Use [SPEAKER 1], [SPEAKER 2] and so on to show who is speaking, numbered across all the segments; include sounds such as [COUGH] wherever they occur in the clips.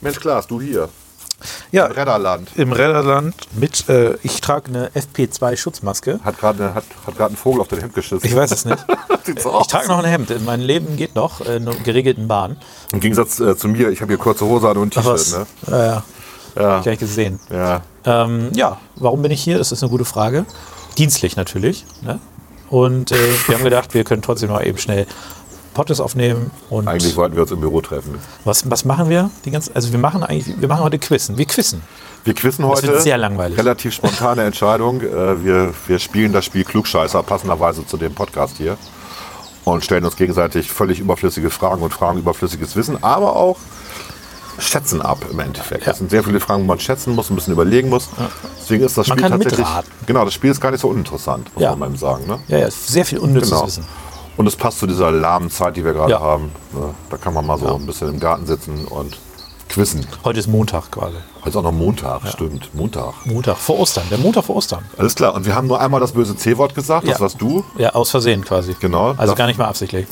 [SPEAKER 1] Mensch, Klaas, du hier.
[SPEAKER 2] Ja,
[SPEAKER 1] Im Redderland.
[SPEAKER 2] im Räderland mit, äh, ich trage eine FP2-Schutzmaske.
[SPEAKER 1] Hat gerade ne, hat, hat grad ein Vogel auf den Hemd geschissen.
[SPEAKER 2] Ich weiß
[SPEAKER 1] [LAUGHS]
[SPEAKER 2] es nicht.
[SPEAKER 1] Sieht's
[SPEAKER 2] Ich
[SPEAKER 1] aus.
[SPEAKER 2] trage noch ein Hemd. Mein Leben geht noch in einer geregelten Bahn.
[SPEAKER 1] Im Gegensatz äh, zu mir, ich habe hier kurze Hose an und ein T-Shirt. Ne?
[SPEAKER 2] Ja, ja.
[SPEAKER 1] Ja.
[SPEAKER 2] Hab ich gleich gesehen.
[SPEAKER 1] ja.
[SPEAKER 2] Ähm, ja, warum bin ich hier? Das ist eine gute Frage. Dienstlich natürlich. Ne? Und äh, wir haben gedacht, wir können trotzdem noch eben schnell Pottes aufnehmen. Und
[SPEAKER 1] Eigentlich wollten wir uns im Büro treffen.
[SPEAKER 2] was, was machen wir? Die ganze, also wir machen eigentlich, wir machen heute Quizzen. Wir quizzen.
[SPEAKER 1] Wir quissen heute.
[SPEAKER 2] wird sehr langweilig.
[SPEAKER 1] Relativ
[SPEAKER 2] [LAUGHS]
[SPEAKER 1] spontane Entscheidung. Äh, wir, wir spielen das Spiel Klugscheißer passenderweise zu dem Podcast hier und stellen uns gegenseitig völlig überflüssige Fragen und fragen überflüssiges Wissen, aber auch schätzen ab im Endeffekt.
[SPEAKER 2] Ja.
[SPEAKER 1] Es sind sehr viele Fragen, wo man schätzen muss, ein bisschen überlegen muss. Deswegen ist das
[SPEAKER 2] Man
[SPEAKER 1] Spiel
[SPEAKER 2] kann
[SPEAKER 1] tatsächlich.
[SPEAKER 2] mitraten.
[SPEAKER 1] Genau, das Spiel ist gar nicht so uninteressant, muss
[SPEAKER 2] Ja.
[SPEAKER 1] man mal eben sagen. Ne?
[SPEAKER 2] Ja, ja, sehr viel unnützes
[SPEAKER 1] Genau.
[SPEAKER 2] Wissen.
[SPEAKER 1] Und es passt zu dieser lahmen Zeit, die wir gerade
[SPEAKER 2] Ja.
[SPEAKER 1] haben. Ne? Da kann man mal so ein bisschen im Garten sitzen und quissen.
[SPEAKER 2] Heute ist Montag quasi.
[SPEAKER 1] Heute ist auch noch Montag, stimmt. Montag.
[SPEAKER 2] Montag vor Ostern. Der Montag vor Ostern.
[SPEAKER 1] Alles klar, und wir haben nur einmal das böse C-Wort gesagt, das
[SPEAKER 2] Ja.
[SPEAKER 1] warst du.
[SPEAKER 2] Ja, aus Versehen quasi.
[SPEAKER 1] Genau.
[SPEAKER 2] Also
[SPEAKER 1] Das-
[SPEAKER 2] gar nicht mal absichtlich.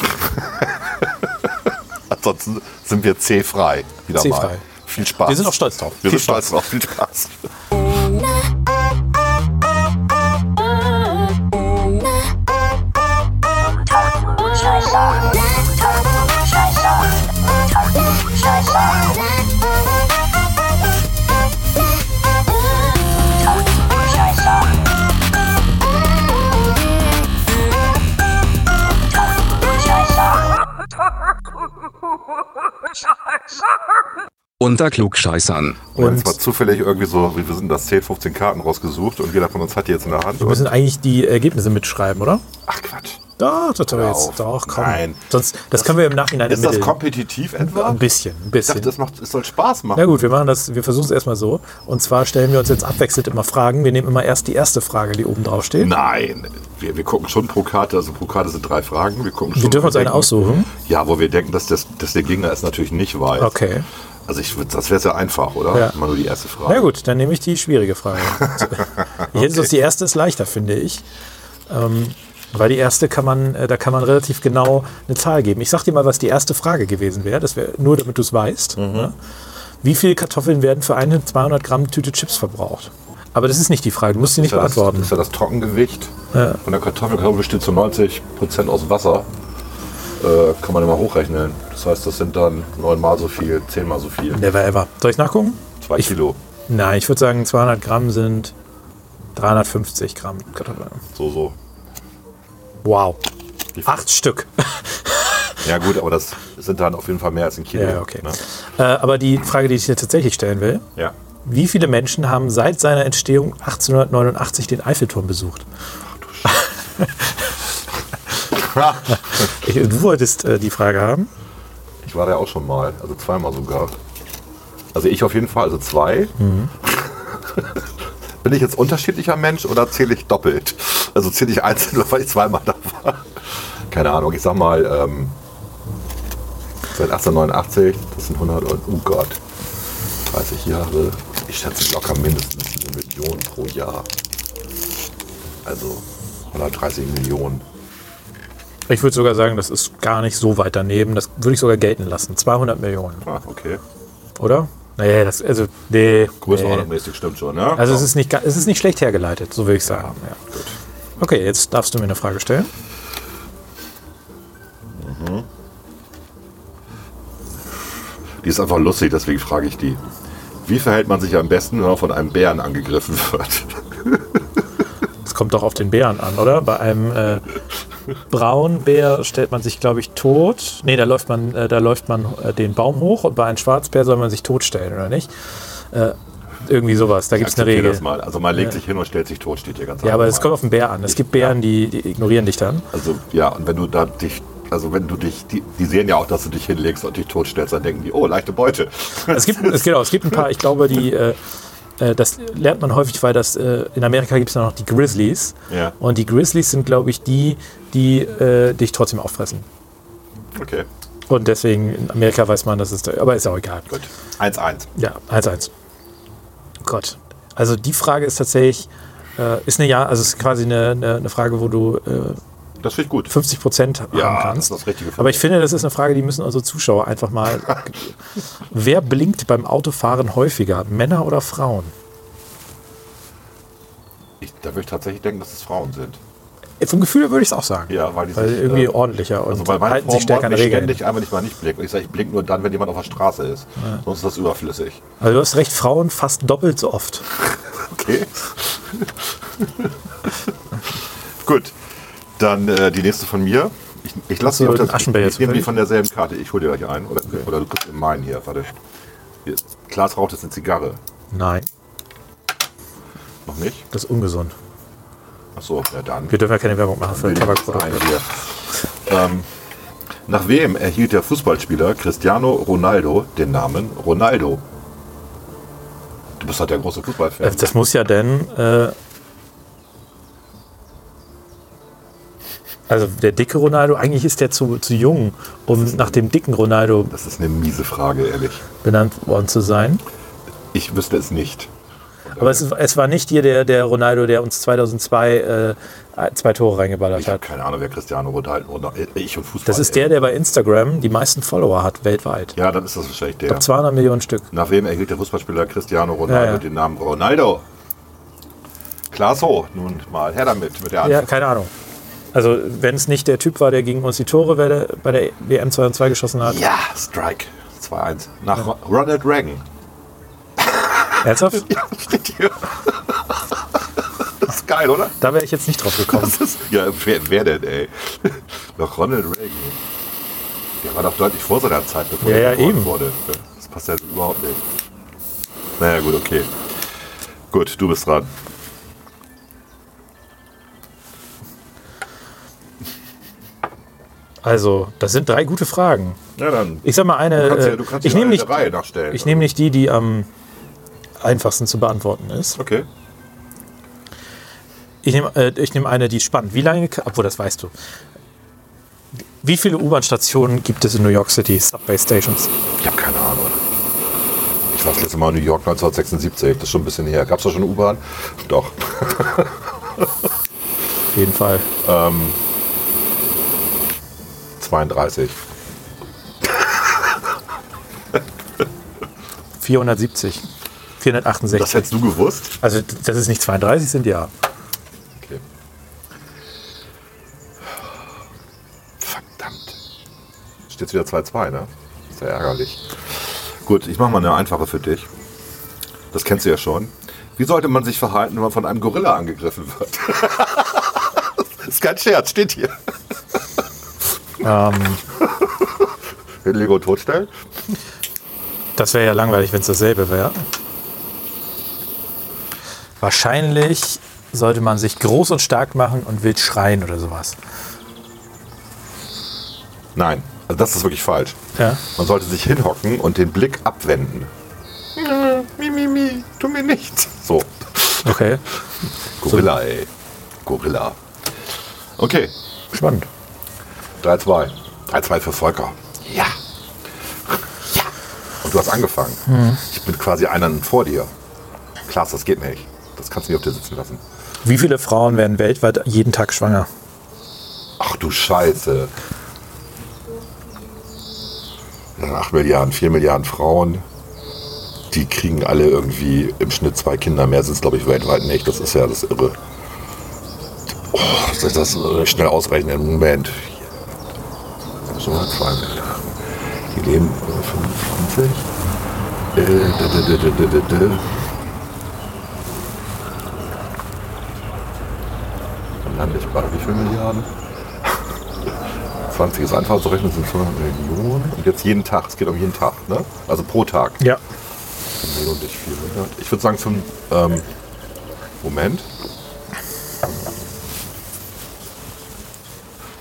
[SPEAKER 1] Ansonsten sind wir C-frei. Wieder
[SPEAKER 2] C-frei.
[SPEAKER 1] mal. Viel Spaß.
[SPEAKER 2] Wir sind auch stolz drauf.
[SPEAKER 1] Wir
[SPEAKER 2] Viel
[SPEAKER 1] sind stolz drauf. Viel Spaß.
[SPEAKER 3] Unter Klugscheißern.
[SPEAKER 1] Und
[SPEAKER 2] Und
[SPEAKER 1] es war zufällig irgendwie so, wir sind das 10, 15 Karten rausgesucht und jeder von uns hat die jetzt in der Hand.
[SPEAKER 2] wir
[SPEAKER 1] Und,
[SPEAKER 2] müssen eigentlich die Ergebnisse mitschreiben, oder?
[SPEAKER 1] ach Quatsch.
[SPEAKER 2] Doch, das haben wir jetzt.
[SPEAKER 1] auf.
[SPEAKER 2] Doch, komm.
[SPEAKER 1] Nein.
[SPEAKER 2] Sonst, das, können wir im Nachhinein
[SPEAKER 1] Ist das
[SPEAKER 2] ermitteln.
[SPEAKER 1] kompetitiv etwa?
[SPEAKER 2] Ein bisschen, ein
[SPEAKER 1] Ich dachte,
[SPEAKER 2] bisschen.
[SPEAKER 1] das macht, es soll Spaß machen.
[SPEAKER 2] Na gut, wir machen das, wir versuchen es erstmal so. Und zwar stellen wir uns jetzt abwechselnd immer Fragen. Wir nehmen immer erst die erste Frage, die oben drauf steht.
[SPEAKER 1] Nein, wir, wir gucken schon pro Karte, also pro Karte sind drei Fragen. Wir, gucken schon,
[SPEAKER 2] Wir dürfen uns eine
[SPEAKER 1] denken-
[SPEAKER 2] aussuchen.
[SPEAKER 1] Ja, wo wir denken, dass, das, dass der Gegner es natürlich nicht weiß.
[SPEAKER 2] Okay.
[SPEAKER 1] Also ich, würd- das wäre ja einfach, oder?
[SPEAKER 2] Ja.
[SPEAKER 1] Mal nur die erste Frage.
[SPEAKER 2] Na gut, dann nehme ich die
[SPEAKER 1] [LAUGHS]
[SPEAKER 2] schwierige Frage. Ich hätte sonst die erste ist leichter, finde ich. Ähm, weil die erste kann man, äh, da kann man relativ genau eine Zahl geben. Ich sag dir mal, was die erste Frage gewesen wäre. Das wäre nur, damit du es weißt.
[SPEAKER 1] Mhm.
[SPEAKER 2] Ne? Wie viele Kartoffeln werden für eine 200 Gramm Tüte Chips verbraucht? Aber das ist nicht die Frage. Du musst sie nicht
[SPEAKER 1] ist ja das,
[SPEAKER 2] beantworten.
[SPEAKER 1] ist ja das Trockengewicht von der Kartoffel. Kartoffel besteht zu 90 Prozent aus Wasser. Äh, kann man immer hochrechnen. Das heißt, das sind dann neunmal so viel, zehnmal so viel.
[SPEAKER 2] Never ever. Soll ich nachgucken?
[SPEAKER 1] Zwei
[SPEAKER 2] ich,
[SPEAKER 1] Kilo.
[SPEAKER 2] Nein, ich würde sagen, 200 Gramm sind 350 Gramm Kartoffeln.
[SPEAKER 1] So, so.
[SPEAKER 2] Wow. Acht Stück.
[SPEAKER 1] Ja gut, aber das sind dann auf jeden Fall mehr als ein Kilo.
[SPEAKER 2] [LAUGHS] Ja, okay.
[SPEAKER 1] Ne?
[SPEAKER 2] Äh, aber die Frage, die ich dir tatsächlich stellen will,
[SPEAKER 1] Ja. [LAUGHS]
[SPEAKER 2] Wie viele Menschen haben seit seiner Entstehung 1889 den Eiffelturm besucht? Ich, du wolltest äh, die Frage haben.
[SPEAKER 1] Ich war da ja auch schon mal, also zweimal sogar. Also ich auf jeden Fall, also zwei. [LAUGHS] Bin ich jetzt unterschiedlicher Mensch oder zähle ich doppelt? Also zähle ich einzeln, [LAUGHS] weil ich zweimal da war. Keine Ahnung, ich sag mal, ähm, seit 1889, das sind 100 und, oh Gott, 30 Jahre. Ich schätze locker mindestens eine Million pro Jahr. Also 130 Millionen.
[SPEAKER 2] Ich würde sogar sagen, das ist gar nicht so weit daneben. Das würde ich sogar gelten lassen. 200 Millionen,
[SPEAKER 1] Ah, okay.
[SPEAKER 2] oder? Nee, das, also, nee. nee.
[SPEAKER 1] Größenordnungsmäßig stimmt schon, ne?
[SPEAKER 2] Also es ist, nicht, ga- es ist nicht schlecht hergeleitet, so würde ich sagen. Ja. Okay, jetzt darfst du mir eine Frage stellen.
[SPEAKER 1] Die ist einfach lustig, deswegen frage ich die. Wie verhält man sich am besten, wenn man von einem Bären angegriffen wird?
[SPEAKER 2] Es kommt doch auf den Bären an, oder? Bei einem äh, Braunbär stellt man sich, glaube ich, tot. Nee, da läuft man, äh, da läuft man äh, den Baum hoch und bei einem Schwarzbär soll man sich totstellen, oder nicht? Äh, irgendwie sowas, da gibt es eine
[SPEAKER 1] Akzeptier
[SPEAKER 2] Regel.
[SPEAKER 1] Das mal. Also man legt sich hin und stellt sich tot, steht hier ganz
[SPEAKER 2] Ja, aber
[SPEAKER 1] normal.
[SPEAKER 2] es kommt auf den Bär an. Es gibt Bären, die, die ignorieren
[SPEAKER 1] [LAUGHS]
[SPEAKER 2] dich dann.
[SPEAKER 1] Also ja, und wenn du da dich, also wenn du dich, die, die sehen ja auch, dass du dich hinlegst und dich totstellst, dann denken die, oh, leichte Beute.
[SPEAKER 2] Es gibt, es, genau, es gibt ein paar, ich glaube, die, äh, äh, das lernt man häufig, weil das, äh, in Amerika gibt es ja noch die Grizzlies.
[SPEAKER 1] Ja.
[SPEAKER 2] Und die Grizzlies sind, glaube ich, die, die äh, dich trotzdem auffressen.
[SPEAKER 1] Okay,
[SPEAKER 2] Und deswegen, in Amerika weiß man, dass es, da- aber ist auch egal.
[SPEAKER 1] gut. 1-1.
[SPEAKER 2] Ja, 1-1. Gott. Also die Frage ist tatsächlich, äh, ist eine Ja, also es ist quasi eine, eine, eine Frage, wo du äh,
[SPEAKER 1] Das finde ich gut.
[SPEAKER 2] 50 Prozent haben
[SPEAKER 1] Ja,
[SPEAKER 2] kannst.
[SPEAKER 1] das ist das Richtige für
[SPEAKER 2] Aber ich
[SPEAKER 1] mich.
[SPEAKER 2] finde, das ist eine Frage, die müssen unsere Zuschauer einfach
[SPEAKER 1] [LAUGHS]
[SPEAKER 2] mal. Wer blinkt beim Autofahren häufiger, Männer oder Frauen?
[SPEAKER 1] Ich, da würde ich tatsächlich denken, dass es Frauen sind.
[SPEAKER 2] Äh, Vom Gefühl her würde ich es auch sagen.
[SPEAKER 1] Ja, weil die
[SPEAKER 2] Weil
[SPEAKER 1] sich,
[SPEAKER 2] irgendwie
[SPEAKER 1] äh,
[SPEAKER 2] ordentlicher und
[SPEAKER 1] Also bei meiner
[SPEAKER 2] halten
[SPEAKER 1] Frau
[SPEAKER 2] sich stärker an
[SPEAKER 1] ich
[SPEAKER 2] Regeln.
[SPEAKER 1] ständig einfach nicht mal nicht blicken. Ich sage, ich blinke nur dann, wenn jemand auf der Straße ist. Sonst ist das überflüssig.
[SPEAKER 2] Also du hast recht, Frauen fast doppelt so oft.
[SPEAKER 1] Okay. Gut. Dann äh, die nächste von mir. Ich, ich lasse
[SPEAKER 2] Hast du
[SPEAKER 1] die auf
[SPEAKER 2] einen
[SPEAKER 1] der, ich,
[SPEAKER 2] Aschenbecher
[SPEAKER 1] ich nehme die
[SPEAKER 2] zufällig?
[SPEAKER 1] von derselben Karte. Ich hole dir gleich einen. Oder, oder du kriegst meinen hier. Warte. Hier, Klaas raucht jetzt eine Zigarre.
[SPEAKER 2] Nein,
[SPEAKER 1] Noch nicht?
[SPEAKER 2] das ist ungesund.
[SPEAKER 1] Achso, ja dann.
[SPEAKER 2] Wir dürfen ja keine Werbung machen für Tabakprodukte.
[SPEAKER 1] Ein hier. Ähm, nach wem erhielt der Fußballspieler Cristiano Ronaldo den Namen Ronaldo? Du bist halt der große Fußballfan.
[SPEAKER 2] Äh, Das muss ja denn. Äh, also der dicke Ronaldo, eigentlich ist der zu, zu jung, um nach dem dicken Ronaldo
[SPEAKER 1] Das ist eine miese Frage, ehrlich.
[SPEAKER 2] benannt worden zu sein.
[SPEAKER 1] Ich wüsste es nicht.
[SPEAKER 2] Aber es, es war nicht hier der, der Ronaldo, der uns 2002 äh, zwei Tore reingeballert
[SPEAKER 1] Ich habe
[SPEAKER 2] hat.
[SPEAKER 1] keine Ahnung, wer Cristiano Ronaldo oder ich und Fußball.
[SPEAKER 2] Das ist der, der bei Instagram die meisten Follower hat weltweit.
[SPEAKER 1] Ja, dann ist das wahrscheinlich der.
[SPEAKER 2] Ab 200 Millionen Stück.
[SPEAKER 1] Nach wem erhielt der Fußballspieler Cristiano Ronaldo
[SPEAKER 2] Ja, ja.
[SPEAKER 1] den Namen Ronaldo? Klaso, nun mal her damit mit der
[SPEAKER 2] Ja,
[SPEAKER 1] Antwort.
[SPEAKER 2] keine Ahnung. Also wenn es nicht der Typ war, der gegen uns die Tore bei der, bei der WM 2002 geschossen hat.
[SPEAKER 1] Ja, Strike 2-1. Nach Ro- Ronald Reagan. [LAUGHS]
[SPEAKER 2] Ernsthaft?
[SPEAKER 1] Ja, steht hier. Das ist geil, oder?
[SPEAKER 2] Da wäre ich jetzt nicht drauf gekommen.
[SPEAKER 1] Das ist, ja, wer, wer denn, ey? [LAUGHS] Doch Ronald Reagan. Der war doch deutlich vor seiner Zeit, bevor
[SPEAKER 2] Ja,
[SPEAKER 1] er
[SPEAKER 2] ja,
[SPEAKER 1] geboren
[SPEAKER 2] eben.
[SPEAKER 1] wurde. Das passt ja überhaupt nicht. Naja, gut, okay. Gut, du bist dran.
[SPEAKER 2] Also, das sind drei gute Fragen.
[SPEAKER 1] Ja, dann.
[SPEAKER 2] Ich sag mal eine.
[SPEAKER 1] Du kannst ja-
[SPEAKER 2] äh,
[SPEAKER 1] du kannst
[SPEAKER 2] ich
[SPEAKER 1] ja
[SPEAKER 2] nehme
[SPEAKER 1] eine
[SPEAKER 2] nicht,
[SPEAKER 1] der Reihe nachstellen.
[SPEAKER 2] ich nehm nicht die, die am einfachsten zu beantworten ist.
[SPEAKER 1] Okay.
[SPEAKER 2] Ich nehme äh, ich nehm eine, die ist spannend. Wie lange, ka- obwohl das weißt du. Wie viele U-Bahn-Stationen gibt es in New York City? Subway Stations.
[SPEAKER 1] Ich habe keine Ahnung. Ich war das letzte Mal in New York 1976. Das ist schon ein bisschen her. Gab es da schon eine U-Bahn? Doch. [LAUGHS]
[SPEAKER 2] Auf jeden Fall.
[SPEAKER 1] 32.
[SPEAKER 2] 470. 468.
[SPEAKER 1] Das hättest du gewusst?
[SPEAKER 2] also, d- dass es nicht 32 sind, ja.
[SPEAKER 1] Okay. Verdammt. Steht wieder 2-2, ne? Ist ja ärgerlich. Gut, ich mache mal eine einfache für dich. Das kennst du ja schon. Wie sollte man sich verhalten, wenn man von einem Gorilla angegriffen wird? [LAUGHS] das ist kein Scherz, steht hier.
[SPEAKER 2] Ähm,
[SPEAKER 1] Den Lego totstellen?
[SPEAKER 2] das wäre ja langweilig, wenn es dasselbe wäre. Wahrscheinlich sollte man sich groß und stark machen und wild schreien oder sowas.
[SPEAKER 1] Nein, also das ist wirklich falsch.
[SPEAKER 2] Ja.
[SPEAKER 1] Man sollte sich hinhocken und den Blick abwenden. Hm, Mi, mi, mi, tu mir nichts. So,
[SPEAKER 2] Okay.
[SPEAKER 1] Gorilla, ey. Gorilla. Okay,
[SPEAKER 2] Spannend.
[SPEAKER 1] 3-2. 3-2 für Volker. Ja. Ja. Und du hast angefangen. Ich bin quasi einen vor dir. Klaas, das geht nicht. Das kannst du nicht auf dir sitzen lassen.
[SPEAKER 2] Wie viele Frauen werden weltweit jeden Tag schwanger?
[SPEAKER 1] Ach du Scheiße. 8 Milliarden, 4 Milliarden Frauen, die kriegen alle irgendwie im Schnitt zwei Kinder. Mehr sind es, glaube ich, weltweit nicht. Das ist ja das Irre. Oh, soll ich das äh, schnell ausrechnen? Moment. So, 2 Milliarden. Die leben äh, 25. Äh, d- d- d- d- d- d- d. Dann lande ich bei wie viel Milliarden? [LAUGHS] 20 ist einfach zu rechnen, sind 200 Millionen. Und jetzt jeden Tag, es geht um jeden Tag, ne? Also pro Tag.
[SPEAKER 2] Ja.
[SPEAKER 1] Millionen durch 400. Ich würde sagen, fünf, ähm, Moment.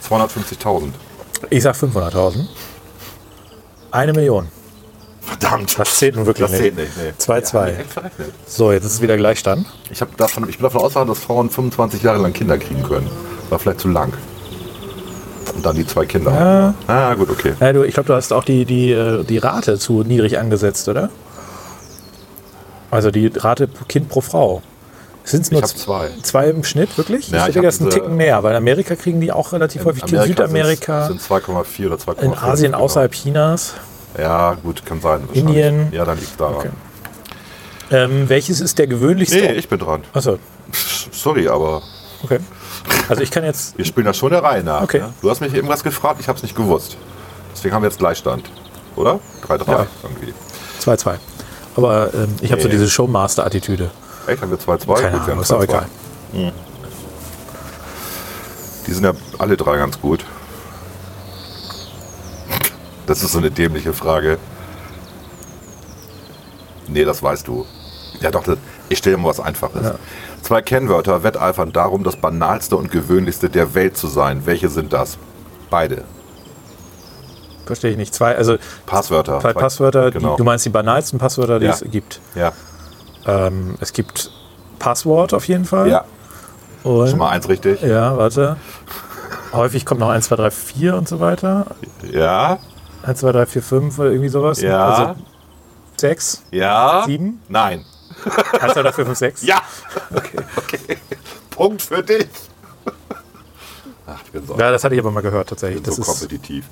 [SPEAKER 1] 250.000.
[SPEAKER 2] Ich sag 500.000. Eine Million.
[SPEAKER 1] Verdammt.
[SPEAKER 2] Das zählt nun wirklich
[SPEAKER 1] Das zählt
[SPEAKER 2] nicht.
[SPEAKER 1] nicht, nee.
[SPEAKER 2] 2-2.
[SPEAKER 1] Echt verrechnet.
[SPEAKER 2] So, jetzt ist es wieder Gleichstand.
[SPEAKER 1] Ich, hab davon, ich bin davon ausgegangen, dass Frauen 25 Jahre lang Kinder kriegen können. War vielleicht zu lang. Und dann die zwei Kinder. Ah, gut, okay.
[SPEAKER 2] Ja, du, ich glaube, du hast auch die, die, äh, die Rate zu niedrig angesetzt, oder? Also die Rate pro Kind pro Frau. Sind es
[SPEAKER 1] Ich
[SPEAKER 2] nur
[SPEAKER 1] hab
[SPEAKER 2] z-
[SPEAKER 1] zwei.
[SPEAKER 2] zwei im Schnitt, wirklich?
[SPEAKER 1] Ja,
[SPEAKER 2] ich
[SPEAKER 1] ich hab
[SPEAKER 2] denke, das ist ein
[SPEAKER 1] diese-
[SPEAKER 2] Ticken mehr, weil in Amerika kriegen die auch relativ häufig
[SPEAKER 1] Amerika
[SPEAKER 2] in Südamerika,
[SPEAKER 1] sind es- sind 2,4 oder 2,5.
[SPEAKER 2] in Asien
[SPEAKER 1] genau.
[SPEAKER 2] außerhalb Chinas.
[SPEAKER 1] Ja, gut, kann sein. wahrscheinlich.
[SPEAKER 2] Indien.
[SPEAKER 1] Ja, dann liegt es daran.
[SPEAKER 2] Okay. Ähm, welches ist der gewöhnlichste?
[SPEAKER 1] Nee, ich bin dran.
[SPEAKER 2] Achso,
[SPEAKER 1] Sorry, aber
[SPEAKER 2] okay. Also ich kann jetzt.
[SPEAKER 1] wir spielen das schon der Reihe nach.
[SPEAKER 2] Okay.
[SPEAKER 1] Ne? Du hast mich eben was gefragt, ich habe es nicht gewusst. Deswegen haben wir jetzt Gleichstand. Oder? 3-3
[SPEAKER 2] Ja.
[SPEAKER 1] irgendwie.
[SPEAKER 2] 2-2. Aber ähm, ich habe so
[SPEAKER 1] Nee.
[SPEAKER 2] diese Showmaster-Attitüde.
[SPEAKER 1] Echt, haben wir 2-2?
[SPEAKER 2] Keine
[SPEAKER 1] wir haben
[SPEAKER 2] Ahnung, ist auch
[SPEAKER 1] 2-2.
[SPEAKER 2] egal.
[SPEAKER 1] Die sind ja alle drei ganz gut. Das ist so eine dämliche Frage. Nee, das weißt du. Ja, doch, das- ich stelle mal was Einfaches. Zwei Kennwörter wetteifern darum, das banalste und gewöhnlichste der Welt zu sein. Welche sind das? Beide.
[SPEAKER 2] Verstehe ich nicht. Zwei, also
[SPEAKER 1] Passwörter.
[SPEAKER 2] zwei Passwörter,
[SPEAKER 1] Genau.
[SPEAKER 2] die, du meinst die banalsten Passwörter, die
[SPEAKER 1] Ja.
[SPEAKER 2] es gibt.
[SPEAKER 1] ja.
[SPEAKER 2] Ähm, es gibt Passwort auf jeden Fall.
[SPEAKER 1] ja, schon
[SPEAKER 2] Und,
[SPEAKER 1] mal eins richtig.
[SPEAKER 2] ja, warte. Häufig kommt noch 1, 2, 3, 4 und so weiter.
[SPEAKER 1] Ja,
[SPEAKER 2] 1, 2, 3, 4, 5 oder irgendwie sowas.
[SPEAKER 1] ja,
[SPEAKER 2] Also 6,
[SPEAKER 1] ja.
[SPEAKER 2] Sieben?
[SPEAKER 1] Nein.
[SPEAKER 2] 1, 2, 3, 4, 5, 6.
[SPEAKER 1] Ja. Okay. okay. [LAUGHS] Punkt für dich. Ach, ich bin so,
[SPEAKER 2] Ja, das hatte ich aber mal gehört tatsächlich.
[SPEAKER 1] ich bin
[SPEAKER 2] Das
[SPEAKER 1] so
[SPEAKER 2] ist,
[SPEAKER 1] kompetitiv.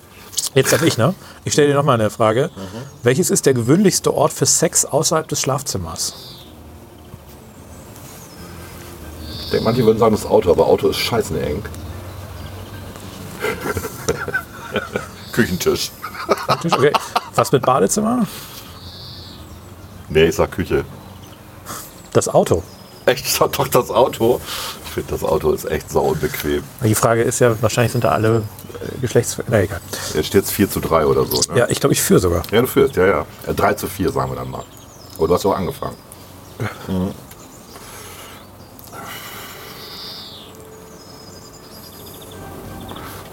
[SPEAKER 2] jetzt darf ich, ne? Ich stelle dir nochmal eine Frage.
[SPEAKER 1] Mhm.
[SPEAKER 2] Welches ist der gewöhnlichste Ort für Sex außerhalb des Schlafzimmers?
[SPEAKER 1] Ich denke, manche würden sagen, das Auto, aber Auto ist scheißeneng.
[SPEAKER 2] [LAUGHS]
[SPEAKER 1] Küchentisch.
[SPEAKER 2] Okay. Was mit Badezimmer?
[SPEAKER 1] Nee, ich sag Küche.
[SPEAKER 2] Das Auto.
[SPEAKER 1] Echt, ich sag doch das Auto. Ich finde, das Auto ist echt sau unbequem.
[SPEAKER 2] Die Frage ist ja, wahrscheinlich sind da alle äh, Geschlechts... Na egal.
[SPEAKER 1] Jetzt steht es 4 zu 3 oder so. Ne?
[SPEAKER 2] Ja, ich glaube, ich führe sogar.
[SPEAKER 1] ja, du führst, ja, ja. Äh, 3 zu 4 sagen wir dann mal. Aber du hast ja auch angefangen. Mhm.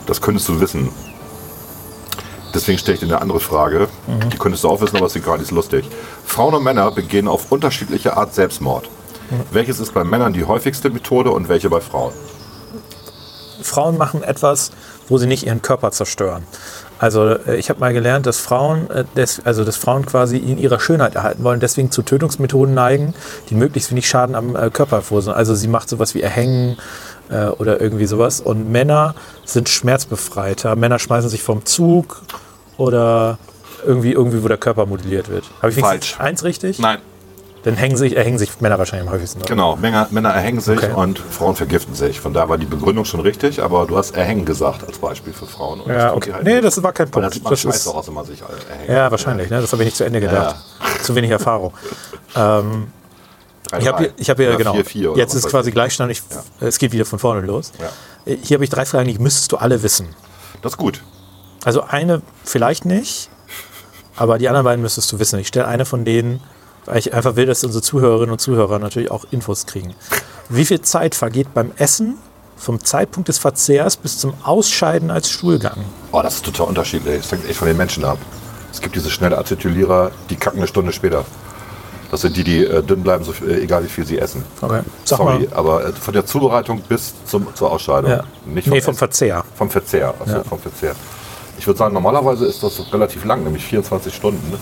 [SPEAKER 1] Das könntest du wissen. Deswegen stelle ich dir eine andere Frage. Die könntest du auch wissen, aber sie gerade ist lustig. Frauen und Männer begehen auf unterschiedliche Art Selbstmord. Welches ist bei Männern die häufigste Methode und welche bei Frauen?
[SPEAKER 2] Frauen machen etwas, wo sie nicht ihren Körper zerstören. Also äh, ich habe mal gelernt, dass Frauen, äh, des, also dass Frauen quasi in ihrer Schönheit erhalten wollen, deswegen zu Tötungsmethoden neigen, die möglichst wenig Schaden am äh, Körper hervorrufen. Also sie macht sowas wie Erhängen äh, oder irgendwie sowas. Und Männer sind schmerzbefreiter. Männer schmeißen sich vom Zug oder irgendwie, irgendwie wo der Körper modelliert wird. Habe ich wenigstens
[SPEAKER 1] Falsch.
[SPEAKER 2] eins richtig?
[SPEAKER 1] Nein.
[SPEAKER 2] Dann hängen sich, erhängen sich Männer wahrscheinlich am häufigsten.
[SPEAKER 1] Genau,
[SPEAKER 2] Genau.
[SPEAKER 1] Männer, Männer erhängen sich
[SPEAKER 2] Okay.
[SPEAKER 1] und Frauen vergiften sich. Von daher war die Begründung schon richtig, aber du hast erhängen gesagt als Beispiel für Frauen. Und
[SPEAKER 2] Ja,
[SPEAKER 1] tun
[SPEAKER 2] okay.
[SPEAKER 1] die halt
[SPEAKER 2] Nee,
[SPEAKER 1] nicht.
[SPEAKER 2] das war kein
[SPEAKER 1] Weil da
[SPEAKER 2] Punkt.
[SPEAKER 1] sieht man
[SPEAKER 2] Das
[SPEAKER 1] scheiße
[SPEAKER 2] ist-
[SPEAKER 1] aus, wenn man sich alle erhängt.
[SPEAKER 2] Ja, wahrscheinlich. Ne? Das habe ich nicht zu Ende gedacht. Zu wenig Erfahrung.
[SPEAKER 1] Drei,
[SPEAKER 2] Ich habe
[SPEAKER 1] drei.
[SPEAKER 2] hier, ich hab hier
[SPEAKER 1] Oder
[SPEAKER 2] genau.
[SPEAKER 1] Vier, vier oder
[SPEAKER 2] jetzt
[SPEAKER 1] was
[SPEAKER 2] ist
[SPEAKER 1] weiß
[SPEAKER 2] quasi Gleichstand. Ich, Es geht wieder von vorne los.
[SPEAKER 1] Ja.
[SPEAKER 2] Hier habe ich drei Fragen, die müsstest du alle wissen.
[SPEAKER 1] ich. Das ist gut.
[SPEAKER 2] Also eine vielleicht nicht, aber die anderen beiden müsstest du wissen. Ich stelle eine von denen, weil ich einfach will, dass unsere Zuhörerinnen und Zuhörer natürlich auch Infos kriegen. Wie viel Zeit vergeht beim Essen vom Zeitpunkt des Verzehrs bis zum Ausscheiden als Stuhlgang?
[SPEAKER 1] Oh, das ist total unterschiedlich. Das hängt echt von den Menschen ab. Es gibt diese schnelle Acetylierer, die kacken eine Stunde später. Das sind die, die äh, dünn bleiben, so, viel- äh, egal wie viel sie essen.
[SPEAKER 2] Okay. Sag
[SPEAKER 1] Sorry,
[SPEAKER 2] mal.
[SPEAKER 1] aber äh, von der Zubereitung bis zum, zur Ausscheidung.
[SPEAKER 2] Ja.
[SPEAKER 1] Nicht
[SPEAKER 2] nee, vom
[SPEAKER 1] Essen.
[SPEAKER 2] Verzehr.
[SPEAKER 1] Vom Verzehr, also
[SPEAKER 2] Ja.
[SPEAKER 1] vom Verzehr. Ich würde sagen, normalerweise ist das relativ lang, nämlich 24 Stunden.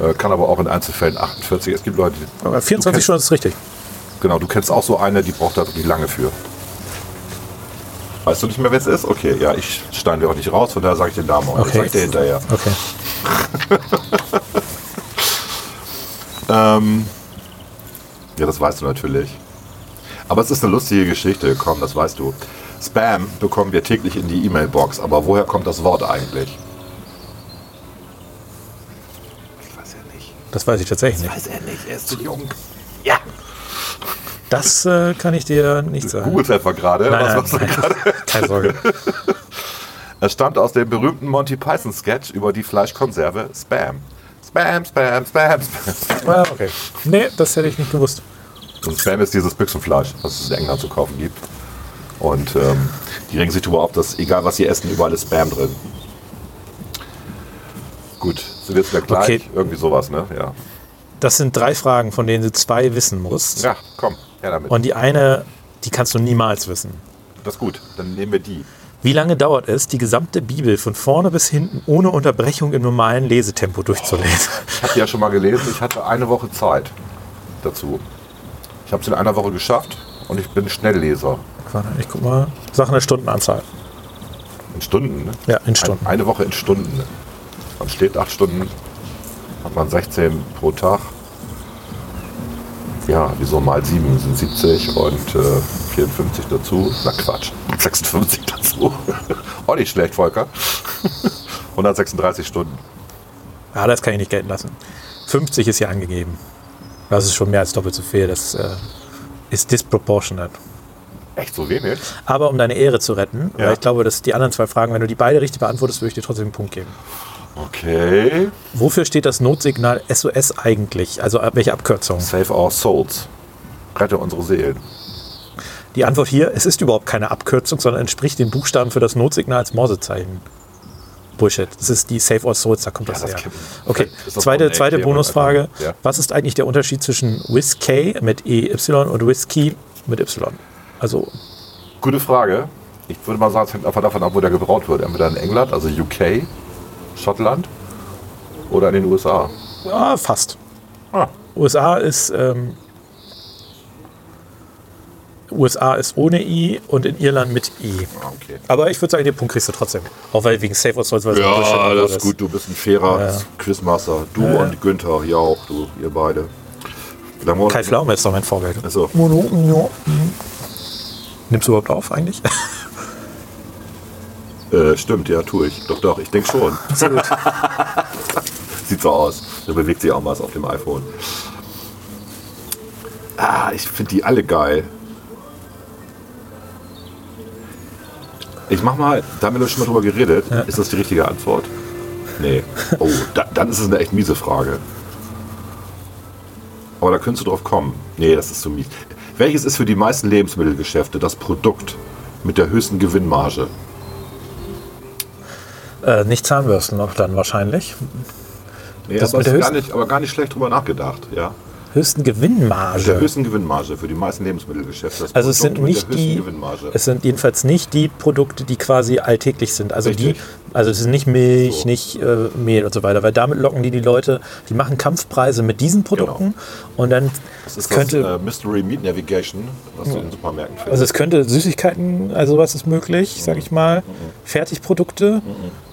[SPEAKER 1] Äh, kann aber auch in Einzelfällen 48. Es gibt Leute, die,
[SPEAKER 2] Aber 24
[SPEAKER 1] du
[SPEAKER 2] Stunden ist richtig.
[SPEAKER 1] kennst, Genau, du kennst auch so eine, die braucht da wirklich lange für. Weißt du nicht mehr, wer es ist? Okay, ja, ich stein dir auch nicht raus, von daher sage ich den Namen auch. nicht.
[SPEAKER 2] Okay.
[SPEAKER 1] Sag ich dir hinterher.
[SPEAKER 2] Okay.
[SPEAKER 1] Ja, das weißt du natürlich. Aber es ist eine lustige Geschichte, komm, das weißt du. Spam bekommen wir täglich in die E-Mail-Box, aber woher kommt das Wort eigentlich? Ich weiß ja nicht.
[SPEAKER 2] Das weiß ich tatsächlich nicht.
[SPEAKER 1] Weiß er nicht, er ist zu jung. Ja.
[SPEAKER 2] Das äh, kann ich dir nicht sagen.
[SPEAKER 1] Googles einfach gerade.
[SPEAKER 2] Nein,
[SPEAKER 1] Was-
[SPEAKER 2] nein,
[SPEAKER 1] was-
[SPEAKER 2] nein. [LAUGHS] Keine Sorge.
[SPEAKER 1] Es stammt aus dem berühmten Monty Python Sketch über die Fleischkonserve Spam. Spam, Spam, Spam, Spam.
[SPEAKER 2] Ah, okay. Nee, das hätte ich nicht gewusst.
[SPEAKER 1] Und Spam ist dieses Büchsenfleisch, was es in England zu kaufen gibt. Und ähm, die regen sich darüber auf, dass egal was sie essen, überall ist Spam drin. Gut, sind wir jetzt wieder gleich.
[SPEAKER 2] Okay.
[SPEAKER 1] Irgendwie sowas, ne? Ja.
[SPEAKER 2] Das sind drei Fragen, von denen du zwei wissen musst.
[SPEAKER 1] Ja, komm, her damit.
[SPEAKER 2] Und die eine, die kannst du niemals wissen.
[SPEAKER 1] das ist gut, dann nehmen wir die.
[SPEAKER 2] Wie lange dauert es, die gesamte Bibel von vorne bis hinten ohne Unterbrechung im normalen Lesetempo durchzulesen?
[SPEAKER 1] Ich habe die ja schon mal gelesen, ich hatte eine Woche Zeit dazu. Ich
[SPEAKER 4] Ich habe es in einer Woche geschafft und ich bin Schnellleser.
[SPEAKER 1] Oh.
[SPEAKER 2] Warte, ich guck mal. Sag eine Stundenanzahl.
[SPEAKER 4] In Stunden, ne?
[SPEAKER 2] Ja, in Stunden.
[SPEAKER 4] Ein, eine Woche in Stunden. ne? Man schläft acht Stunden, hat man 16 pro Tag. Ja, wieso mal sieben sind 70 und äh, 54 dazu. Na Quatsch, 56 [LAUGHS] dazu. Auch nicht schlecht, Volker. [LAUGHS] 136 Stunden.
[SPEAKER 2] Ah, das kann ich nicht gelten lassen. 50 ist hier angegeben. Das ist schon mehr als doppelt so viel. Das äh, ist disproportionate.
[SPEAKER 4] Echt so wenig?
[SPEAKER 2] Aber um deine Ehre zu retten,
[SPEAKER 4] Ja.
[SPEAKER 2] weil ich glaube, dass die anderen zwei Fragen, wenn du die beide richtig beantwortest, würde ich dir trotzdem einen Punkt geben.
[SPEAKER 4] Okay.
[SPEAKER 2] Wofür steht das Notsignal SOS eigentlich? Also ab- welche Abkürzung?
[SPEAKER 4] Save our souls. Rette unsere Seelen.
[SPEAKER 2] Die Antwort hier, es ist überhaupt keine Abkürzung, sondern entspricht den Buchstaben für das Notsignal als Morsezeichen. Bullshit. Das ist die Save All Souls, da kommt
[SPEAKER 4] Ja,
[SPEAKER 2] das
[SPEAKER 4] das
[SPEAKER 2] her.
[SPEAKER 4] kennt-
[SPEAKER 2] Okay,
[SPEAKER 4] das ist doch so
[SPEAKER 2] zweite,
[SPEAKER 4] eine
[SPEAKER 2] zweite
[SPEAKER 4] Erklärung,
[SPEAKER 2] Bonusfrage.
[SPEAKER 4] Alter. Ja.
[SPEAKER 2] Was ist eigentlich der Unterschied zwischen Whiskey mit EY und Whisky mit Y? Also,
[SPEAKER 4] Gute Frage. Ich würde mal sagen, es hängt einfach davon ab, wo der gebraut wird. Entweder in England, also UK, Schottland oder in den USA.
[SPEAKER 2] ah, fast.
[SPEAKER 4] Ah,
[SPEAKER 2] USA ist, ähm, USA ist ohne I und in Irland mit I.
[SPEAKER 4] okay.
[SPEAKER 2] Aber ich würde sagen, den Punkt kriegst du trotzdem. Auch weil wegen Save All Souls, weil es eine Bullshit
[SPEAKER 1] Ja,
[SPEAKER 2] Antwort
[SPEAKER 1] alles gut, du bist ein fairer
[SPEAKER 2] Ja.
[SPEAKER 1] Quizmaster. Du und Günther, ja auch, du, ihr beide. Wie lange
[SPEAKER 2] Kai Pflaume ist doch mein Vorbild.
[SPEAKER 1] Achso,
[SPEAKER 2] Nimmst du überhaupt auf eigentlich?
[SPEAKER 1] äh, stimmt, ja, tue ich. Doch, doch, ich denke schon. [LAUGHS] Sieht so aus. Da bewegt sich auch was auf dem iPhone. Ah, ich finde die alle geil. Ich mach mal, da haben wir doch schon mal drüber geredet. Ist das die richtige Antwort? Nee. Oh, da, dann ist es eine echt miese Frage. Aber da könntest du drauf kommen. Nee, das ist zu mies. Welches ist für die meisten Lebensmittelgeschäfte das Produkt mit der höchsten Gewinnmarge?
[SPEAKER 2] äh, nicht Zahnbürsten noch dann wahrscheinlich.
[SPEAKER 1] Nee,
[SPEAKER 2] Das
[SPEAKER 1] das aber,
[SPEAKER 2] mit der
[SPEAKER 1] ist gar
[SPEAKER 2] höchsten-
[SPEAKER 1] nicht, aber gar nicht schlecht drüber nachgedacht, ja.
[SPEAKER 2] Höchsten
[SPEAKER 1] Der
[SPEAKER 2] Gewinnmarge.
[SPEAKER 1] höchsten Gewinnmarge für die meisten Lebensmittelgeschäfte. das
[SPEAKER 2] Also es
[SPEAKER 1] Produkt
[SPEAKER 2] sind
[SPEAKER 1] mit der
[SPEAKER 2] nicht
[SPEAKER 1] höchsten
[SPEAKER 2] die,
[SPEAKER 1] Gewinnmarge.
[SPEAKER 2] es sind jedenfalls nicht die Produkte, die quasi alltäglich sind. Also die,
[SPEAKER 1] Richtig.
[SPEAKER 2] also es ist nicht Milch,
[SPEAKER 1] So.
[SPEAKER 2] nicht äh, Mehl und so weiter, weil damit locken die die Leute, die machen Kampfpreise mit diesen Produkten und dann
[SPEAKER 1] Genau. das äh, ist
[SPEAKER 2] könnte,
[SPEAKER 1] das äh, Mystery Meat Navigation, was du in Supermärkten findest.
[SPEAKER 2] also es könnte Süßigkeiten, also was ist möglich, sag ich
[SPEAKER 1] Mhm.
[SPEAKER 2] mal, Fertigprodukte,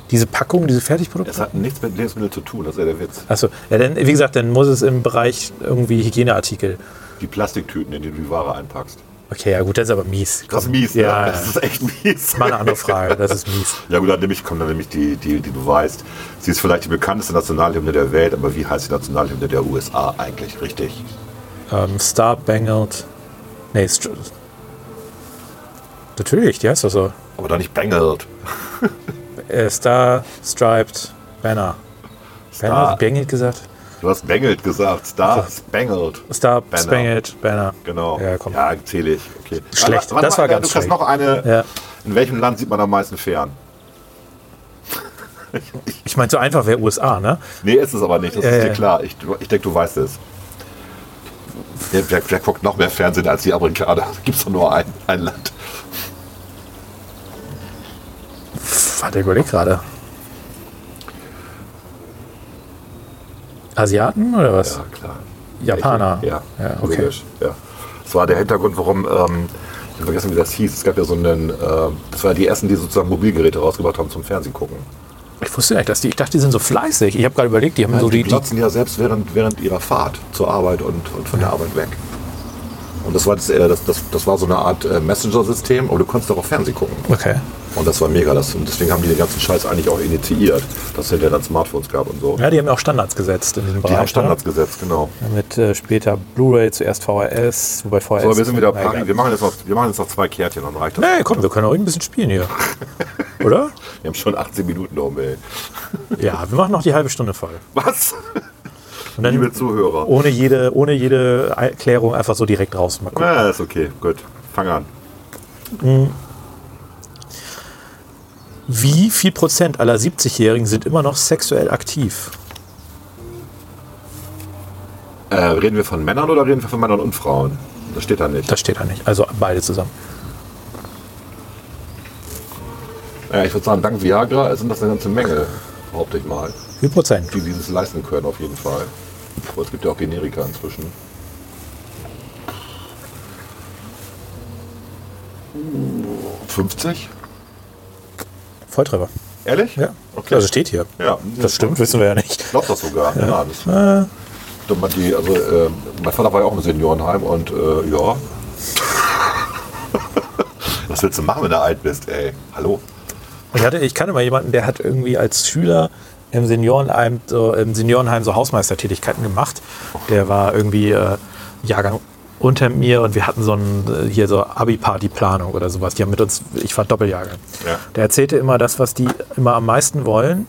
[SPEAKER 2] diese Packung, diese Fertigprodukte.
[SPEAKER 1] das Mhm. hat nichts mit Lebensmitteln zu tun, das ist ja der Witz.
[SPEAKER 2] Achso, ja, dann, wie gesagt, dann muss es im Bereich irgendwie Hygieneartikel.
[SPEAKER 1] Die Plastiktüten, in die du die Ware einpackst.
[SPEAKER 2] Okay, ja gut, das ist aber mies.
[SPEAKER 1] Das ist mies,
[SPEAKER 2] ja,
[SPEAKER 1] ne?
[SPEAKER 2] ja.
[SPEAKER 1] Das ist echt mies.
[SPEAKER 2] Mal eine andere Frage, das ist mies.
[SPEAKER 1] [LAUGHS] Ja gut, dann nehme ich, komm, dann nehme ich die, die, die du weißt. Sie ist vielleicht die bekannteste Nationalhymne der Welt, aber wie heißt die Nationalhymne der USA eigentlich richtig?
[SPEAKER 2] Ähm, Star Bangled. Nee, Str Natürlich, die heißt doch so.
[SPEAKER 4] Aber doch nicht bangelt.
[SPEAKER 2] Äh, Star Striped Banner. Banner?
[SPEAKER 1] Star-
[SPEAKER 2] Hab ich Bangled gesagt?
[SPEAKER 1] Du hast bangelt gesagt, Star Spangled.
[SPEAKER 2] Star
[SPEAKER 1] Banner.
[SPEAKER 2] Spangled Banner.
[SPEAKER 1] Genau.
[SPEAKER 2] Ja, komm.
[SPEAKER 1] zähle ich. Okay.
[SPEAKER 2] Schlecht.
[SPEAKER 1] Warte, warte
[SPEAKER 2] Das
[SPEAKER 1] mal, äh,
[SPEAKER 2] war ganz
[SPEAKER 1] du kannst
[SPEAKER 2] schlecht.
[SPEAKER 1] noch eine.
[SPEAKER 2] Ja.
[SPEAKER 1] In welchem Land sieht man am meisten Fähren?
[SPEAKER 2] Ich meine, so einfach wäre USA, ne?
[SPEAKER 1] Nee, ist es aber nicht. Das
[SPEAKER 2] Ja,
[SPEAKER 1] ist
[SPEAKER 2] ja.
[SPEAKER 1] dir klar. Ich, ich denke, du weißt es. Der, der, der guckt noch mehr Fernsehen als die Amerikaner. [LAUGHS] Da gibt es doch nur ein, ein Land.
[SPEAKER 2] Pff, Warte, ich überleg gerade. Asiaten oder was?
[SPEAKER 1] Ja, klar.
[SPEAKER 2] Japaner.
[SPEAKER 1] Ja,
[SPEAKER 2] ja okay.
[SPEAKER 1] logisch, Ja. Das war der Hintergrund, warum, ähm, ich habe vergessen, wie das hieß. Es gab ja so einen, äh, das waren die ersten, die sozusagen Mobilgeräte rausgebracht haben zum Fernsehen gucken.
[SPEAKER 2] Ich wusste nicht, dass die, ich dachte, die sind so fleißig. Ich habe gerade überlegt, die haben so
[SPEAKER 1] Also die,
[SPEAKER 2] Also die, die
[SPEAKER 1] glotzen ja selbst während, während ihrer Fahrt zur Arbeit und, und von der Arbeit weg.
[SPEAKER 4] Und das war, das, äh, das, das, das war so eine Art äh, Messenger-System, aber du konntest auch auf Fernsehen gucken.
[SPEAKER 2] Okay.
[SPEAKER 4] Und das war mega. Das, und deswegen haben die den ganzen Scheiß eigentlich auch initiiert.
[SPEAKER 1] Dass es hinterher dann Smartphones gab und so.
[SPEAKER 2] Ja, die haben ja auch Standards gesetzt in diesem Bereich.
[SPEAKER 1] Die haben Standards gesetzt, genau.
[SPEAKER 2] Ne? Mit äh, später Blu-ray, zuerst VHS, wobei VHS.
[SPEAKER 1] So, wir sind wieder
[SPEAKER 2] Nein,
[SPEAKER 1] Party. Wir machen, jetzt noch, wir machen jetzt noch zwei Kärtchen, dann reicht das.
[SPEAKER 2] egal. Nee, komm, wir können auch ein bisschen
[SPEAKER 1] [LAUGHS]
[SPEAKER 2] spielen hier. Oder?
[SPEAKER 1] Wir haben schon 18 Minuten um, ey.
[SPEAKER 2] Ja, wir machen noch die halbe Stunde voll.
[SPEAKER 1] Was?
[SPEAKER 2] Und dann
[SPEAKER 1] Liebe Zuhörer.
[SPEAKER 2] ohne jede, ohne jede Erklärung einfach so direkt raus. Mal gucken.
[SPEAKER 1] Ja, ist okay, gut. Fang an.
[SPEAKER 2] Wie viel Prozent aller 70-Jährigen sind immer noch sexuell aktiv?
[SPEAKER 1] Äh, reden wir von Männern oder reden wir von Männern und Frauen? Das steht da nicht.
[SPEAKER 2] Das steht da nicht. Also beide zusammen.
[SPEAKER 1] Äh, ich würde sagen, dank Viagra sind das eine ganze Menge, behaupte ich mal,
[SPEAKER 2] Wie viel Prozent?
[SPEAKER 1] die dieses leisten können auf jeden Fall. Aber es gibt ja auch Generika inzwischen. 50?
[SPEAKER 2] Volltreffer.
[SPEAKER 1] Ehrlich?
[SPEAKER 2] Ja.
[SPEAKER 1] Okay.
[SPEAKER 2] Also steht hier.
[SPEAKER 1] Ja.
[SPEAKER 2] Das stimmt, wissen wir ja nicht.
[SPEAKER 1] Ich glaube das sogar. Ja. das, Dann man die, also, ähm, mein Vater war ja auch im Seniorenheim und äh, ja. Was willst du machen, wenn du alt bist, ey? Hallo?
[SPEAKER 2] Ich, hatte, ich kannte mal jemanden, der hat irgendwie als Schüler im Seniorenheim, so, im Seniorenheim so Hausmeistertätigkeiten gemacht. Der war irgendwie äh, Jahrgang unter mir und wir hatten so ein, äh, hier so Abi-Party-Planung oder sowas. Die haben mit uns, ich war Doppeljahrgang.
[SPEAKER 1] Ja.
[SPEAKER 2] Der erzählte immer, das, was die immer am meisten wollen,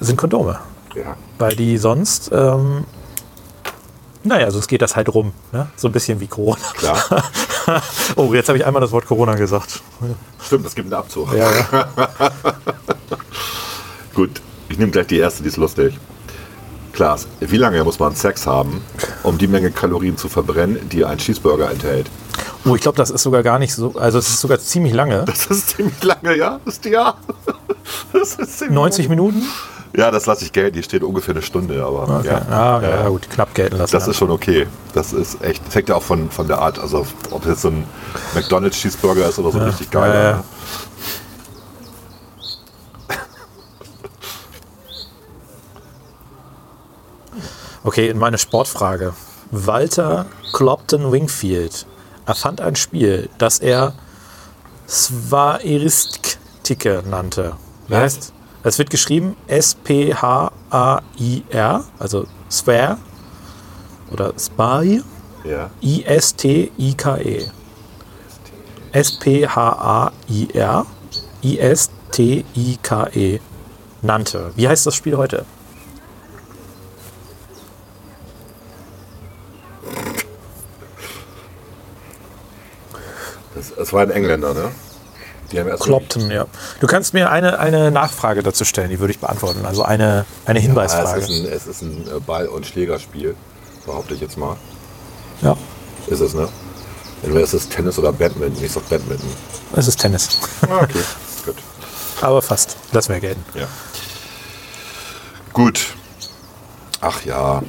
[SPEAKER 2] sind Kondome.
[SPEAKER 1] Ja.
[SPEAKER 2] Weil die sonst, ähm, naja, sonst geht das halt rum. Ne? So ein bisschen wie Corona.
[SPEAKER 1] Klar.
[SPEAKER 2] oh, jetzt habe ich einmal das Wort Corona gesagt.
[SPEAKER 1] Stimmt, es gibt einen Abzug.
[SPEAKER 2] Ja, ja.
[SPEAKER 1] Gut, ich nehme gleich die erste, die ist lustig. Klaas, wie lange muss man Sex haben, um die Menge Kalorien zu verbrennen, die ein Cheeseburger enthält? [LAUGHS]
[SPEAKER 2] Oh, ich glaube, das ist sogar gar nicht so, also es ist sogar ziemlich lange.
[SPEAKER 1] Das ist ziemlich lange, ja? Das ist ja. Das ist ziemlich
[SPEAKER 2] 90 Minuten?
[SPEAKER 4] Ja, das lasse ich gelten. Hier steht ungefähr eine Stunde, aber
[SPEAKER 2] Okay.
[SPEAKER 4] ja.
[SPEAKER 2] Ah, ja, ja, gut, knapp gelten lassen.
[SPEAKER 4] Das
[SPEAKER 2] ja.
[SPEAKER 4] ist schon okay. Das ist echt, das hängt ja auch von, von der Art, also ob jetzt so ein McDonalds Cheeseburger ist oder so richtig geil.
[SPEAKER 2] ja, ja. Okay, meine Sportfrage. Walter Clopton Wingfield erfand ein Spiel, das er Svairistike nannte. Wie
[SPEAKER 1] Was?
[SPEAKER 2] heißt? Es wird geschrieben S-P-H-A-I-R, also Svair oder Spair.
[SPEAKER 1] Ja.
[SPEAKER 2] I-S-T-I-K-E. S-P-H-A-I-R. I-S-T-I-K-E. Nannte. E. Wie heißt das Spiel heute?
[SPEAKER 1] Das, das war ein Engländer, ne? Die haben erst
[SPEAKER 2] Clopton, ja. Du kannst mir eine, eine Nachfrage dazu stellen, die würde ich beantworten. Also eine,
[SPEAKER 1] Ah,
[SPEAKER 2] eine
[SPEAKER 1] es,
[SPEAKER 2] Hinweisfrage.
[SPEAKER 1] ist ein, es ist ein äh, Ball- und Schlägerspiel, behaupte ich jetzt mal.
[SPEAKER 2] Ja,
[SPEAKER 1] Ist es, ne? Entweder ist es Tennis oder Badminton. Ich sag Badminton.
[SPEAKER 2] es ist Tennis. [LAUGHS]
[SPEAKER 1] Ah, Okay, gut.
[SPEAKER 2] Aber fast. Lass mir gelten.
[SPEAKER 1] Ja. Gut. Ach ja,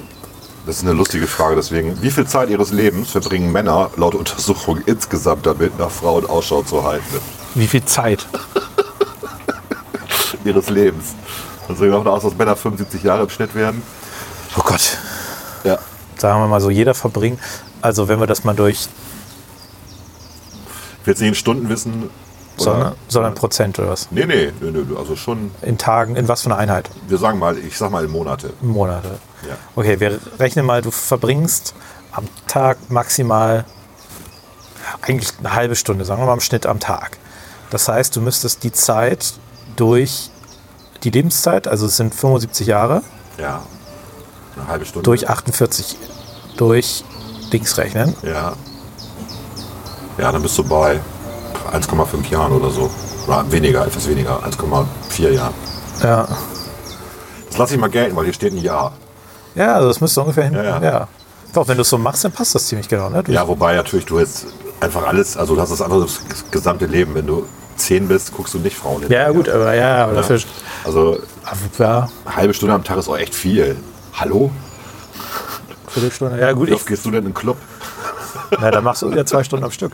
[SPEAKER 1] das ist eine lustige Frage. Deswegen, wie viel Zeit ihres Lebens verbringen Männer laut Untersuchung insgesamt damit, nach Frauen Ausschau zu halten?
[SPEAKER 2] Wie viel Zeit?
[SPEAKER 1] Ihres Lebens. Also wir davon aus, dass Männer 75 Jahre im Schnitt werden.
[SPEAKER 2] Oh Gott.
[SPEAKER 1] Ja.
[SPEAKER 2] Sagen wir mal so, jeder verbringt. Also wenn wir das mal durch,
[SPEAKER 4] Ich will jetzt nicht in Stunden wissen. oder-
[SPEAKER 2] sondern, sondern Prozent oder was?
[SPEAKER 4] Nee, nee, nee, nee, also schon,
[SPEAKER 2] In Tagen, in was für einer Einheit?
[SPEAKER 4] wir sagen mal, ich sag mal Monate.
[SPEAKER 2] Monate.
[SPEAKER 4] Ja.
[SPEAKER 2] Okay, wir rechnen mal, du verbringst am Tag maximal eigentlich eine halbe Stunde, sagen wir mal im Schnitt am Tag. Das heißt, du müsstest die Zeit durch die Lebenszeit, also es sind 75 Jahre,
[SPEAKER 4] Ja. Eine halbe Stunde.
[SPEAKER 2] durch 48, durch Dings rechnen.
[SPEAKER 4] Ja. Ja, dann bist du bei 1,5 Jahren oder so. Oder weniger, etwas weniger, 1,4 Jahren.
[SPEAKER 2] Ja,
[SPEAKER 4] Das lasse ich mal gelten, weil hier steht ein Jahr.
[SPEAKER 2] ja also das müsste ungefähr hin.
[SPEAKER 4] Ja, ja.
[SPEAKER 2] Doch, wenn du es so machst, dann passt das ziemlich genau. Ne? Du-
[SPEAKER 4] Ja, wobei natürlich du jetzt einfach alles, also du hast das andere das gesamte Leben. Wenn du 10 bist, guckst du nicht Frauen hin.
[SPEAKER 2] ja, gut, aber ja, aber dafür.
[SPEAKER 4] Also
[SPEAKER 2] Ja,
[SPEAKER 4] eine halbe Stunde am Tag ist auch echt viel. Hallo?
[SPEAKER 2] Viertelstunde. Ja, gut,
[SPEAKER 4] Wie
[SPEAKER 2] ich
[SPEAKER 4] oft gehst du denn in den Club?
[SPEAKER 2] Na, dann machst du ja zwei Stunden am Stück.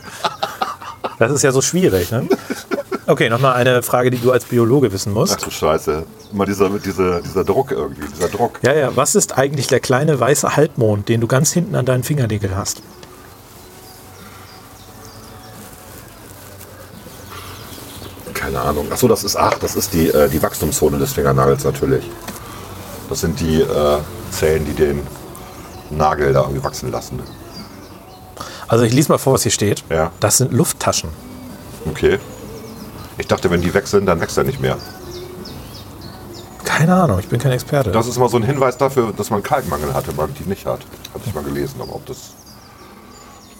[SPEAKER 2] Das ist ja so schwierig, ne? Okay, nochmal eine Frage, die du als Biologe wissen
[SPEAKER 4] Ach
[SPEAKER 2] musst.
[SPEAKER 4] du Scheiße. Immer dieser, dieser, dieser Druck irgendwie, dieser Druck.
[SPEAKER 2] Ja, ja, was ist eigentlich der kleine weiße Halbmond, den du ganz hinten an deinen Fingernägeln hast?
[SPEAKER 1] Keine Ahnung. Ach so, das ist, ach, das ist die, äh, die Wachstumszone des Fingernagels natürlich.
[SPEAKER 4] Das sind die äh, Zellen, die den Nagel da irgendwie wachsen lassen.
[SPEAKER 2] Also ich lese mal vor, was hier steht.
[SPEAKER 4] Ja.
[SPEAKER 2] Das sind Lufttaschen.
[SPEAKER 4] Okay. Ich dachte, wenn die weg sind, dann wächst er nicht mehr.
[SPEAKER 2] Keine Ahnung, ich bin kein Experte.
[SPEAKER 4] Das ist mal so ein Hinweis dafür, dass man Kalkmangel hatte, weil man die nicht hat. Hatte ich mal gelesen, aber ob das.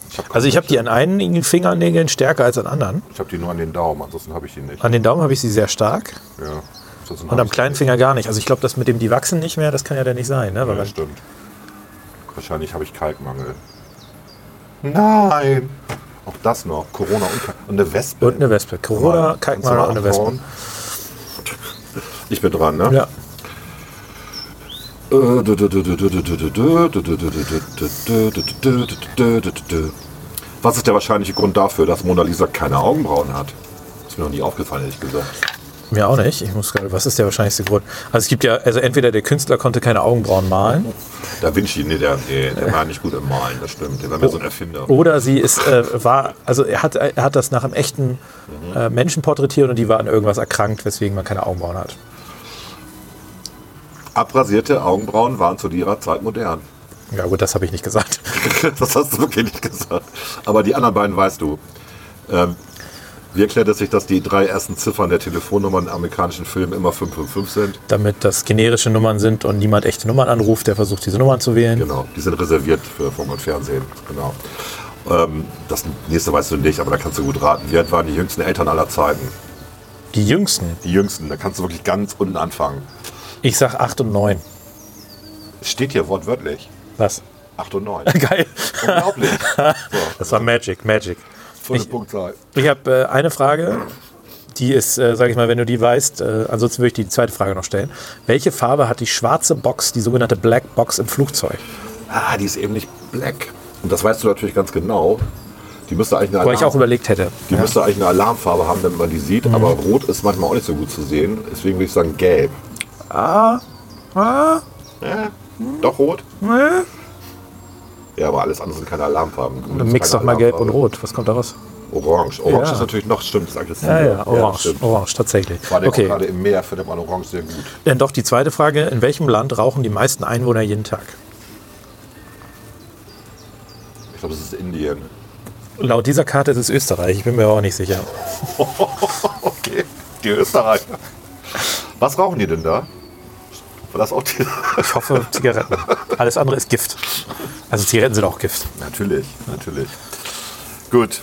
[SPEAKER 4] Ich hab keine-
[SPEAKER 2] also ich habe die an einigen Fingernägeln stärker als an anderen.
[SPEAKER 4] ich hab die nur an den Daumen, ansonsten habe ich die nicht.
[SPEAKER 2] An den Daumen habe ich sie sehr stark
[SPEAKER 4] Ja. Ansonsten hab
[SPEAKER 2] und am
[SPEAKER 4] ich-
[SPEAKER 2] kleinen Finger gar nicht. Also ich glaube, das mit dem, die wachsen nicht mehr, das kann ja dann nicht sein. Ne? Weil
[SPEAKER 4] Ja,
[SPEAKER 2] man-
[SPEAKER 4] stimmt. Wahrscheinlich habe ich Kalkmangel. Nein! Auch das noch. Corona und, Kalk- und eine Wespe.
[SPEAKER 2] und eine Wespe. Corona, Kalkmaler und eine Wespe.
[SPEAKER 1] Ich bin dran, ne?
[SPEAKER 2] Ja.
[SPEAKER 1] Wie Was ist der wahrscheinliche Grund dafür, dass Mona Lisa keine Augenbrauen hat? Ist mir noch nie aufgefallen, ehrlich gesagt.
[SPEAKER 2] Mir auch nicht. Ich muss gerade, was ist der wahrscheinlichste Grund? Also es gibt ja, also entweder der Künstler konnte keine Augenbrauen malen
[SPEAKER 1] Da Vinci, nee, der, nee, der war nicht gut im Malen, das stimmt. Der war mehr
[SPEAKER 2] Oh.
[SPEAKER 1] so ein Erfinder.
[SPEAKER 2] oder sie ist, äh, war, also er hat, er hat das nach einem echten äh, Menschen porträtiert und die war an irgendwas erkrankt, weswegen man keine Augenbrauen hat.
[SPEAKER 1] Abrasierte Augenbrauen waren zu ihrer Zeit modern.
[SPEAKER 2] Ja gut, das habe ich nicht gesagt. [LAUGHS]
[SPEAKER 1] [LAUGHS] das hast du wirklich nicht gesagt. Aber die anderen beiden weißt du. Ähm, wie erklärt es sich, dass die drei ersten Ziffern der Telefonnummer in amerikanischen Filmen immer 555 sind?
[SPEAKER 2] Damit das generische Nummern sind und niemand echte Nummern anruft, der versucht diese Nummern zu wählen.
[SPEAKER 1] Genau, die sind reserviert für Funk und Fernsehen. Genau. Ähm, das nächste weißt du nicht, aber da kannst du gut raten. Wie alt waren die jüngsten Eltern aller Zeiten?
[SPEAKER 2] Die jüngsten,
[SPEAKER 1] Die jüngsten, da kannst du wirklich ganz unten anfangen.
[SPEAKER 2] ich sag 8 und 9.
[SPEAKER 1] Steht hier wortwörtlich.
[SPEAKER 2] Was? [LAUGHS]
[SPEAKER 1] 8 und 9.
[SPEAKER 2] Geil.
[SPEAKER 1] Unglaublich. So,
[SPEAKER 2] Das war Magic, Magic.
[SPEAKER 1] volle
[SPEAKER 2] Ich-
[SPEAKER 1] Punktzahl.
[SPEAKER 2] Ich habe äh, eine Frage, die ist, äh, sage ich mal, wenn du die weißt, äh, ansonsten würde ich dir die zweite Frage noch stellen. Welche Farbe hat die schwarze Box, die sogenannte Black Box im Flugzeug?
[SPEAKER 1] Ah, die ist eben nicht black. Und das weißt du natürlich ganz genau. Die müsste eigentlich eine
[SPEAKER 2] Wo ich auch
[SPEAKER 1] Alarm-
[SPEAKER 2] überlegt hätte.
[SPEAKER 1] Die müsste eigentlich eine Alarmfarbe haben, damit man die sieht,
[SPEAKER 2] Mhm.
[SPEAKER 1] aber rot ist manchmal auch nicht so gut zu sehen. Deswegen würde ich sagen gelb. Ah. ah. doch rot? Ja, aber alles andere sind keine Alarmfarben. Grün
[SPEAKER 2] Dann
[SPEAKER 1] ist
[SPEAKER 2] mix
[SPEAKER 1] keine
[SPEAKER 2] doch mal gelb und
[SPEAKER 1] Alarmfarbe.
[SPEAKER 2] rot. Was kommt daraus?
[SPEAKER 1] Orange. Orange
[SPEAKER 2] Ja.
[SPEAKER 1] ist natürlich noch, stimmt, ist aggressiv.
[SPEAKER 2] Ja, ja, orange.
[SPEAKER 1] stimmt.
[SPEAKER 2] orange, tatsächlich.
[SPEAKER 1] War der auch
[SPEAKER 2] Okay,
[SPEAKER 1] gerade im Meer, findet man orange sehr gut.
[SPEAKER 2] dann doch die zweite Frage. In welchem Land rauchen die meisten Einwohner jeden Tag?
[SPEAKER 1] Ich glaube, es ist Indien. [LAUGHS]
[SPEAKER 2] Laut dieser Karte ist es Österreich. Ich bin mir aber auch nicht sicher.
[SPEAKER 1] Okay, die Österreicher. Was rauchen die denn da? War das auch die?
[SPEAKER 2] Ich hoffe, Zigaretten. Alles andere ist Gift. Also Zigaretten sind auch Gift.
[SPEAKER 1] Natürlich, natürlich. Gut.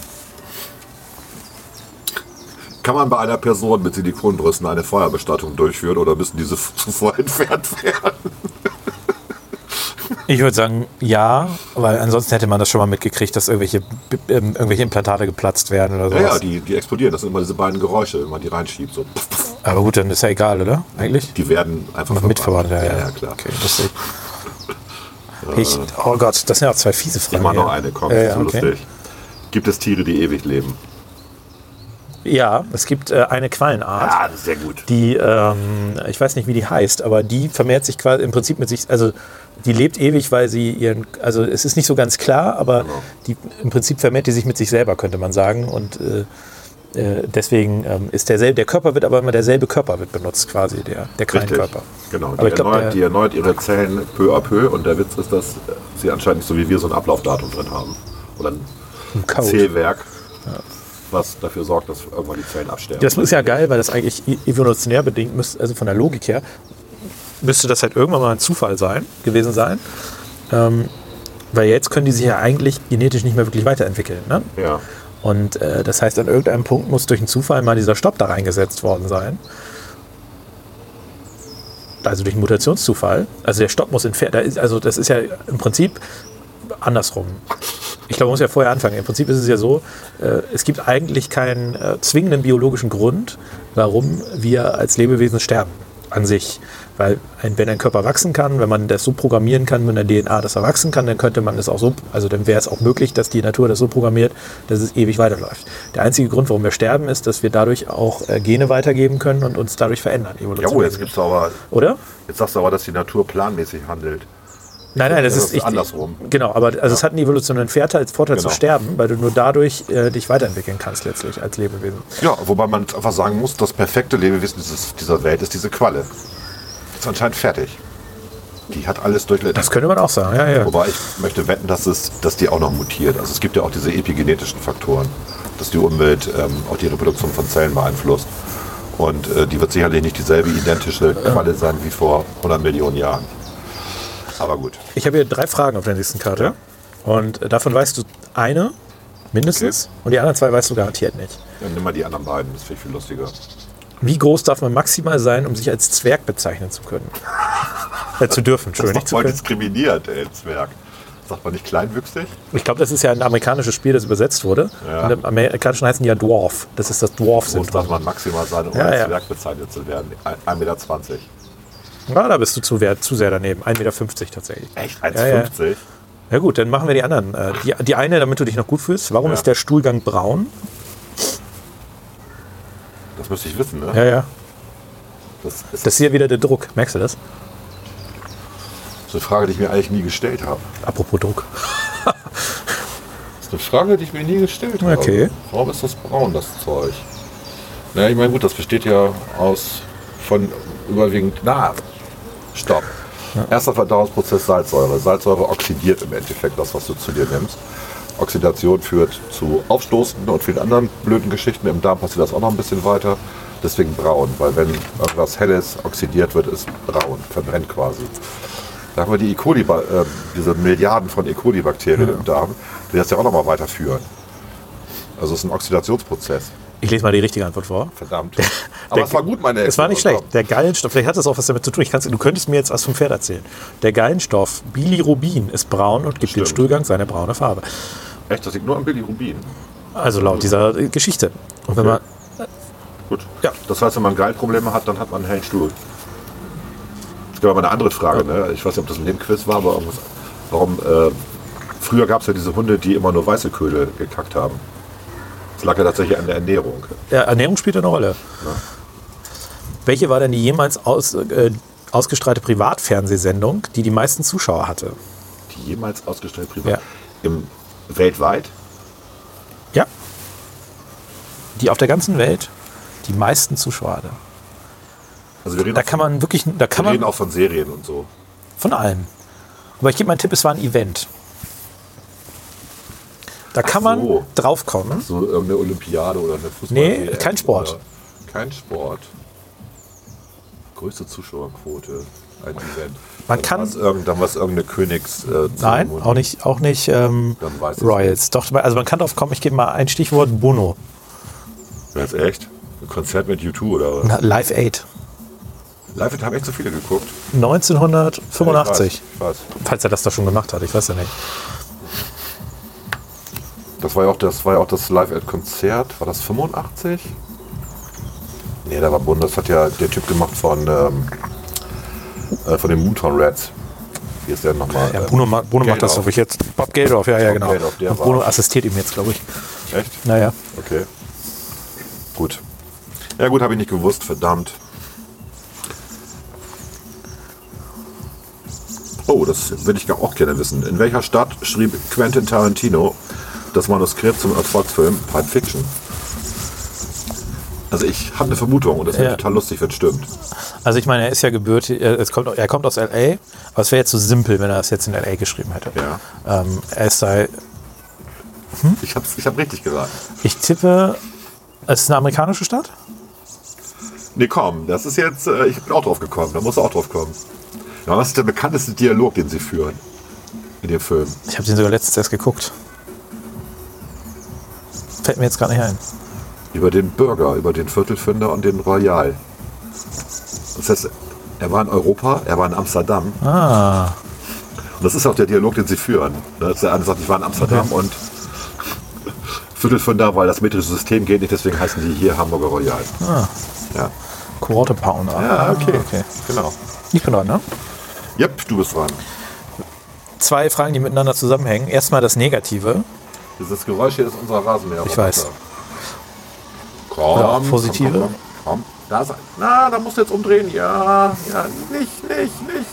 [SPEAKER 1] Kann man bei einer Person mit Silikonbrüsten eine Feuerbestattung durchführen oder müssen diese [LAUGHS] zuvor entfernt werden?
[SPEAKER 2] Ich würde sagen, ja, weil ansonsten hätte man das schon mal mitgekriegt, dass irgendwelche, ähm, irgendwelche Implantate geplatzt werden oder
[SPEAKER 1] Ja, ja
[SPEAKER 2] sowas.
[SPEAKER 1] die, die explodieren. Das sind immer diese beiden Geräusche, wenn man die reinschiebt. So. Puff, puff.
[SPEAKER 2] Aber gut, dann ist ja egal, oder? Eigentlich?
[SPEAKER 1] Die werden einfach
[SPEAKER 2] Mitverwandt,
[SPEAKER 1] verbrannt. ja, ja, klar.
[SPEAKER 2] Okay, lustig. Ich, oh Gott, das sind ja auch zwei fiese Fragen.
[SPEAKER 1] Immer noch
[SPEAKER 2] hier.
[SPEAKER 1] eine, komm,
[SPEAKER 2] ja,
[SPEAKER 1] das ist
[SPEAKER 2] ja,
[SPEAKER 1] so
[SPEAKER 2] okay.
[SPEAKER 1] lustig. Gibt es Tiere, die ewig leben?
[SPEAKER 2] ja, es gibt äh, eine Quallenart.
[SPEAKER 1] Ah, das ist sehr gut.
[SPEAKER 2] die, ähm, ich weiß nicht, wie die heißt, aber die vermehrt sich quasi im Prinzip mit sich, also die lebt ewig, weil sie ihren, also es ist nicht so ganz klar, aber die, im Prinzip vermehrt die sich mit sich selber, könnte man sagen. Und äh, äh, deswegen ähm, ist derselbe, der Körper wird aber immer derselbe Körper wird benutzt, quasi, der, der
[SPEAKER 1] Richtig.
[SPEAKER 2] Kleinkörper.
[SPEAKER 1] Genau. Die,
[SPEAKER 2] Aber ich glaub,
[SPEAKER 1] erneut,
[SPEAKER 2] der-
[SPEAKER 1] die erneut ihre Zellen peu à peu und der Witz ist, dass sie anscheinend nicht so wie wir so ein Ablaufdatum drin haben. Oder ein
[SPEAKER 2] Ein Code.
[SPEAKER 1] Zählwerk, was dafür sorgt, dass irgendwann die Zellen absterben.
[SPEAKER 2] Das ist ja geil, weil das eigentlich e- evolutionär bedingt müsste, also von der Logik her, müsste das halt irgendwann mal ein Zufall sein, gewesen sein. Ähm, weil jetzt können die sich ja eigentlich genetisch nicht mehr wirklich weiterentwickeln. Ne?
[SPEAKER 1] ja.
[SPEAKER 2] Und äh, das heißt, an irgendeinem Punkt muss durch einen Zufall mal dieser Stopp da reingesetzt worden sein. Also durch einen Mutationszufall. Also der Stopp muss entfernt. Da ist, also das ist ja im Prinzip andersrum. Ich glaube, man muss ja vorher anfangen. Im Prinzip ist es ja so, äh, es gibt eigentlich keinen äh, zwingenden biologischen Grund, warum wir als Lebewesen sterben an sich. Weil ein, wenn ein Körper wachsen kann, wenn man das so programmieren kann mit der DNA, dass er wachsen kann, dann könnte man es auch so, also dann wäre es auch möglich, dass die Natur das so programmiert, dass es ewig weiterläuft. Der einzige Grund, warum wir sterben, ist, dass wir dadurch auch äh, Gene weitergeben können und uns dadurch verändern.
[SPEAKER 1] Ja, oh, jetzt, gibt's aber,
[SPEAKER 2] Oder?
[SPEAKER 1] jetzt sagst du aber, dass die Natur planmäßig handelt.
[SPEAKER 2] Nein, nein, das
[SPEAKER 1] Ja,
[SPEAKER 2] ist
[SPEAKER 1] das ist andersrum.
[SPEAKER 2] Genau, aber also es hat einen evolutionären Vorteil, Vorteil
[SPEAKER 1] Genau.
[SPEAKER 2] zu sterben, weil du nur dadurch äh, dich weiterentwickeln kannst letztlich als Lebewesen.
[SPEAKER 1] Ja, wobei man einfach sagen muss, das perfekte Lebewesen dieses, dieser Welt ist diese Qualle. Ist anscheinend fertig. Die hat alles durchlitten.
[SPEAKER 2] Das könnte man auch sagen, ja, ja.
[SPEAKER 1] Wobei ich möchte wetten, dass, es, dass die auch noch mutiert. Also es gibt ja auch diese epigenetischen Faktoren, dass die Umwelt ähm, auch die Reproduktion von Zellen beeinflusst. Und äh, die wird sicherlich nicht dieselbe identische Qualle sein wie vor 100 Millionen Jahren. Aber gut.
[SPEAKER 2] Ich habe hier drei Fragen auf der nächsten Karte. Und äh, davon weißt du eine mindestens und die anderen zwei weißt du garantiert nicht.
[SPEAKER 1] Dann nimm mal die anderen beiden, das finde ich viel lustiger.
[SPEAKER 2] Wie groß darf man maximal sein, um sich als Zwerg bezeichnen zu können? äh, zu dürfen,
[SPEAKER 1] Das ist doch
[SPEAKER 2] Entschuldigung. nicht zu
[SPEAKER 1] voll
[SPEAKER 2] können.
[SPEAKER 1] diskriminiert, ey, Zwerg. Sagt man nicht kleinwüchsig?
[SPEAKER 2] Ich glaube, das ist ja ein amerikanisches Spiel, das übersetzt wurde.
[SPEAKER 1] Ja.
[SPEAKER 2] Und Im Amerikanischen heißen die ja Dwarf. Das ist
[SPEAKER 1] Groß
[SPEAKER 2] das
[SPEAKER 1] darf
[SPEAKER 2] Dwarf-Syndrom.
[SPEAKER 1] man maximal sein, um
[SPEAKER 2] Ja,
[SPEAKER 1] als
[SPEAKER 2] ja.
[SPEAKER 1] Zwerg bezeichnet zu werden. Ein- 1,20 Meter.
[SPEAKER 2] Ja, da bist du zu, wer- zu sehr daneben. 1,50 Meter tatsächlich.
[SPEAKER 1] Echt?
[SPEAKER 2] Ja, ja.
[SPEAKER 1] 1,50 Meter?
[SPEAKER 2] Na gut, dann machen wir die anderen. Äh, die, die eine, damit du dich noch gut fühlst. Warum
[SPEAKER 1] Ja.
[SPEAKER 2] ist der Stuhlgang braun?
[SPEAKER 1] Das müsste ich wissen, ne?
[SPEAKER 2] Ja, ja.
[SPEAKER 1] Das ist
[SPEAKER 2] Das ist ja wieder der Druck. Merkst du das?
[SPEAKER 1] eine Frage, die ich mir eigentlich nie gestellt habe.
[SPEAKER 2] Apropos Druck.
[SPEAKER 1] Das ist eine Frage, die ich mir nie gestellt habe.
[SPEAKER 2] Okay.
[SPEAKER 1] Warum ist das braun, das Zeug? Na, ich meine, gut, das besteht ja aus von überwiegend. Na, stopp. Erster Verdauungsprozess Salzsäure. Salzsäure oxidiert im Endeffekt das, was du zu dir nimmst. Oxidation führt zu Aufstoßen und vielen anderen blöden Geschichten. Im Darm passiert das auch noch ein bisschen weiter. Deswegen braun, weil wenn irgendwas Helles oxidiert wird, ist braun, verbrennt quasi. Da haben wir die E. coli, ba- äh, diese Milliarden von E. coli-Bakterien im Darm, die das ja auch nochmal weiterführen. Also es ist ein Oxidationsprozess,
[SPEAKER 2] Ich lese mal die richtige Antwort vor.
[SPEAKER 1] verdammt.
[SPEAKER 2] [LAUGHS]
[SPEAKER 1] Aber es war gut, meine
[SPEAKER 2] Es war nicht
[SPEAKER 1] Erklärung.
[SPEAKER 2] schlecht. Der Gallenstoff, vielleicht hat das auch was damit zu tun. Ich kann's, du könntest mir jetzt was vom Pferd erzählen. Der Gallenstoff Bilirubin ist braun und gibt
[SPEAKER 1] Stimmt.
[SPEAKER 2] dem Stuhlgang seine braune Farbe.
[SPEAKER 1] Echt, das liegt nur am Bilirubin.
[SPEAKER 2] Also laut dieser äh, Geschichte. Und wenn man,
[SPEAKER 1] Gut.
[SPEAKER 2] Ja.
[SPEAKER 1] Das heißt, wenn man Gallprobleme hat, dann hat man einen hellen Stuhl. Das war mal eine andere Frage. Ne? Ich weiß nicht, ob das in dem Quiz war, aber irgendwas- warum. Äh, früher gab es ja diese Hunde, die immer nur weiße Ködel gekackt haben. Das lag ja tatsächlich an der Ernährung.
[SPEAKER 2] ja, Ernährung spielt eine Rolle. Welche war denn die jemals aus, äh, ausgestrahlte Privatfernsehsendung, die die meisten Zuschauer hatte?
[SPEAKER 1] Die jemals ausgestellt privat.
[SPEAKER 2] Ja.
[SPEAKER 1] Im, weltweit?
[SPEAKER 2] Ja. Die auf der ganzen Welt die meisten Zuschauer hatte.
[SPEAKER 1] Also wir reden,
[SPEAKER 2] Da
[SPEAKER 1] auch,
[SPEAKER 2] kann man wirklich, da kann
[SPEAKER 1] wir reden
[SPEAKER 2] man
[SPEAKER 1] auch von Serien und so.
[SPEAKER 2] von allem. Aber ich gebe mal einen Tipp, es war ein Event. Da kann
[SPEAKER 1] so.
[SPEAKER 2] man draufkommen.
[SPEAKER 1] So irgendeine Olympiade oder eine Fußball.
[SPEAKER 2] Nee, kein Sport.
[SPEAKER 1] oder- Kein Sport. Größte Zuschauerquote. Ein Event.
[SPEAKER 2] Man
[SPEAKER 1] Dann
[SPEAKER 2] kann-
[SPEAKER 1] war's irgend- Dann war es irgendeine Königs. Äh,
[SPEAKER 2] Nein,
[SPEAKER 1] Zeremonie.
[SPEAKER 2] auch nicht, auch nicht ähm,
[SPEAKER 1] Dann weiß ich's
[SPEAKER 2] Royals. Doch, also man kann drauf kommen, ich gebe mal ein Stichwort Bono.
[SPEAKER 1] Das ist echt. Ein Konzert mit U2 oder
[SPEAKER 2] [LAUGHS]
[SPEAKER 1] was?
[SPEAKER 2] Na, Live Aid.
[SPEAKER 1] Live haben echt so viele geguckt.
[SPEAKER 2] 1985.
[SPEAKER 1] Ich weiß, ich weiß.
[SPEAKER 2] Falls er das da schon gemacht hat, ich weiß ja nicht.
[SPEAKER 1] Das war ja auch das, war ja auch das Live-Aid-Konzert. War das 85? Nee, da war Bund. Das hat ja der Typ gemacht von, ähm, äh, von den Moontown Rats. Hier ist der nochmal.
[SPEAKER 2] Ja,
[SPEAKER 1] äh,
[SPEAKER 2] Bruno, ma Bruno macht das,
[SPEAKER 1] Geldof.
[SPEAKER 2] glaube ich, jetzt. Bob Geldof, ja, ja,
[SPEAKER 1] Bob
[SPEAKER 2] genau.
[SPEAKER 1] Geldof, der
[SPEAKER 2] Und Bruno
[SPEAKER 1] war-
[SPEAKER 2] assistiert ihm jetzt, glaube ich.
[SPEAKER 1] Äh, Echt?
[SPEAKER 2] Naja.
[SPEAKER 1] Okay. Gut. Ja gut, habe ich nicht gewusst, verdammt. Oh, das würde ich auch gerne wissen. In welcher Stadt schrieb Quentin Tarantino das Manuskript zum Erfolgsfilm Pulp Fiction? Also ich habe eine Vermutung und das wäre
[SPEAKER 2] Ja.
[SPEAKER 1] total lustig, wenn es stimmt.
[SPEAKER 2] Also ich meine, er ist ja gebürtig, er, es kommt, er kommt aus L.A., aber es wäre jetzt so simpel, wenn er das jetzt in L.A. geschrieben hätte.
[SPEAKER 1] Ja.
[SPEAKER 2] Ähm, er ist sei,
[SPEAKER 1] Ich habe ich hab richtig gesagt.
[SPEAKER 2] ich tippe, es ist eine amerikanische Stadt?
[SPEAKER 1] Nee, komm, das ist jetzt, äh, ich bin auch drauf gekommen, da muss auch drauf kommen. Ja, was ist der bekannteste Dialog, den sie führen in dem Film?
[SPEAKER 2] Ich habe den sogar letztens erst geguckt. Fällt mir jetzt gerade nicht ein.
[SPEAKER 1] Über den Burger, über den Viertelfinder und den Royal. Das heißt, er war in Europa, er war in Amsterdam. Ah. Und das ist auch der Dialog, den sie führen. Da ist der eine sagt, ich war in Amsterdam und Viertelfinder, weil das metrische System geht nicht, deswegen heißen die hier Hamburger Royal. Ja.
[SPEAKER 2] Quarter Pounder.
[SPEAKER 1] ja, okay.
[SPEAKER 2] Ah, okay.
[SPEAKER 1] Genau.
[SPEAKER 2] Ich bin dran, ne?
[SPEAKER 1] Yep, du bist dran.
[SPEAKER 2] Zwei Fragen, die miteinander zusammenhängen. Erstmal das Negative.
[SPEAKER 1] Dieses Geräusch hier ist unser Rasenmäher.
[SPEAKER 2] Ich weiß.
[SPEAKER 1] Komm,
[SPEAKER 2] Ja, positive.
[SPEAKER 1] Komm, komm, komm, komm. Da ist, na, da musst du jetzt umdrehen. Ja, ja, nicht, nicht, nicht.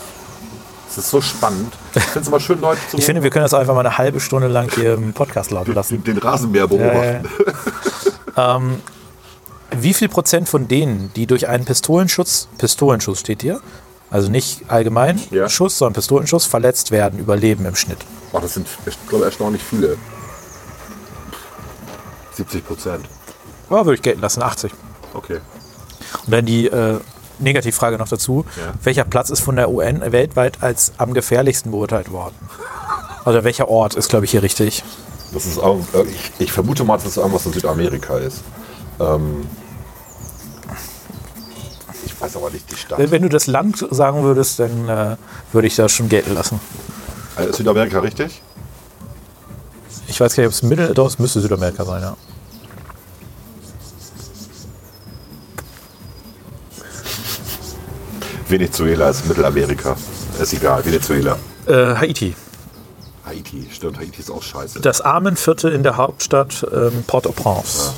[SPEAKER 1] Es ist so spannend. Ich finde es immer schön, Leute zu
[SPEAKER 2] [LAUGHS] Ich finde, wir können das einfach mal eine halbe Stunde lang hier im Podcast laufen lassen.
[SPEAKER 1] den, den Rasenmäher
[SPEAKER 2] Äh,
[SPEAKER 1] beobachten.
[SPEAKER 2] ähm, wie viel Prozent von denen, die durch einen Pistolenschutz, Pistolenschuss steht hier, also nicht allgemein
[SPEAKER 1] Ja.
[SPEAKER 2] Schuss, sondern Pistolenschuss, verletzt werden, überleben im Schnitt?
[SPEAKER 1] Boah, Oh, das sind, ich glaube, erstaunlich viele. 70 Prozent.
[SPEAKER 2] Ja, würde ich gelten lassen, 80.
[SPEAKER 1] Okay.
[SPEAKER 2] Und dann die äh, Negativfrage noch dazu.
[SPEAKER 1] Ja.
[SPEAKER 2] Welcher Platz ist von der UN weltweit als am gefährlichsten beurteilt worden? Also welcher Ort ist, glaube ich, hier richtig?
[SPEAKER 1] Das ist auch, äh, ich, ich vermute mal, dass es irgendwas in Südamerika ist. Ähm, ich weiß aber nicht die Stadt.
[SPEAKER 2] Wenn du das Land sagen würdest, dann äh, würde ich das schon gelten lassen.
[SPEAKER 1] Äh, ist Südamerika richtig?
[SPEAKER 2] Ich weiß gar nicht, ob es Mittel... Doch, es müsste Südamerika sein, ja.
[SPEAKER 1] Venezuela ist Mittelamerika. Ist egal, Venezuela.
[SPEAKER 2] Äh, Haiti.
[SPEAKER 1] Haiti, stimmt, Haiti ist auch scheiße.
[SPEAKER 2] Das Armenviertel in der Hauptstadt ähm, Port-au-Prince.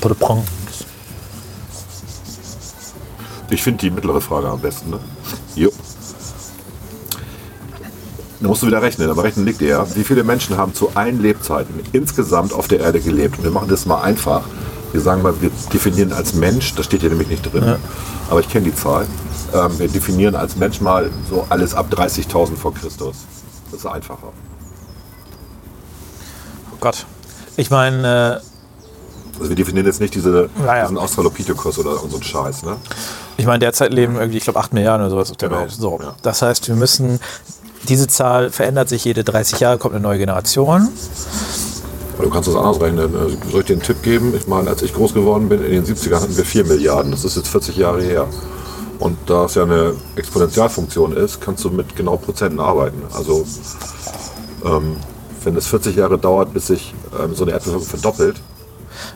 [SPEAKER 2] Port-au-Prince.
[SPEAKER 1] Ich finde die mittlere Frage am besten, ne? Jo. Da musst du wieder rechnen, aber rechnen liegt eher. Wie viele Menschen haben zu allen Lebzeiten insgesamt auf der Erde gelebt? Und wir machen das mal einfach. Wir sagen mal, wir definieren als Mensch, das steht hier nämlich nicht drin, aber ich kenne die Zahl. Ähm, wir definieren als Mensch mal so alles ab 30.000 vor Christus. Das ist einfacher.
[SPEAKER 2] Oh Gott. Ich äh, meine,
[SPEAKER 1] Also wir definieren jetzt nicht diese,
[SPEAKER 2] Ja, ja.
[SPEAKER 1] diesen Australopithecus oder so einen Scheiß, ne?
[SPEAKER 2] äh, ich meine, derzeit leben irgendwie, ich glaube, 8 Milliarden oder sowas auf der
[SPEAKER 1] Genau,
[SPEAKER 2] Welt. So.
[SPEAKER 1] ja.
[SPEAKER 2] Das heißt, wir müssen, diese Zahl verändert sich jede 30 Jahre, kommt eine neue Generation.
[SPEAKER 1] Aber Du kannst das anders rechnen. Äh, Soll ich dir einen Tipp geben? Ich meine, als ich groß geworden bin, in den 70ern hatten wir 4 Milliarden. Das ist jetzt 40 Jahre her. Und da es ja eine Exponentialfunktion ist, kannst du mit genau Prozenten arbeiten. Also ähm, wenn es 40 Jahre dauert, bis sich ähm, so eine Erdbewegung verdoppelt,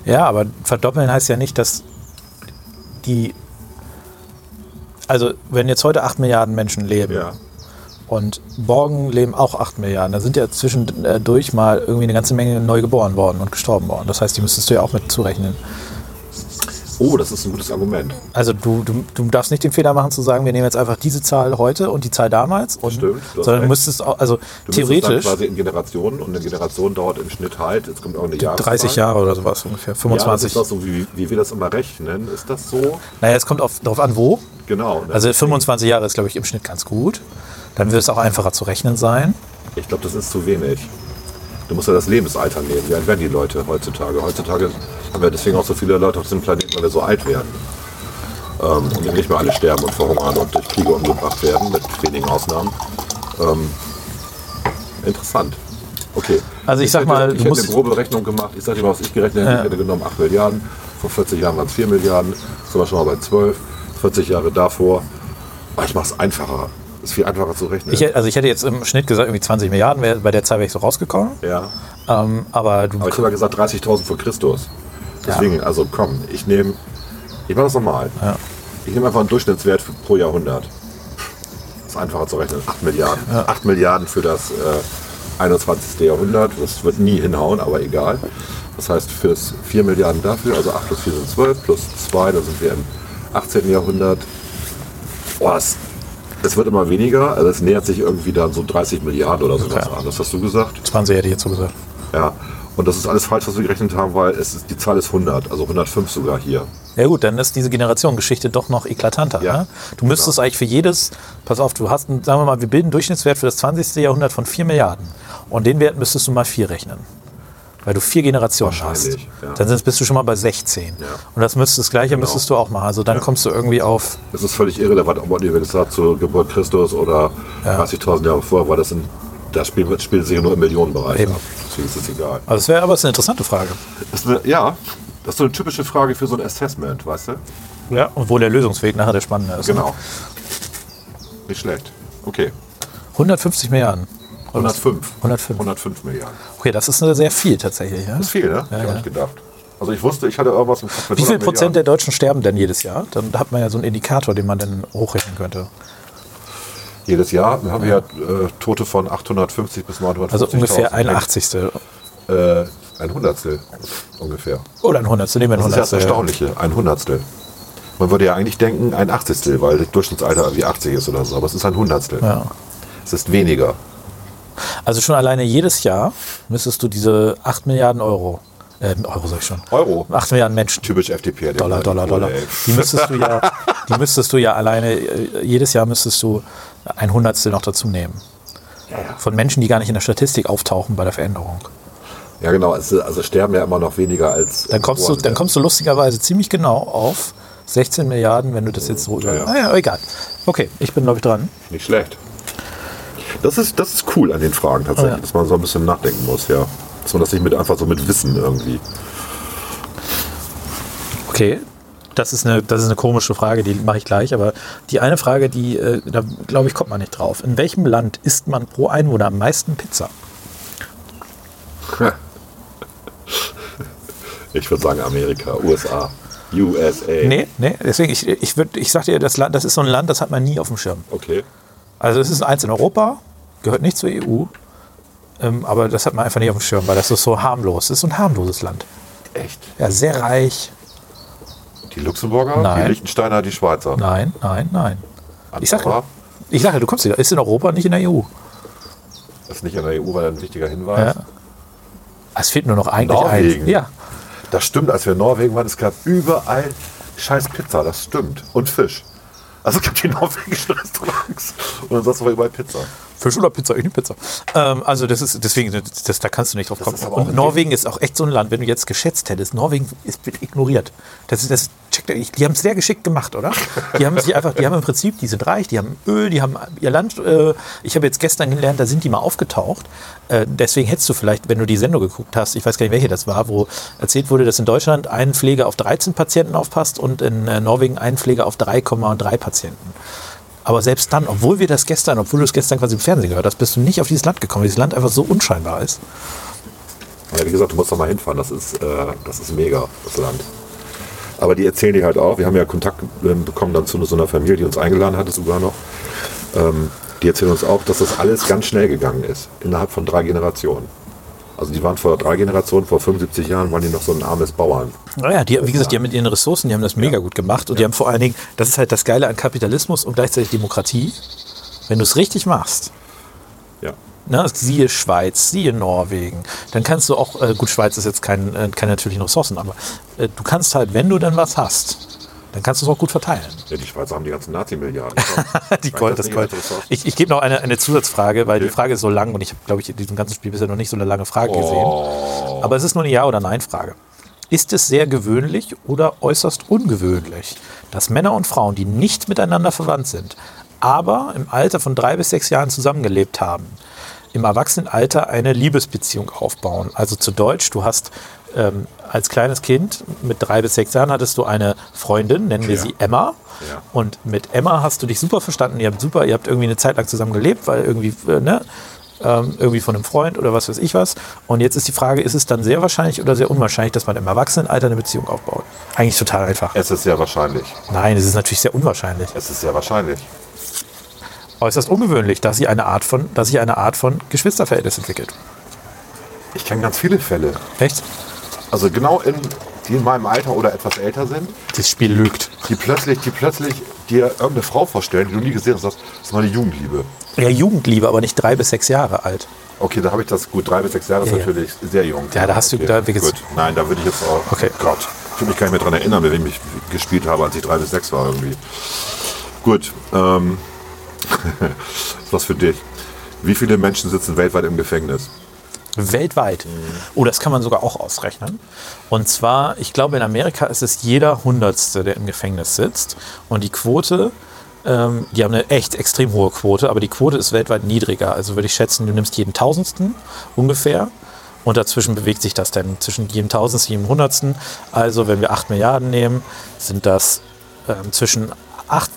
[SPEAKER 2] Ja, aber verdoppeln heißt ja nicht, dass die. Also, wenn jetzt heute 8 Milliarden Menschen leben
[SPEAKER 1] ja.
[SPEAKER 2] und morgen leben auch 8 Milliarden, da sind ja zwischendurch mal irgendwie eine ganze Menge neu geboren worden und gestorben worden. Das heißt, die müsstest du ja auch mit zurechnen.
[SPEAKER 1] Oh, das ist ein gutes Argument.
[SPEAKER 2] Also, du, du, du darfst nicht den Fehler machen zu sagen, wir nehmen jetzt einfach diese Zahl heute und die Zahl damals. Und,
[SPEAKER 1] Stimmt, du hast
[SPEAKER 2] sondern du
[SPEAKER 1] recht.
[SPEAKER 2] müsstest auch, also
[SPEAKER 1] Du misst es dann
[SPEAKER 2] theoretisch
[SPEAKER 1] quasi in Generationen und eine Generation dauert im Schnitt halt, jetzt kommt auch eine Jahreszahl.
[SPEAKER 2] 30 Jahre oder sowas ungefähr,
[SPEAKER 1] Ja, das ist
[SPEAKER 2] 25.
[SPEAKER 1] doch so, wie, wie wir das immer rechnen. Ist das so?
[SPEAKER 2] naja, es kommt auf, darauf an, wo.
[SPEAKER 1] Genau. ne?
[SPEAKER 2] Also 25 Jahre ist, glaube ich, im Schnitt ganz gut. Dann wird es auch einfacher zu rechnen sein.
[SPEAKER 1] Ich glaube, das ist zu wenig. Du musst ja das Lebensalter nehmen. Wie alt werden die Leute heutzutage? Heutzutage haben wir deswegen auch so viele Leute auf diesem Planeten, weil wir so alt werden. Ähm, und eben nicht mehr alle sterben und verhungern und durch Kriege umgebracht werden, mit wenigen Ausnahmen. Ähm, interessant. Okay.
[SPEAKER 2] Also ich sag
[SPEAKER 1] hätte,
[SPEAKER 2] mal, du
[SPEAKER 1] ich hätte
[SPEAKER 2] musst-
[SPEAKER 1] eine grobe Rechnung gemacht. Ich sag dir mal, was ich gerechnet hätte. Ich hätte genommen 8 Milliarden. Vor 40 Jahren waren es 4 Milliarden. Jetzt sind wir schon mal bei 12. 40 Jahre davor. Aber ich mache es einfacher. Ist viel einfacher zu rechnen.
[SPEAKER 2] Ich, hätt- also ich hätte jetzt im Schnitt gesagt, irgendwie 20 Milliarden, wär, bei der Zahl wäre ich so rausgekommen.
[SPEAKER 1] ja.
[SPEAKER 2] Ähm, aber du
[SPEAKER 1] Aber ich habe ja gesagt 30.000 vor Christus. Deswegen, also komm, ich nehme, ich mache das nochmal. Ich nehme einfach einen Durchschnittswert für, pro Jahrhundert. Ist einfacher zu rechnen. 8 Milliarden. 8 Milliarden für das äh, 21. Jahrhundert. Das wird nie hinhauen, aber egal. Das heißt, fürs 4 Milliarden dafür, also 8 plus 4 sind 12, plus 2, da sind wir im 18. Jahrhundert. Boah, das, das wird immer weniger. Also es nähert sich irgendwie dann so 30 Milliarden oder sowas
[SPEAKER 2] Okay.
[SPEAKER 1] an. Das hast du gesagt.
[SPEAKER 2] 20 hätte ich jetzt so gesagt.
[SPEAKER 1] Ja, und das ist alles falsch, was wir gerechnet haben, weil es ist, die Zahl ist 100, also 105 sogar hier.
[SPEAKER 2] Ja gut, dann ist diese Generationengeschichte doch noch eklatanter.
[SPEAKER 1] Ja, genau.
[SPEAKER 2] ne? Du müsstest eigentlich für jedes, pass auf, du hast, einen- sagen wir mal, wir bilden einen Durchschnittswert für das 20. Jahrhundert von 4 Milliarden. Und den Wert müsstest du mal 4 rechnen. Weil du vier Generationen hast.
[SPEAKER 1] Wahrscheinlich, ja.
[SPEAKER 2] Dann sind's- bist du schon mal bei 16.
[SPEAKER 1] Ja. Genau.
[SPEAKER 2] Und das müsste das Gleiche müsstest du auch machen. Also dann kommst du irgendwie auf
[SPEAKER 1] Es ist völlig irrelevant, ob man die gesagt zur Geburt Christus oder 30.000 Jahre vorher war, das sind, das Spiel wird- spielt sich ja nur im Millionenbereich
[SPEAKER 2] Eben.
[SPEAKER 1] ab. Deswegen ist es egal.
[SPEAKER 2] Also das wäre aber es ist eine interessante Frage.
[SPEAKER 1] Das ist eine, ja, das ist so eine typische Frage für so ein Assessment, weißt du?
[SPEAKER 2] Ja. Und wo der Lösungsweg nachher der spannende ist. ne?
[SPEAKER 1] Genau. Nicht schlecht. Okay.
[SPEAKER 2] 150 Milliarden.
[SPEAKER 1] 105.
[SPEAKER 2] 105.
[SPEAKER 1] 105 Milliarden.
[SPEAKER 2] Okay, das ist sehr viel tatsächlich. Ja?
[SPEAKER 1] Das ist viel, ne? ich
[SPEAKER 2] ja.
[SPEAKER 1] habe nicht gedacht. Also ich wusste, ich hatte irgendwas im Kopf mit
[SPEAKER 2] Wie viel
[SPEAKER 1] 100
[SPEAKER 2] Prozent der
[SPEAKER 1] Milliarden.
[SPEAKER 2] Deutschen sterben denn jedes Jahr? Dann hat man ja so einen Indikator, den man dann hochrechnen könnte.
[SPEAKER 1] Jedes Jahr Dann haben wir ja äh, Tote von 850 bis 950.
[SPEAKER 2] Also ungefähr ein Achzigstel.
[SPEAKER 1] Äh, ein Hundertstel ungefähr.
[SPEAKER 2] Oder ein Hundertstel. Nehmen wir ein
[SPEAKER 1] Das ist ja das
[SPEAKER 2] Hundertstel.
[SPEAKER 1] Erstaunliche, ein Hundertstel. Man würde ja eigentlich denken, ein Achtzigstel, weil das Durchschnittsalter irgendwie 80 ist oder so, aber es ist ein Hundertstel.
[SPEAKER 2] Ja.
[SPEAKER 1] Es ist weniger.
[SPEAKER 2] Also schon alleine jedes Jahr müsstest du diese 8 Milliarden Euro, äh, Euro sag ich schon,
[SPEAKER 1] Euro.
[SPEAKER 2] 8 Milliarden Menschen,
[SPEAKER 1] Typisch FDP. der
[SPEAKER 2] Dollar,
[SPEAKER 1] bleibt
[SPEAKER 2] Dollar,
[SPEAKER 1] cool,
[SPEAKER 2] Dollar.
[SPEAKER 1] ey.
[SPEAKER 2] Die müsstest du ja, die müsstest du ja alleine, äh, jedes Jahr müsstest du ein Hundertstel noch dazu nehmen. Von Menschen, die gar nicht in der Statistik auftauchen bei der Veränderung.
[SPEAKER 1] Ja, genau. Es, ist- also sterben ja immer noch weniger als.
[SPEAKER 2] Dann kommst, du, dann kommst du lustigerweise ziemlich genau auf 16 Milliarden, wenn du das jetzt so über.
[SPEAKER 1] ja.
[SPEAKER 2] Ah ja, egal. Okay, ich bin, glaube ich, dran.
[SPEAKER 1] Nicht schlecht. Das ist, das ist cool an den Fragen tatsächlich,
[SPEAKER 2] Oh Ja.
[SPEAKER 1] dass man so ein bisschen nachdenken muss, ja. Dass man das nicht mit einfach so mit Wissen irgendwie. [LAUGHS]
[SPEAKER 2] Okay. Das ist, eine, das ist eine komische Frage, die mache ich gleich. Aber die eine Frage, die, äh, da glaube ich, kommt man nicht drauf. In welchem Land isst man pro Einwohner am meisten Pizza?
[SPEAKER 1] Ich würde sagen Amerika, USA, USA.
[SPEAKER 2] Nee, nee, deswegen, ich, ich, würd, ich sag dir, das, Land, das ist so ein Land, das hat man nie auf dem Schirm.
[SPEAKER 1] Okay.
[SPEAKER 2] Also es ist eins in Europa, gehört nicht zur EU, E Ähm, aber das hat man einfach nicht auf dem Schirm, weil das ist so harmlos. Das ist so ein harmloses Land.
[SPEAKER 1] Echt?
[SPEAKER 2] Ja, sehr reich.
[SPEAKER 1] Die Luxemburger,
[SPEAKER 2] Nein.
[SPEAKER 1] die Liechtensteiner, die Schweizer.
[SPEAKER 2] Nein, nein, nein. Ich sag,
[SPEAKER 1] Andorra
[SPEAKER 2] ich sag, ja, du kommst wieder. Ist in Europa, nicht in der E EU.
[SPEAKER 1] ist nicht in der E EU, war ein wichtiger Hinweis.
[SPEAKER 2] Ja. Es fehlt nur noch eigentlich
[SPEAKER 1] Norwegen.
[SPEAKER 2] eins. Ja,
[SPEAKER 1] Das stimmt, als wir in Norwegen waren, es gab überall scheiß Pizza, das stimmt. Und Fisch. Also es gab die [LAUGHS] norwegischen Restaurants und ansonsten war überall Pizza.
[SPEAKER 2] Fisch oder Pizza, ich nehme Pizza. Ähm, also das ist deswegen, das, das, da kannst du nicht drauf kommen.
[SPEAKER 1] ist aber auch
[SPEAKER 2] Und
[SPEAKER 1] ein
[SPEAKER 2] Norwegen ist auch echt so ein Land, wenn du jetzt geschätzt hättest, Norwegen ist wird ignoriert. Das ist das checkt er nicht. die haben es sehr geschickt gemacht, oder? Die haben sich einfach, die haben im Prinzip, die sind reich, die haben Öl, die haben ihr Land. Äh, ich habe jetzt gestern gelernt, da sind die mal aufgetaucht. Äh, deswegen hättest du vielleicht, wenn du die Sendung geguckt hast, ich weiß gar nicht, welche das war, wo erzählt wurde, dass in Deutschland ein Pfleger auf 13 Patienten aufpasst und in äh, Norwegen ein Pfleger auf 3,3 Patienten. Aber selbst dann, obwohl wir das gestern, obwohl du es gestern quasi im Fernsehen gehört hast, bist du nicht auf dieses Land gekommen, weil dieses Land einfach so unscheinbar ist.
[SPEAKER 1] Ja, wie gesagt, du musst da mal hinfahren, das ist, äh, das ist mega, das Land. Aber die erzählen dir halt auch, wir haben ja Kontakt äh, bekommen dann zu so einer Familie, die uns eingeladen hatte sogar noch. Ähm, die erzählen uns auch, dass das alles ganz schnell gegangen ist, innerhalb von drei Generationen. Also die waren vor drei Generationen, vor 75 Jahren waren die noch so ein armes Bauern.
[SPEAKER 2] Naja, die, wie gesagt, die haben mit ihren Ressourcen, die haben das mega gut gemacht und die haben vor allen Dingen, das ist halt das Geile an Kapitalismus und gleichzeitig Demokratie, wenn du es richtig machst.
[SPEAKER 1] Ja.
[SPEAKER 2] Ne, siehe Schweiz, siehe Norwegen. Dann kannst du auch, äh, gut, Schweiz ist jetzt kein, äh, keine natürlichen Ressourcen, aber äh, du kannst halt, wenn du dann was hast, dann kannst du es auch gut verteilen.
[SPEAKER 1] ja, die Schweizer haben die ganzen
[SPEAKER 2] [LAUGHS]
[SPEAKER 1] Nazi-Milliarden.
[SPEAKER 2] die
[SPEAKER 1] Reicht
[SPEAKER 2] Gold, das
[SPEAKER 1] nicht
[SPEAKER 2] Gold.
[SPEAKER 1] als Ressource?
[SPEAKER 2] Ich, ich gebe noch eine, eine Zusatzfrage, weil die Frage ist so lang und ich habe, glaube ich, in diesem ganzen Spiel bisher noch nicht so eine lange Frage gesehen. Aber es ist nur eine Ja- oder Nein-Frage. Ist es sehr gewöhnlich oder äußerst ungewöhnlich, dass Männer und Frauen, die nicht miteinander verwandt sind, aber im Alter von drei bis sechs Jahren zusammengelebt haben, im Erwachsenenalter eine Liebesbeziehung aufbauen? Also zu Deutsch, du hast ähm, als kleines Kind mit drei bis sechs Jahren hattest du eine Freundin, nennen wir sie Emma.
[SPEAKER 1] Ja.
[SPEAKER 2] Und mit Emma hast du dich super verstanden. Ihr habt super, ihr habt irgendwie eine Zeit lang zusammen gelebt, weil irgendwie, äh, ne? Ähm, irgendwie von einem Freund oder was weiß ich was. Und jetzt ist die Frage, ist es dann sehr wahrscheinlich oder sehr unwahrscheinlich, dass man im Erwachsenenalter eine Beziehung aufbaut? Eigentlich total einfach.
[SPEAKER 1] Es ist sehr wahrscheinlich.
[SPEAKER 2] Nein, es ist natürlich sehr unwahrscheinlich.
[SPEAKER 1] Es ist sehr wahrscheinlich.
[SPEAKER 2] Äußerst ungewöhnlich, dass sich eine Art von, dass sich eine Art von Geschwisterverhältnis entwickelt.
[SPEAKER 1] Ich kenne ganz viele Fälle.
[SPEAKER 2] Echt?
[SPEAKER 1] Also genau in, die in meinem Alter oder etwas älter sind,
[SPEAKER 2] Dieses Spiel lügt.
[SPEAKER 1] die plötzlich, die plötzlich dir irgendeine Frau vorstellen, die du nie gesehen hast, und sagst, das ist meine Jugendliebe.
[SPEAKER 2] Ja, Jugendliebe, aber nicht drei bis sechs Jahre alt.
[SPEAKER 1] Okay, da habe ich das gut. Drei bis sechs Jahre ist
[SPEAKER 2] Ja, ja.
[SPEAKER 1] natürlich sehr jung.
[SPEAKER 2] Ja, da hast du-
[SPEAKER 1] okay,
[SPEAKER 2] da- wie gesagt-
[SPEAKER 1] gut. Nein, da würde ich jetzt auch.
[SPEAKER 2] Okay.
[SPEAKER 1] Gott. Ich kann mich gar nicht mehr daran erinnern, mit wem ich gespielt habe, als ich drei bis sechs war irgendwie. Gut. Ähm, [LAUGHS] was für dich. Wie viele Menschen sitzen weltweit im Gefängnis?
[SPEAKER 2] Weltweit. Oh, das kann man sogar auch ausrechnen. Und zwar, ich glaube, in Amerika ist es jeder Hundertste, der im Gefängnis sitzt. Und die Quote, ähm, die haben eine echt extrem hohe Quote, aber die Quote ist weltweit niedriger. Also würde ich schätzen, du nimmst jeden Tausendsten ungefähr. Und dazwischen bewegt sich das dann zwischen jedem Tausendsten, jedem Hundertsten. Also wenn wir 8 Milliarden nehmen, sind das ähm, zwischen 8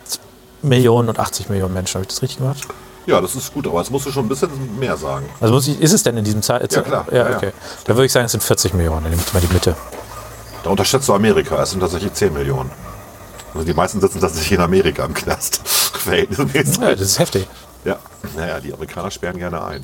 [SPEAKER 2] Millionen und 80 Millionen Menschen. Habe ich das richtig gemacht?
[SPEAKER 1] Ja, das ist gut, aber jetzt musst du schon ein bisschen mehr sagen.
[SPEAKER 2] Also muss ich, ist es denn in diesem Zeit?
[SPEAKER 1] Ja, klar. Ja,
[SPEAKER 2] Ja,
[SPEAKER 1] ja.
[SPEAKER 2] okay. Dann würde ich sagen, es sind 40 Millionen. Dann nimmt mal die Mitte.
[SPEAKER 1] Da unterschätzt du Amerika. Es sind tatsächlich 10 Millionen. Also die meisten sitzen tatsächlich in Amerika im Knast. [LAUGHS] Verhältnismäßig.
[SPEAKER 2] Ja, das ist heftig.
[SPEAKER 1] Ja, naja, die Amerikaner sperren gerne ein.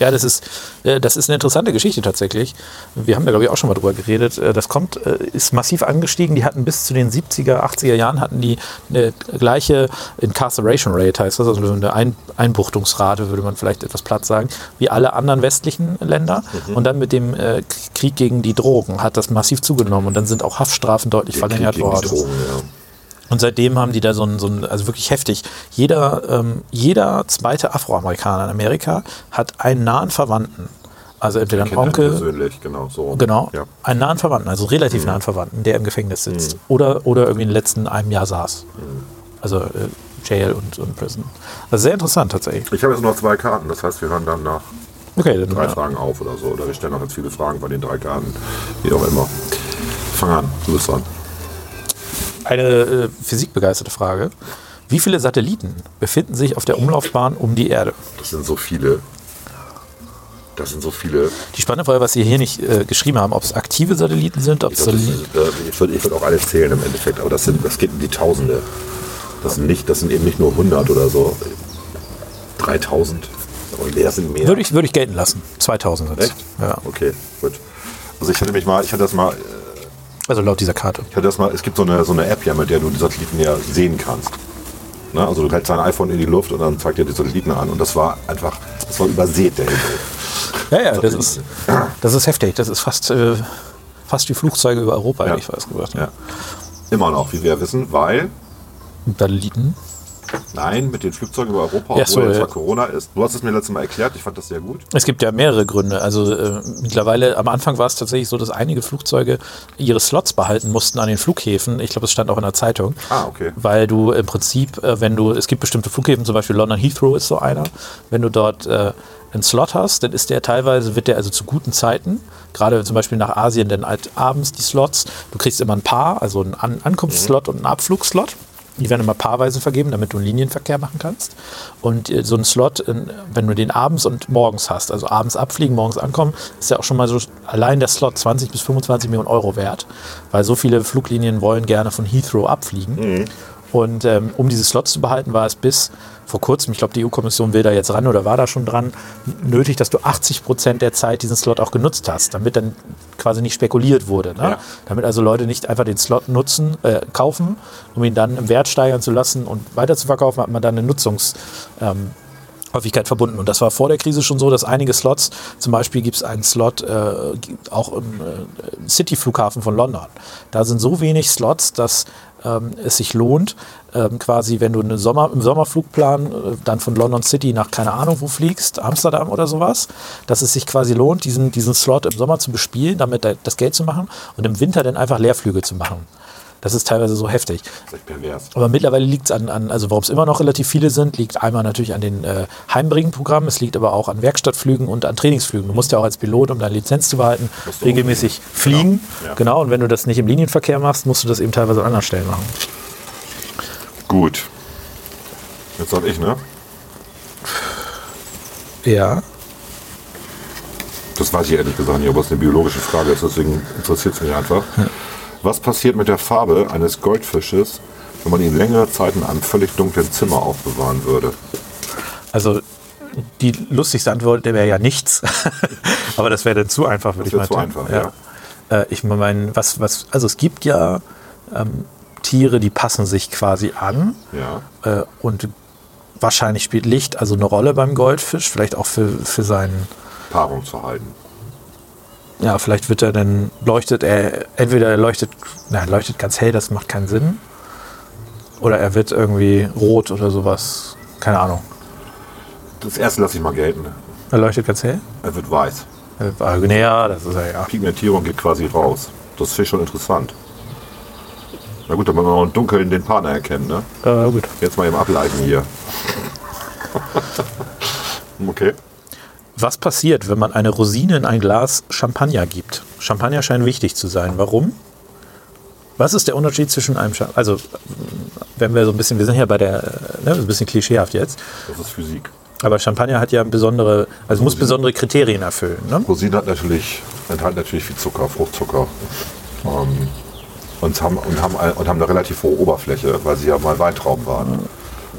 [SPEAKER 2] Ja, das ist, äh, das ist eine interessante Geschichte tatsächlich. Wir haben da, glaube ich, auch schon mal drüber geredet. Äh, Das kommt, äh, ist massiv angestiegen. Die hatten bis zu den 70er, 80er Jahren hatten die eine gleiche Incarceration Rate, heißt das, also eine Ein Einbuchtungsrate, würde man vielleicht etwas platt sagen, wie alle anderen westlichen Länder.
[SPEAKER 1] Mhm.
[SPEAKER 2] Und dann mit dem äh, Krieg gegen die Drogen hat das massiv zugenommen. Und dann sind auch Haftstrafen deutlich
[SPEAKER 1] Der Krieg
[SPEAKER 2] verlängert
[SPEAKER 1] gegen die
[SPEAKER 2] worden.
[SPEAKER 1] Drogen, ja.
[SPEAKER 2] Und seitdem haben die da so ein, so ein also wirklich heftig. Jeder, ähm, jeder zweite Afroamerikaner in Amerika hat einen nahen Verwandten. Also entweder einen
[SPEAKER 1] Kennt einen
[SPEAKER 2] Onkel,
[SPEAKER 1] persönlich, genau. So.
[SPEAKER 2] genau,
[SPEAKER 1] Ja. Mhm.
[SPEAKER 2] einen nahen Verwandten, also relativ nahen Verwandten, der im Gefängnis sitzt. Oder, oder irgendwie in den letzten einem Jahr saß.
[SPEAKER 1] Mhm.
[SPEAKER 2] Also äh, Jail und, und Prison. Also sehr interessant tatsächlich.
[SPEAKER 1] Ich habe jetzt noch zwei Karten, das heißt, wir hören dann nach
[SPEAKER 2] Okay,
[SPEAKER 1] drei
[SPEAKER 2] dann,
[SPEAKER 1] Fragen auf oder so. Oder wir stellen auch jetzt viele Fragen bei den drei Karten. Wie auch immer. Fang an, du bist dran.
[SPEAKER 2] eine äh, physikbegeisterte Frage. Wie viele Satelliten befinden sich auf der Umlaufbahn um die Erde?
[SPEAKER 1] Das sind so viele. Das sind so viele.
[SPEAKER 2] Die spannende Frage, was Sie hier nicht äh, geschrieben haben, ob es aktive Satelliten sind, ob
[SPEAKER 1] Ich,
[SPEAKER 2] es
[SPEAKER 1] glaub, das
[SPEAKER 2] Satelliten
[SPEAKER 1] ist, äh, ich würde ich würd auch alle zählen im Endeffekt, aber das, sind, das geht in die Tausende. Das sind, nicht, das sind eben nicht nur 100 oder so. 3000. Oder Oh, das sind mehr.
[SPEAKER 2] Würde ich, würde ich gelten lassen. 2000 sind
[SPEAKER 1] Echt?
[SPEAKER 2] Ja.
[SPEAKER 1] Okay, gut. Also ich hatte mich mal, ich hatte das mal,
[SPEAKER 2] Also laut dieser Karte.
[SPEAKER 1] ich hatte das mal, es gibt so eine, so eine App ja, mit der du die Satelliten ja sehen kannst. Ne? Also du hältst dein iPhone in die Luft und dann zeigt dir die Satelliten an und das war einfach, das war übersät der Himmel.
[SPEAKER 2] Ja, ja, das ist, das ist heftig. Das ist fast, äh, fast wie Flugzeuge über Europa,
[SPEAKER 1] Ja.
[SPEAKER 2] hätte ich weiß gesagt.
[SPEAKER 1] Ja. Immer noch, wie wir ja wissen, weil,
[SPEAKER 2] Und dann liegen.
[SPEAKER 1] nein, mit den Flugzeugen über Europa,
[SPEAKER 2] Ja,
[SPEAKER 1] obwohl
[SPEAKER 2] so,
[SPEAKER 1] jetzt
[SPEAKER 2] ja.
[SPEAKER 1] mal Corona ist. Du hast es mir letztes Mal erklärt, ich fand das sehr gut.
[SPEAKER 2] Es gibt ja mehrere Gründe. Also äh, mittlerweile, am Anfang war es tatsächlich so, dass einige Flugzeuge ihre Slots behalten mussten an den Flughäfen. Ich glaube, es stand auch in der Zeitung.
[SPEAKER 1] Ah, okay.
[SPEAKER 2] Weil du im Prinzip, äh, wenn du, es gibt bestimmte Flughäfen, zum Beispiel London Heathrow ist so einer, wenn du dort äh, einen Slot hast, dann ist der teilweise, wird der also zu guten Zeiten, gerade zum Beispiel nach Asien, dann halt abends die Slots, du kriegst immer ein Paar, also einen An
[SPEAKER 1] Mhm.
[SPEAKER 2] Ankunftsslot und einen Abflugslot. Die werden immer paarweise vergeben, damit du einen Linienverkehr machen kannst. Und äh, so ein Slot, äh, wenn du den abends und morgens hast, also abends abfliegen, morgens ankommen, ist ja auch schon mal so allein der Slot 20 bis 25 Millionen Euro wert, weil so viele Fluglinien wollen gerne von Heathrow abfliegen. Und ähm, um diese Slots zu behalten, war es bis vor kurzem, ich glaube, die EU-Kommission will da jetzt ran oder war da schon dran, n- nötig, dass du 80 Prozent der Zeit diesen Slot auch genutzt hast, damit dann quasi nicht spekuliert wurde. Ne?
[SPEAKER 1] Ja.
[SPEAKER 2] Damit also Leute nicht einfach den Slot nutzen, äh, kaufen, um ihn dann im Wert steigern zu lassen und weiter zu verkaufen, hat man dann eine Nutzungs, Häufigkeit verbunden. Und das war vor der Krise schon so, dass einige Slots, zum Beispiel gibt es einen Slot äh, gibt auch im äh, City-Flughafen von London. Da sind so wenig Slots, dass ähm, es sich lohnt, ähm, quasi, wenn du eine Sommer, im Sommerflugplan äh, dann von London City nach keine Ahnung wo fliegst, Amsterdam oder sowas, dass es sich quasi lohnt, diesen, diesen Slot im Sommer zu bespielen, damit da, das Geld zu machen und im Winter dann einfach Leerflüge zu machen. Das ist teilweise so heftig.
[SPEAKER 1] Das ist echt pervers.
[SPEAKER 2] Aber mittlerweile liegt es an, an, also warum es immer noch relativ viele sind, liegt einmal natürlich an den äh, Heimbringenprogrammen, es liegt aber auch an Werkstattflügen und an Trainingsflügen. Du musst ja auch als Pilot, um deine Lizenz zu behalten,
[SPEAKER 1] Musst du
[SPEAKER 2] regelmäßig fliegen. Genau.
[SPEAKER 1] Ja.
[SPEAKER 2] und wenn du das nicht im Linienverkehr machst, musst du das eben teilweise an anderen Stellen machen.
[SPEAKER 1] Gut. Jetzt soll ich, ne?
[SPEAKER 2] Ja.
[SPEAKER 1] Das weiß ich ehrlich gesagt nicht, ob es eine biologische Frage ist, deswegen interessiert es mich einfach. Was passiert mit der Farbe eines Goldfisches, wenn man ihn längere Zeit in einem völlig dunklen Zimmer aufbewahren würde?
[SPEAKER 2] Also die lustigste Antwort wäre ja nichts. [LAUGHS] aber das wäre dann zu einfach, würde ich
[SPEAKER 1] wär
[SPEAKER 2] mal
[SPEAKER 1] zu
[SPEAKER 2] tippen.
[SPEAKER 1] einfach, ja.
[SPEAKER 2] Äh, ich meine, was, was, also es gibt ja ähm, Tiere, die passen sich quasi an.
[SPEAKER 1] Ja.
[SPEAKER 2] Äh, und wahrscheinlich spielt Licht also eine Rolle beim Goldfisch, vielleicht auch für, für seinen,
[SPEAKER 1] Paarungsverhalten.
[SPEAKER 2] ja, vielleicht wird er dann, leuchtet er, entweder er leuchtet, na, leuchtet ganz hell, das macht keinen Sinn. Oder er wird irgendwie rot oder sowas. Keine Ahnung.
[SPEAKER 1] Das erste lasse ich mal gelten.
[SPEAKER 2] Er leuchtet ganz hell?
[SPEAKER 1] Er wird weiß.
[SPEAKER 2] Äh, ah, nee, ja, das ist er ja.
[SPEAKER 1] Pigmentierung geht quasi raus. Das finde ich schon interessant. Na gut, dann wollen wir auch im Dunkeln den Partner erkennen, ne?
[SPEAKER 2] Äh, gut.
[SPEAKER 1] Jetzt mal eben ableiten hier. [LAUGHS] okay.
[SPEAKER 2] Was passiert, wenn man eine Rosine in ein Glas Champagner gibt? Champagner scheint wichtig zu sein. Warum? Was ist der Unterschied zwischen einem Champagner? Also, mh, wenn wir so ein bisschen, wir sind ja bei der, äh, ne, so ein bisschen klischeehaft jetzt,
[SPEAKER 1] Das ist Physik.
[SPEAKER 2] aber Champagner hat ja besondere, also muss besondere Kriterien erfüllen. Ne?
[SPEAKER 1] Rosinen hat natürlich, enthalten natürlich viel Zucker, Fruchtzucker. Ähm, und, haben, und, haben, ein- und haben eine relativ hohe Oberfläche, weil sie ja mal Weintrauben waren.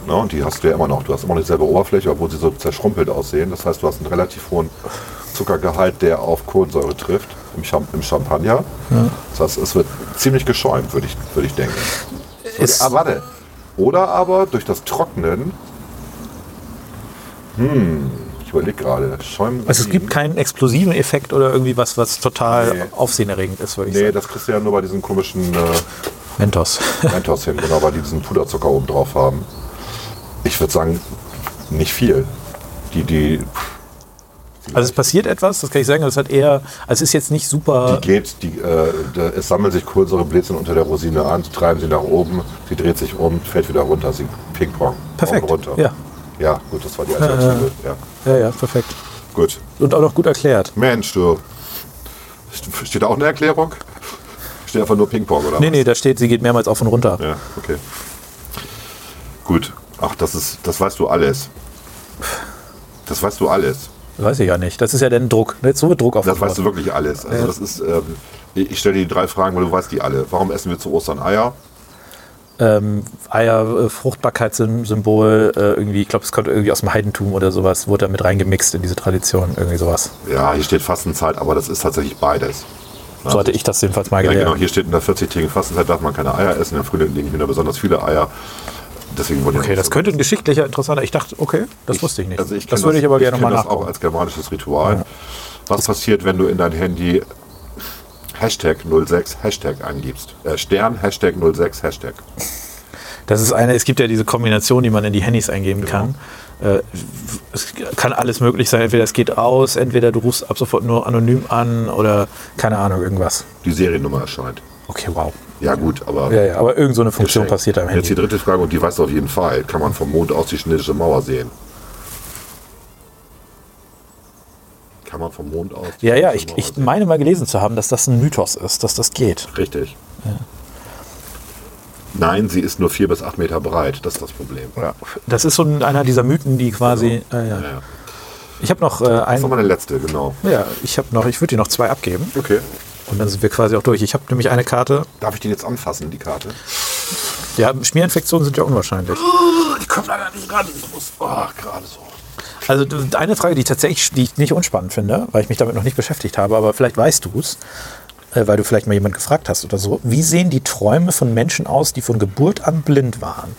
[SPEAKER 1] Ne, und die hast du ja immer noch. Du hast immer noch dieselbe Oberfläche, obwohl sie so zerschrumpelt aussehen. Das heißt, du hast einen relativ hohen Zuckergehalt, der auf Kohlensäure trifft im, Cham im Champagner. Das heißt, es wird ziemlich geschäumt, würde ich, würde ich denken.
[SPEAKER 2] Ist,
[SPEAKER 1] Ah, warte. Oder aber durch das Trocknen. Hm, ich überlege gerade. Schäumen.
[SPEAKER 2] also es gibt keinen explosiven Effekt oder irgendwie was, was total
[SPEAKER 1] Nee.
[SPEAKER 2] aufsehenerregend ist, würde ich
[SPEAKER 1] Nee,
[SPEAKER 2] sagen.
[SPEAKER 1] das kriegst du ja nur bei diesen komischen äh, [LAUGHS]
[SPEAKER 2] Mentos.
[SPEAKER 1] Mentos hin, genau, weil die diesen Puderzucker oben drauf haben. Ich würde sagen, nicht viel. Die, die,
[SPEAKER 2] Also es passiert etwas, das kann ich sagen, das hat eher, also es ist jetzt nicht super,
[SPEAKER 1] die geht, die, äh, da, es sammeln sich Kohlensäurebläschen unter der Rosine an, sie treiben sie nach oben, sie dreht sich um, fällt wieder runter, sie ping-pong.
[SPEAKER 2] Perfekt,
[SPEAKER 1] Runter.
[SPEAKER 2] ja. Äh.
[SPEAKER 1] ja, gut, das war die Alternative. Ja.
[SPEAKER 2] ja, ja, perfekt.
[SPEAKER 1] Gut.
[SPEAKER 2] Und auch noch gut erklärt.
[SPEAKER 1] Mensch, du. Steht da auch eine Erklärung? Steht einfach nur Ping-Pong, oder?
[SPEAKER 2] Nee, nee, da steht, sie geht mehrmals auf und runter.
[SPEAKER 1] Ja, okay. Gut. Ach, das ist, das weißt du alles. Das weißt du alles.
[SPEAKER 2] Weiß ich ja nicht. Das ist ja dann Druck. Jetzt so wird Druck
[SPEAKER 1] Das
[SPEAKER 2] aufgebaut.
[SPEAKER 1] weißt du wirklich alles. Also das ist, ähm, ich ich stelle dir die drei Fragen, weil du weißt die alle. Warum essen wir zu Ostern Eier?
[SPEAKER 2] ähm, Eier, äh, Fruchtbarkeitssymbol, äh, irgendwie, ich glaube, es kommt irgendwie aus dem Heidentum oder sowas, wurde damit reingemixt in diese Tradition, irgendwie sowas.
[SPEAKER 1] Ja, hier steht Fastenzeit, aber das ist tatsächlich beides.
[SPEAKER 2] So hatte ich das jedenfalls mal
[SPEAKER 1] Ja,
[SPEAKER 2] gelernt.
[SPEAKER 1] genau, hier steht in der 40-tägigen Fastenzeit darf man keine Eier essen. Im Frühling legen Hühner besonders viele Eier. Deswegen wollte
[SPEAKER 2] Okay, das könnte ein geschichtlicher interessanter. Ich dachte, okay, das wusste ich nicht.
[SPEAKER 1] Also ich
[SPEAKER 2] das
[SPEAKER 1] kenn
[SPEAKER 2] würde ich aber gerne
[SPEAKER 1] kenn
[SPEAKER 2] mal
[SPEAKER 1] das auch
[SPEAKER 2] nachgucken.
[SPEAKER 1] als germanisches Ritual. Was passiert, wenn du in dein Handy Hashtag 06 Hashtag eingibst? Äh, Stern Hashtag 06 Hashtag.
[SPEAKER 2] Das ist eine, es gibt ja diese Kombination, die man in die Handys eingeben
[SPEAKER 1] Genau.
[SPEAKER 2] kann. Äh, es kann alles möglich sein. Entweder es geht aus, entweder du rufst ab sofort nur anonym an oder keine Ahnung, irgendwas.
[SPEAKER 1] Die Seriennummer erscheint.
[SPEAKER 2] Okay, wow.
[SPEAKER 1] Ja gut, aber...
[SPEAKER 2] Ja, ja, aber irgend so eine Funktion
[SPEAKER 1] Geschenk.
[SPEAKER 2] passiert da im
[SPEAKER 1] Jetzt die
[SPEAKER 2] Handy.
[SPEAKER 1] dritte Frage und die weißt du auf jeden Fall. Kann man vom Mond aus die chinesische Mauer sehen? Kann man vom Mond aus? die
[SPEAKER 2] Ja, ja, ich,
[SPEAKER 1] chinesische
[SPEAKER 2] ich
[SPEAKER 1] Mauer
[SPEAKER 2] meine mal gelesen zu haben, dass das ein Mythos ist, dass das geht.
[SPEAKER 1] sehen? Richtig. Nein, sie ist nur vier bis acht Meter breit. Das ist das Problem.
[SPEAKER 2] Ja. Das ist so ein, einer dieser Mythen, die quasi. Ah,
[SPEAKER 1] Ja,
[SPEAKER 2] ja.
[SPEAKER 1] ja.
[SPEAKER 2] Ich habe noch äh,
[SPEAKER 1] Das war
[SPEAKER 2] einen.
[SPEAKER 1] meine letzte, genau.
[SPEAKER 2] Ja, ich habe noch. Ich würde dir noch zwei abgeben
[SPEAKER 1] Okay.
[SPEAKER 2] und dann sind wir quasi auch durch. Ich habe nämlich eine Karte.
[SPEAKER 1] Darf ich den jetzt anfassen, die Karte?
[SPEAKER 2] Ja, Schmierinfektionen sind ja unwahrscheinlich.
[SPEAKER 1] Ich komme leider nicht ran. Ich muss. Oh, gerade so.
[SPEAKER 2] Also d- eine Frage, die tatsächlich, die ich nicht unspannend finde, weil ich mich damit noch nicht beschäftigt habe, aber vielleicht weißt du es, äh, weil du vielleicht mal jemand gefragt hast oder so. Wie sehen die Träume von Menschen aus, die von Geburt an blind waren?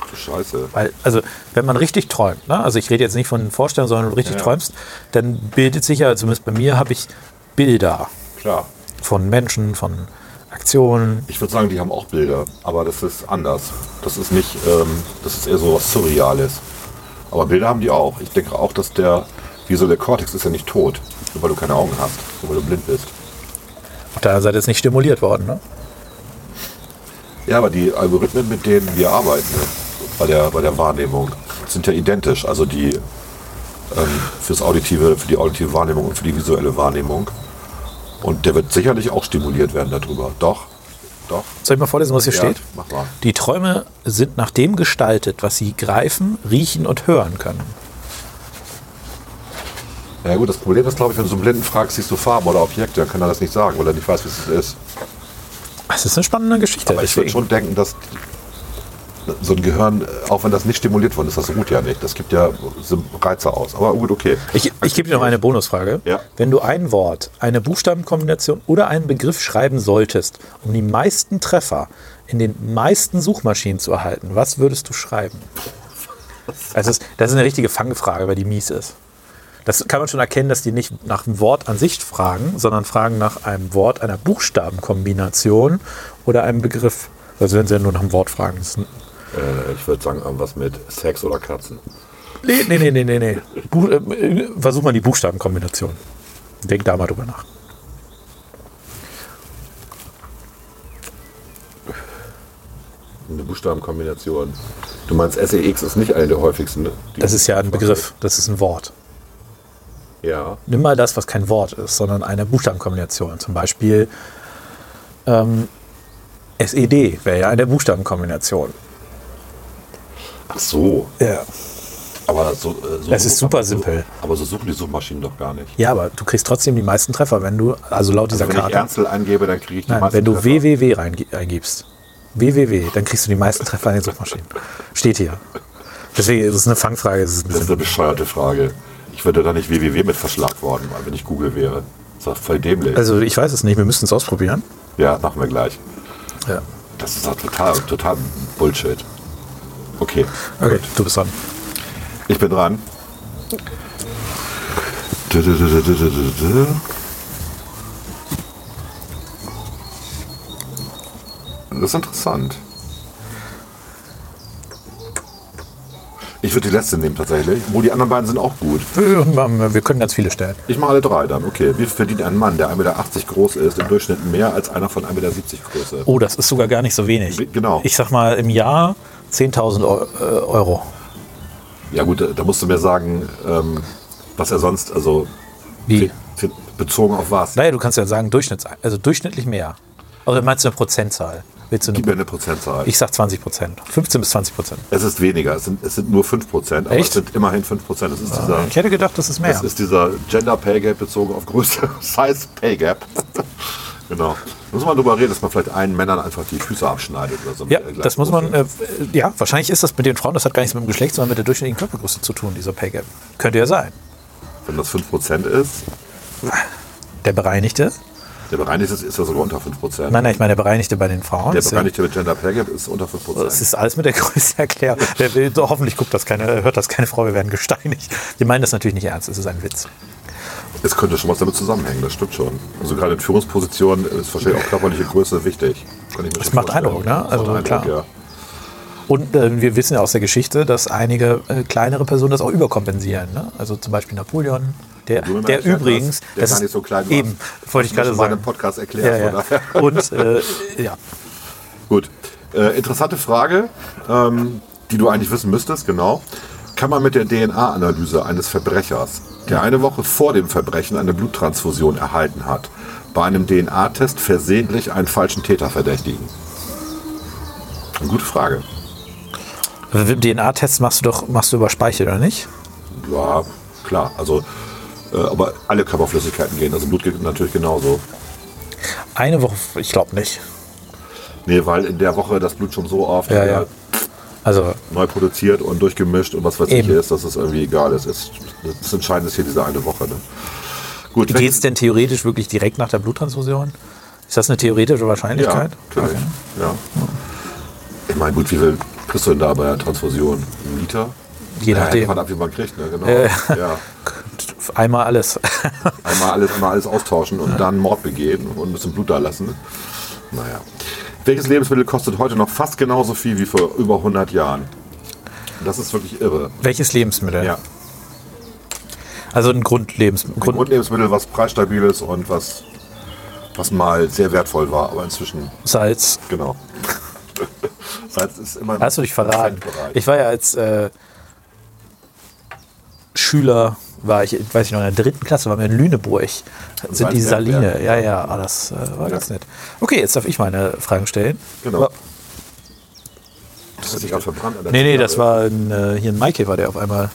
[SPEAKER 1] Ach, du Scheiße.
[SPEAKER 2] Weil, also, wenn man richtig träumt, ne? also ich rede jetzt nicht von Vorstellungen, sondern du richtig
[SPEAKER 1] Ja.
[SPEAKER 2] träumst, dann bildet sich ja, zumindest bei mir, habe ich Bilder
[SPEAKER 1] Klar.
[SPEAKER 2] von Menschen, von Aktionen.
[SPEAKER 1] Ich würde sagen, die haben auch Bilder, aber das ist anders. Das ist nicht, ähm, das ist eher so was Surreales. Aber Bilder haben die auch. Ich denke auch, dass der visuelle Kortex ist ja nicht tot, nur weil du keine Augen hast, nur weil du blind bist.
[SPEAKER 2] Auf der anderen Seite ist nicht stimuliert worden. Ne?
[SPEAKER 1] Ja, aber die Algorithmen, mit denen wir arbeiten, ne, bei der, bei der Wahrnehmung, sind ja identisch. Also die ähm, fürs auditive, für die auditive Wahrnehmung und für die visuelle Wahrnehmung. Und der wird sicherlich auch stimuliert werden darüber. Doch, doch.
[SPEAKER 2] Soll ich mal vorlesen, was hier
[SPEAKER 1] Ja,
[SPEAKER 2] steht?
[SPEAKER 1] mach mal.
[SPEAKER 2] Die Träume sind nach dem gestaltet, was sie greifen, riechen und hören können.
[SPEAKER 1] Ja gut, das Problem ist, glaube ich, wenn du so einen Blinden fragst, siehst du Farben oder Objekte, dann kann er das nicht sagen, weil er nicht weiß, was es ist.
[SPEAKER 2] Das ist eine spannende Geschichte.
[SPEAKER 1] Aber ich würde schon denken, dass so ein Gehirn, auch wenn das nicht stimuliert worden ist, das ruht ja nicht. Das gibt ja so Reize aus. Aber gut, okay.
[SPEAKER 2] ich, ich gebe dir noch eine Bonusfrage.
[SPEAKER 1] Ja.
[SPEAKER 2] Wenn du ein Wort, eine Buchstabenkombination oder einen Begriff schreiben solltest, um die meisten Treffer in den meisten Suchmaschinen zu erhalten, was würdest du schreiben? Also es- das ist eine richtige Fangfrage, weil die mies ist. Das kann man schon erkennen, dass die nicht nach einem Wort an sich fragen, sondern fragen nach einem Wort, einer Buchstabenkombination oder einem Begriff. Also wenn sie ja nur nach einem Wort fragen. Das ist ein
[SPEAKER 1] Äh, ich würde sagen, irgendwas mit Sex oder Katzen.
[SPEAKER 2] Nee, nee, nee, nee, nee. nee. Buch, äh, äh, versuch mal die Buchstabenkombination. Denk da mal drüber nach.
[SPEAKER 1] Eine Buchstabenkombination. Du meinst SEX ist nicht eine der häufigsten. ne? Die-
[SPEAKER 2] Das ist ja ein Begriff, das ist ein Wort.
[SPEAKER 1] Ja.
[SPEAKER 2] Nimm mal das, was kein Wort ist, sondern eine Buchstabenkombination. Zum Beispiel ähm, SED wäre ja eine Buchstabenkombination.
[SPEAKER 1] Ach so.
[SPEAKER 2] Ja.
[SPEAKER 1] Aber so, äh, so
[SPEAKER 2] Das ist super simpel.
[SPEAKER 1] Aber so suchen die Suchmaschinen doch gar nicht.
[SPEAKER 2] Ja, aber du kriegst trotzdem die meisten Treffer, wenn du, also laut dieser
[SPEAKER 1] Wenn ich
[SPEAKER 2] Karte,
[SPEAKER 1] Ernstl eingebe, dann kriege ich die
[SPEAKER 2] nein,
[SPEAKER 1] meisten
[SPEAKER 2] wenn du
[SPEAKER 1] Treffer.
[SPEAKER 2] www reingi- eingibst. www, dann kriegst du die meisten Treffer in den Suchmaschinen. Steht hier. Deswegen ist es eine Fangfrage. Es ist
[SPEAKER 1] Das
[SPEAKER 2] ein bisschen
[SPEAKER 1] ist eine bescheuerte Frage. Ich würde da nicht www mit verschlagworten, weil wenn ich Google wäre. Das ist doch voll dämlich.
[SPEAKER 2] Also ich weiß es nicht, wir müssen es ausprobieren.
[SPEAKER 1] ja, machen wir gleich.
[SPEAKER 2] Ja.
[SPEAKER 1] Das ist doch total, total Bullshit. Okay,
[SPEAKER 2] Okay, du bist dran.
[SPEAKER 1] ich bin dran. Dö, dö, dö, dö, dö, dö, dö, dö. Das ist interessant. Ich würde die letzte nehmen tatsächlich. Wo die anderen beiden sind auch gut.
[SPEAKER 2] Wir können ganz viele stellen.
[SPEAKER 1] Ich mache alle drei dann. Okay. Wie verdient ein Mann, der 1,80 Meter groß ist, im Durchschnitt mehr als einer von 1,70 Meter Größe?
[SPEAKER 2] Oh, das ist sogar gar nicht so wenig.
[SPEAKER 1] Genau.
[SPEAKER 2] Ich sag mal, im Jahr 10.000 Eu- äh, Euro.
[SPEAKER 1] Ja gut, da- da musst du mir sagen, ähm, was er sonst, also
[SPEAKER 2] Wie?
[SPEAKER 1] bezogen auf was?
[SPEAKER 2] Naja, du kannst ja sagen, Durchschnitts, also durchschnittlich mehr. Oder meinst du eine Prozentzahl? Willst du
[SPEAKER 1] Gib mir
[SPEAKER 2] eine,
[SPEAKER 1] eine Prozentzahl.
[SPEAKER 2] ich sag 20 Prozent. 15 bis 20 Prozent.
[SPEAKER 1] es ist weniger, es sind, es sind nur 5 Prozent, aber
[SPEAKER 2] Echt? Ah,
[SPEAKER 1] es sind immerhin 5 Prozent. Es ist dieser,
[SPEAKER 2] Ich hätte gedacht, das ist
[SPEAKER 1] [LAUGHS]
[SPEAKER 2] mehr.
[SPEAKER 1] es ist dieser Gender Pay Gap bezogen auf Größe, Size Pay Gap. [LAUGHS] Genau. Muss man drüber reden, dass man vielleicht einen Männern einfach die Füße abschneidet oder so. mit
[SPEAKER 2] Ja,
[SPEAKER 1] der gleichen
[SPEAKER 2] das muss man,
[SPEAKER 1] Größe.
[SPEAKER 2] äh, ja, wahrscheinlich ist das mit den Frauen, das hat gar nichts mit dem Geschlecht, sondern mit der durchschnittlichen Körpergröße zu tun, dieser Pay Gap. Könnte ja sein.
[SPEAKER 1] Wenn das 5% ist,
[SPEAKER 2] Der Bereinigte?
[SPEAKER 1] der bereinigte ist ja sogar unter 5%.
[SPEAKER 2] Nein, nein, ich meine der Bereinigte bei den Frauen.
[SPEAKER 1] der
[SPEAKER 2] ist ja-
[SPEAKER 1] bereinigte mit Gender Pay Gap ist unter 5%.
[SPEAKER 2] Das ist alles mit der [LAUGHS] Größe erklärt. Wer will, so, hoffentlich guckt das keine, hört das keine Frau, wir werden gesteinigt. Die meinen das natürlich nicht ernst, es ist ein Witz.
[SPEAKER 1] Es könnte schon was damit zusammenhängen, das stimmt schon. Also gerade in Führungspositionen ist wahrscheinlich auch körperliche Größe wichtig. Kann ich mir schon
[SPEAKER 2] macht
[SPEAKER 1] vorstellen.
[SPEAKER 2] Eindruck, ne?
[SPEAKER 1] Das
[SPEAKER 2] Also
[SPEAKER 1] macht
[SPEAKER 2] klar. Und äh, wir wissen ja aus der Geschichte, dass einige äh, kleinere Personen das auch überkompensieren. Ne? Also zum Beispiel Napoleon, der,
[SPEAKER 1] Du mir
[SPEAKER 2] der
[SPEAKER 1] erklärt
[SPEAKER 2] übrigens.
[SPEAKER 1] hast, der gar nicht so klein war.
[SPEAKER 2] Eben, wollte ich
[SPEAKER 1] Das
[SPEAKER 2] gerade
[SPEAKER 1] ist meinem
[SPEAKER 2] sagen.
[SPEAKER 1] Podcast erklärt.
[SPEAKER 2] Ja,
[SPEAKER 1] von
[SPEAKER 2] ja.
[SPEAKER 1] daher.
[SPEAKER 2] [LAUGHS] Und äh, ja,
[SPEAKER 1] Gut. Äh, interessante Frage, ähm, die du eigentlich wissen müsstest, genau. Kann man mit der DNA-Analyse eines Verbrechers, der eine Woche vor dem Verbrechen eine Bluttransfusion erhalten hat, bei einem DNA-Test versehentlich einen falschen Täter verdächtigen? Eine gute Frage.
[SPEAKER 2] DNA-Tests machst du doch machst du über Speichel, oder nicht?
[SPEAKER 1] Ja, klar. Also, äh, aber alle Körperflüssigkeiten gehen. Also Blut geht natürlich genauso.
[SPEAKER 2] Eine Woche, ich glaube nicht.
[SPEAKER 1] Nee, weil in der Woche das Blut schon so oft
[SPEAKER 2] Ja,
[SPEAKER 1] äh,
[SPEAKER 2] ja. Also
[SPEAKER 1] neu produziert und durchgemischt und was weiß
[SPEAKER 2] Eben.
[SPEAKER 1] ich ist, dass es irgendwie egal ist. Es, das Entscheidende ist hier diese eine Woche. Ne? Gut,
[SPEAKER 2] geht es denn theoretisch wirklich direkt nach der Bluttransfusion? Ist das eine theoretische
[SPEAKER 1] Ja,
[SPEAKER 2] Wahrscheinlichkeit?
[SPEAKER 1] natürlich. Ja. Ich meine, gut, wie viel kriegst du denn da bei der Transfusion? Ein Liter?
[SPEAKER 2] Je
[SPEAKER 1] Ja,
[SPEAKER 2] nachdem.
[SPEAKER 1] hängt davon ab, wie man kriegt, ne? genau.
[SPEAKER 2] Äh,
[SPEAKER 1] Ja.
[SPEAKER 2] Einmal alles. [LAUGHS]
[SPEAKER 1] Einmal alles, einmal alles austauschen und dann Mord begehen und ein bisschen Blut da lassen. Naja. Welches Lebensmittel kostet heute noch fast genauso viel wie vor über 100 Jahren? Das ist wirklich irre.
[SPEAKER 2] Welches Lebensmittel?
[SPEAKER 1] Ja.
[SPEAKER 2] Also ein Grundlebensmittel.
[SPEAKER 1] Grund
[SPEAKER 2] Grund
[SPEAKER 1] Grundlebensmittel, was preisstabil ist und was, was mal sehr wertvoll war, aber inzwischen,
[SPEAKER 2] Salz.
[SPEAKER 1] genau. [LAUGHS] Salz ist immer.
[SPEAKER 2] Hast du dich verraten?
[SPEAKER 1] Prozentbereich.
[SPEAKER 2] Ich war ja als äh, Schüler, war ich, weiß ich noch, in der dritten Klasse, waren wir in Lüneburg. Sind die
[SPEAKER 1] Salzbergwerk.
[SPEAKER 2] Saline. Ja, ja, ah, das äh, war ganz nett. Okay, jetzt darf ich meine Fragen stellen.
[SPEAKER 1] Genau.
[SPEAKER 2] Aber-
[SPEAKER 1] Das hat sich gerade verbrannt. an der
[SPEAKER 2] Nee, nee, das
[SPEAKER 1] Zigarre.
[SPEAKER 2] war ein, äh, hier ein Maikäfer, der auf einmal,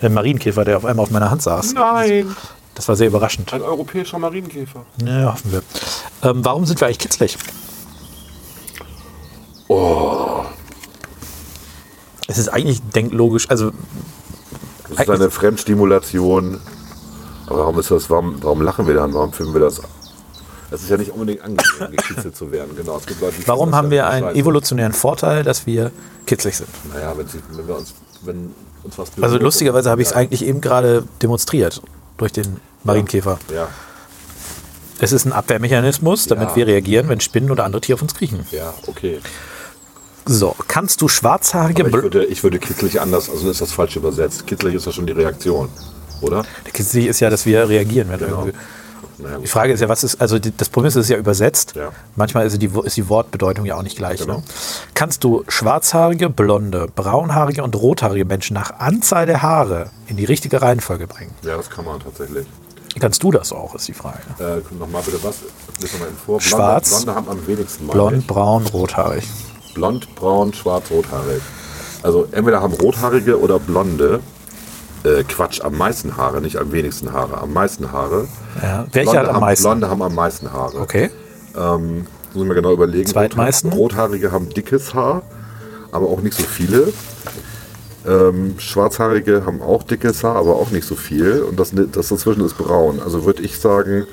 [SPEAKER 2] ein Marienkäfer, der auf einmal auf meiner Hand saß.
[SPEAKER 1] Nein!
[SPEAKER 2] Das war sehr überraschend.
[SPEAKER 1] Ein europäischer Marienkäfer.
[SPEAKER 2] Ja, hoffen wir. Ähm, warum sind wir eigentlich kitzlig? Es ist eigentlich denklogisch, also
[SPEAKER 1] Das ist eine Fremdstimulation. Aber warum ist das, warum, warum lachen wir dann? Warum filmen wir das? Es ist ja nicht unbedingt angenehm, gekitzelt zu werden. Genau, es gibt Leute, die finden
[SPEAKER 2] warum
[SPEAKER 1] das
[SPEAKER 2] haben
[SPEAKER 1] ja
[SPEAKER 2] wir
[SPEAKER 1] nicht
[SPEAKER 2] einen
[SPEAKER 1] scheiße.
[SPEAKER 2] evolutionären Vorteil, dass wir kitzlig sind?
[SPEAKER 1] Naja, wenn, sie, wenn wir uns, wenn uns was
[SPEAKER 2] Also
[SPEAKER 1] berührt,
[SPEAKER 2] lustigerweise habe ich es
[SPEAKER 1] ja.
[SPEAKER 2] eigentlich eben gerade demonstriert durch den Marienkäfer.
[SPEAKER 1] Ja,
[SPEAKER 2] Es ist ein Abwehrmechanismus, damit
[SPEAKER 1] Ja.
[SPEAKER 2] wir reagieren, wenn Spinnen oder andere Tiere auf uns kriechen.
[SPEAKER 1] ja, okay.
[SPEAKER 2] So, kannst du schwarzhaarige...
[SPEAKER 1] Aber ich
[SPEAKER 2] Bl-
[SPEAKER 1] würde, ich würde kitzlig anders, also ist das falsch übersetzt. Kitzlig ist ja schon die Reaktion, oder?
[SPEAKER 2] Kitzlig ist ja, dass wir reagieren.
[SPEAKER 1] Genau.
[SPEAKER 2] Wenn irgendwie-
[SPEAKER 1] Naja,
[SPEAKER 2] Die
[SPEAKER 1] gut.
[SPEAKER 2] Frage ist ja, was ist, also die, das Problem ist, es ist ja übersetzt.
[SPEAKER 1] Ja.
[SPEAKER 2] Manchmal ist die, Wo- ist die Wortbedeutung ja auch nicht gleich.
[SPEAKER 1] Genau.
[SPEAKER 2] Ne? Kannst du schwarzhaarige, blonde, braunhaarige und rothaarige Menschen nach Anzahl der Haare in die richtige Reihenfolge bringen?
[SPEAKER 1] ja, das kann man tatsächlich.
[SPEAKER 2] Kannst du das auch, ist die Frage.
[SPEAKER 1] Äh, Nochmal bitte was? Lest noch mal eben vor. Blonde-
[SPEAKER 2] Schwarz.
[SPEAKER 1] Blonde haben am wenigsten meine
[SPEAKER 2] Blond,
[SPEAKER 1] ich.
[SPEAKER 2] braun, rothaarig.
[SPEAKER 1] Blond, braun, schwarz, rothaarig. Also entweder haben rothaarige oder blonde, äh, Quatsch, am meisten Haare, nicht am wenigsten Haare, am meisten Haare.
[SPEAKER 2] Ja. Welche
[SPEAKER 1] Blonde
[SPEAKER 2] hat am
[SPEAKER 1] haben,
[SPEAKER 2] meisten?
[SPEAKER 1] Blonde haben am meisten Haare.
[SPEAKER 2] Okay.
[SPEAKER 1] Muss ich mir genau überlegen.
[SPEAKER 2] Zweitmeisten?
[SPEAKER 1] Rotha- Rothaarige haben dickes Haar, aber auch nicht so viele. Ähm, Schwarzhaarige haben auch dickes Haar, aber auch nicht so viel. Und das, das dazwischen ist braun. Also würde ich sagen,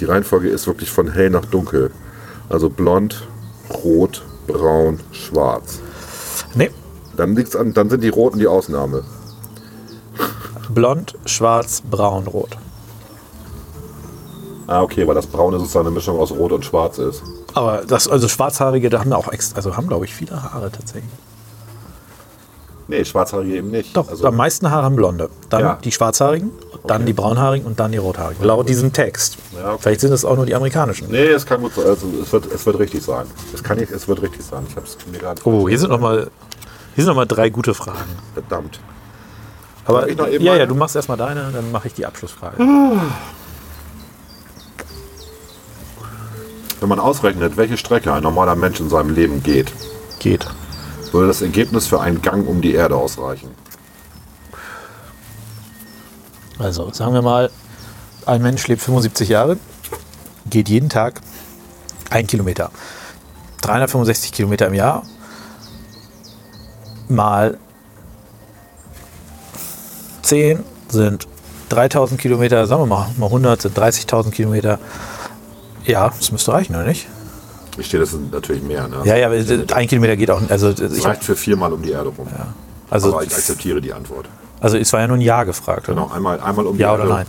[SPEAKER 1] die Reihenfolge ist wirklich von hell nach dunkel. Also blond, rot, braun, schwarz.
[SPEAKER 2] Nee.
[SPEAKER 1] Dann, liegt's an, dann sind die Roten die Ausnahme.
[SPEAKER 2] Blond, schwarz, braun, rot.
[SPEAKER 1] Ah, okay, weil das Braune sozusagen eine Mischung aus Rot und Schwarz ist.
[SPEAKER 2] Aber das, also schwarzhaarige, da haben auch extra, also haben, glaube ich, viele Haare tatsächlich.
[SPEAKER 1] Nee, Schwarzhaarige eben nicht.
[SPEAKER 2] Doch,
[SPEAKER 1] also,
[SPEAKER 2] am meisten Haare haben Blonde. Dann
[SPEAKER 1] Ja.
[SPEAKER 2] die Schwarzhaarigen, dann die Braunhaarigen und dann die Rothaarigen. Laut diesem Text.
[SPEAKER 1] Ja, okay.
[SPEAKER 2] Vielleicht sind es auch nur die amerikanischen.
[SPEAKER 1] nee, es kann gut sein. Also, es, wird, es wird richtig sein. Es, kann nicht, es wird richtig sein. Ich habe es mir gerade.
[SPEAKER 2] Oh, hier sind nochmal noch mal drei gute Fragen.
[SPEAKER 1] Verdammt.
[SPEAKER 2] Aber
[SPEAKER 1] Darf ich noch eben
[SPEAKER 2] ja,
[SPEAKER 1] meine?
[SPEAKER 2] ja, du machst erstmal deine, dann mache ich die Abschlussfrage.
[SPEAKER 1] Wenn man ausrechnet, welche Strecke ein normaler Mensch in seinem Leben geht,
[SPEAKER 2] Geht.
[SPEAKER 1] würde das Ergebnis für einen Gang um die Erde ausreichen.
[SPEAKER 2] Also, sagen wir mal, ein Mensch lebt 75 Jahre, geht jeden Tag Ein Kilometer. 365 Kilometer im Jahr mal 10 sind 3000 Kilometer, sagen wir mal, mal 100 sind 30.000 Kilometer. Ja, das müsste reichen, oder nicht?
[SPEAKER 1] Ich stehe, das sind natürlich mehr. Ne?
[SPEAKER 2] Ja, ja, aber ein Kilometer geht auch nicht. Also,
[SPEAKER 1] Das
[SPEAKER 2] ich,
[SPEAKER 1] reicht für viermal um die Erde rum.
[SPEAKER 2] also,
[SPEAKER 1] Aber ich akzeptiere die Antwort.
[SPEAKER 2] also es war ja nur ein Ja gefragt. oder?
[SPEAKER 1] Genau, einmal, einmal um die
[SPEAKER 2] Ja
[SPEAKER 1] Erde.
[SPEAKER 2] oder nein?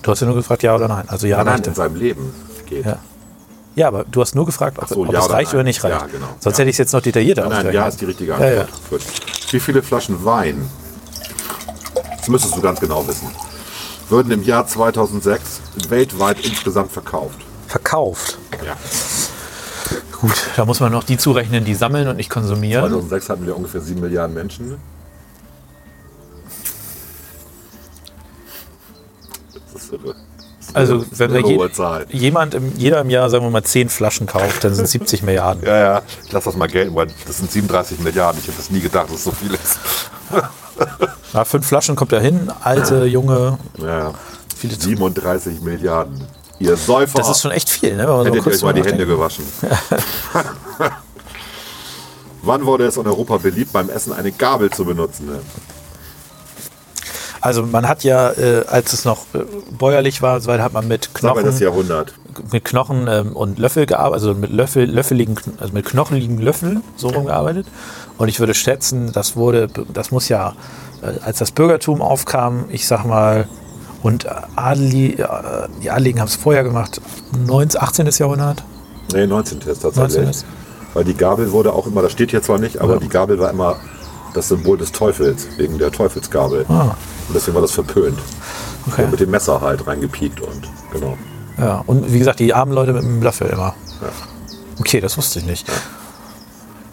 [SPEAKER 2] Du hast ja nur gefragt, ja oder nein. Also ja,
[SPEAKER 1] Nein, nein,
[SPEAKER 2] reichte.
[SPEAKER 1] in seinem Leben geht.
[SPEAKER 2] Ja. Ja, aber du hast nur gefragt, ob,
[SPEAKER 1] so,
[SPEAKER 2] ob
[SPEAKER 1] ja
[SPEAKER 2] es
[SPEAKER 1] oder
[SPEAKER 2] reicht
[SPEAKER 1] nein.
[SPEAKER 2] oder nicht reicht.
[SPEAKER 1] Ja, genau.
[SPEAKER 2] Sonst
[SPEAKER 1] Ja.
[SPEAKER 2] hätte ich es jetzt noch detaillierter
[SPEAKER 1] Nein, nein,
[SPEAKER 2] ausgerechnet.
[SPEAKER 1] ja ist die richtige
[SPEAKER 2] Ja,
[SPEAKER 1] Antwort.
[SPEAKER 2] ja.
[SPEAKER 1] Gut. Wie viele Flaschen Wein, das müsstest du ganz genau wissen, würden im Jahr 2006 weltweit insgesamt verkauft?
[SPEAKER 2] Verkauft.
[SPEAKER 1] Ja.
[SPEAKER 2] Gut, da muss man noch die zurechnen, die sammeln und nicht konsumieren.
[SPEAKER 1] 2006 hatten wir ungefähr 7 Milliarden Menschen. Das ist irre. Das ist
[SPEAKER 2] Also,
[SPEAKER 1] eine- das ist
[SPEAKER 2] wenn wir
[SPEAKER 1] eine hohe
[SPEAKER 2] je-
[SPEAKER 1] Zahl.
[SPEAKER 2] jemand im, jeder im Jahr, sagen wir mal, 10 Flaschen kauft, dann sind es 70 Milliarden.
[SPEAKER 4] Ja, ja, ich lasse das mal gelten, weil das sind 37 Milliarden. Ich hätte das nie gedacht, dass es so viel ist.
[SPEAKER 2] Na, fünf Flaschen kommt da hin, alte, junge.
[SPEAKER 1] Ja, ja.
[SPEAKER 2] Viele
[SPEAKER 1] 37 Milliarden. Ihr Säufer.
[SPEAKER 2] Das ist schon echt viel, ne? wenn man so
[SPEAKER 1] Hättet ihr
[SPEAKER 2] kurz
[SPEAKER 1] euch mal die
[SPEAKER 2] drüber
[SPEAKER 1] Hände gewaschen. [LAUGHS] Wann wurde es in Europa beliebt, beim Essen eine Gabel zu benutzen?
[SPEAKER 2] nachdenkt. Also man hat ja, äh, als es noch äh, bäuerlich war, und so weiter, hat man mit
[SPEAKER 1] Sag mal
[SPEAKER 2] Knochen,
[SPEAKER 1] das Jahrhundert.
[SPEAKER 2] mit Knochen ähm, und Löffel gearbeitet, also mit Löffel, löffeligen, Kn- also mit knocheligen Löffeln so rumgearbeitet. Und ich würde schätzen, das wurde, das muss ja, äh, als das Bürgertum aufkam, ich sag mal, und Adeli, äh, die Adeligen haben es vorher gemacht, 19, 18. Jahrhundert.
[SPEAKER 1] Nee, 19. ist tatsächlich.
[SPEAKER 2] 19.
[SPEAKER 1] Weil die Gabel wurde auch immer, das steht hier zwar nicht, aber die Gabel war immer das Symbol des Teufels, wegen der Teufelsgabel.
[SPEAKER 2] Ah.
[SPEAKER 1] Und deswegen war das verpönt.
[SPEAKER 2] Okay.
[SPEAKER 1] Mit dem Messer halt reingepiekt und genau.
[SPEAKER 2] Ja, und wie gesagt, die armen Leute mit dem Löffel immer. Okay, das wusste ich nicht.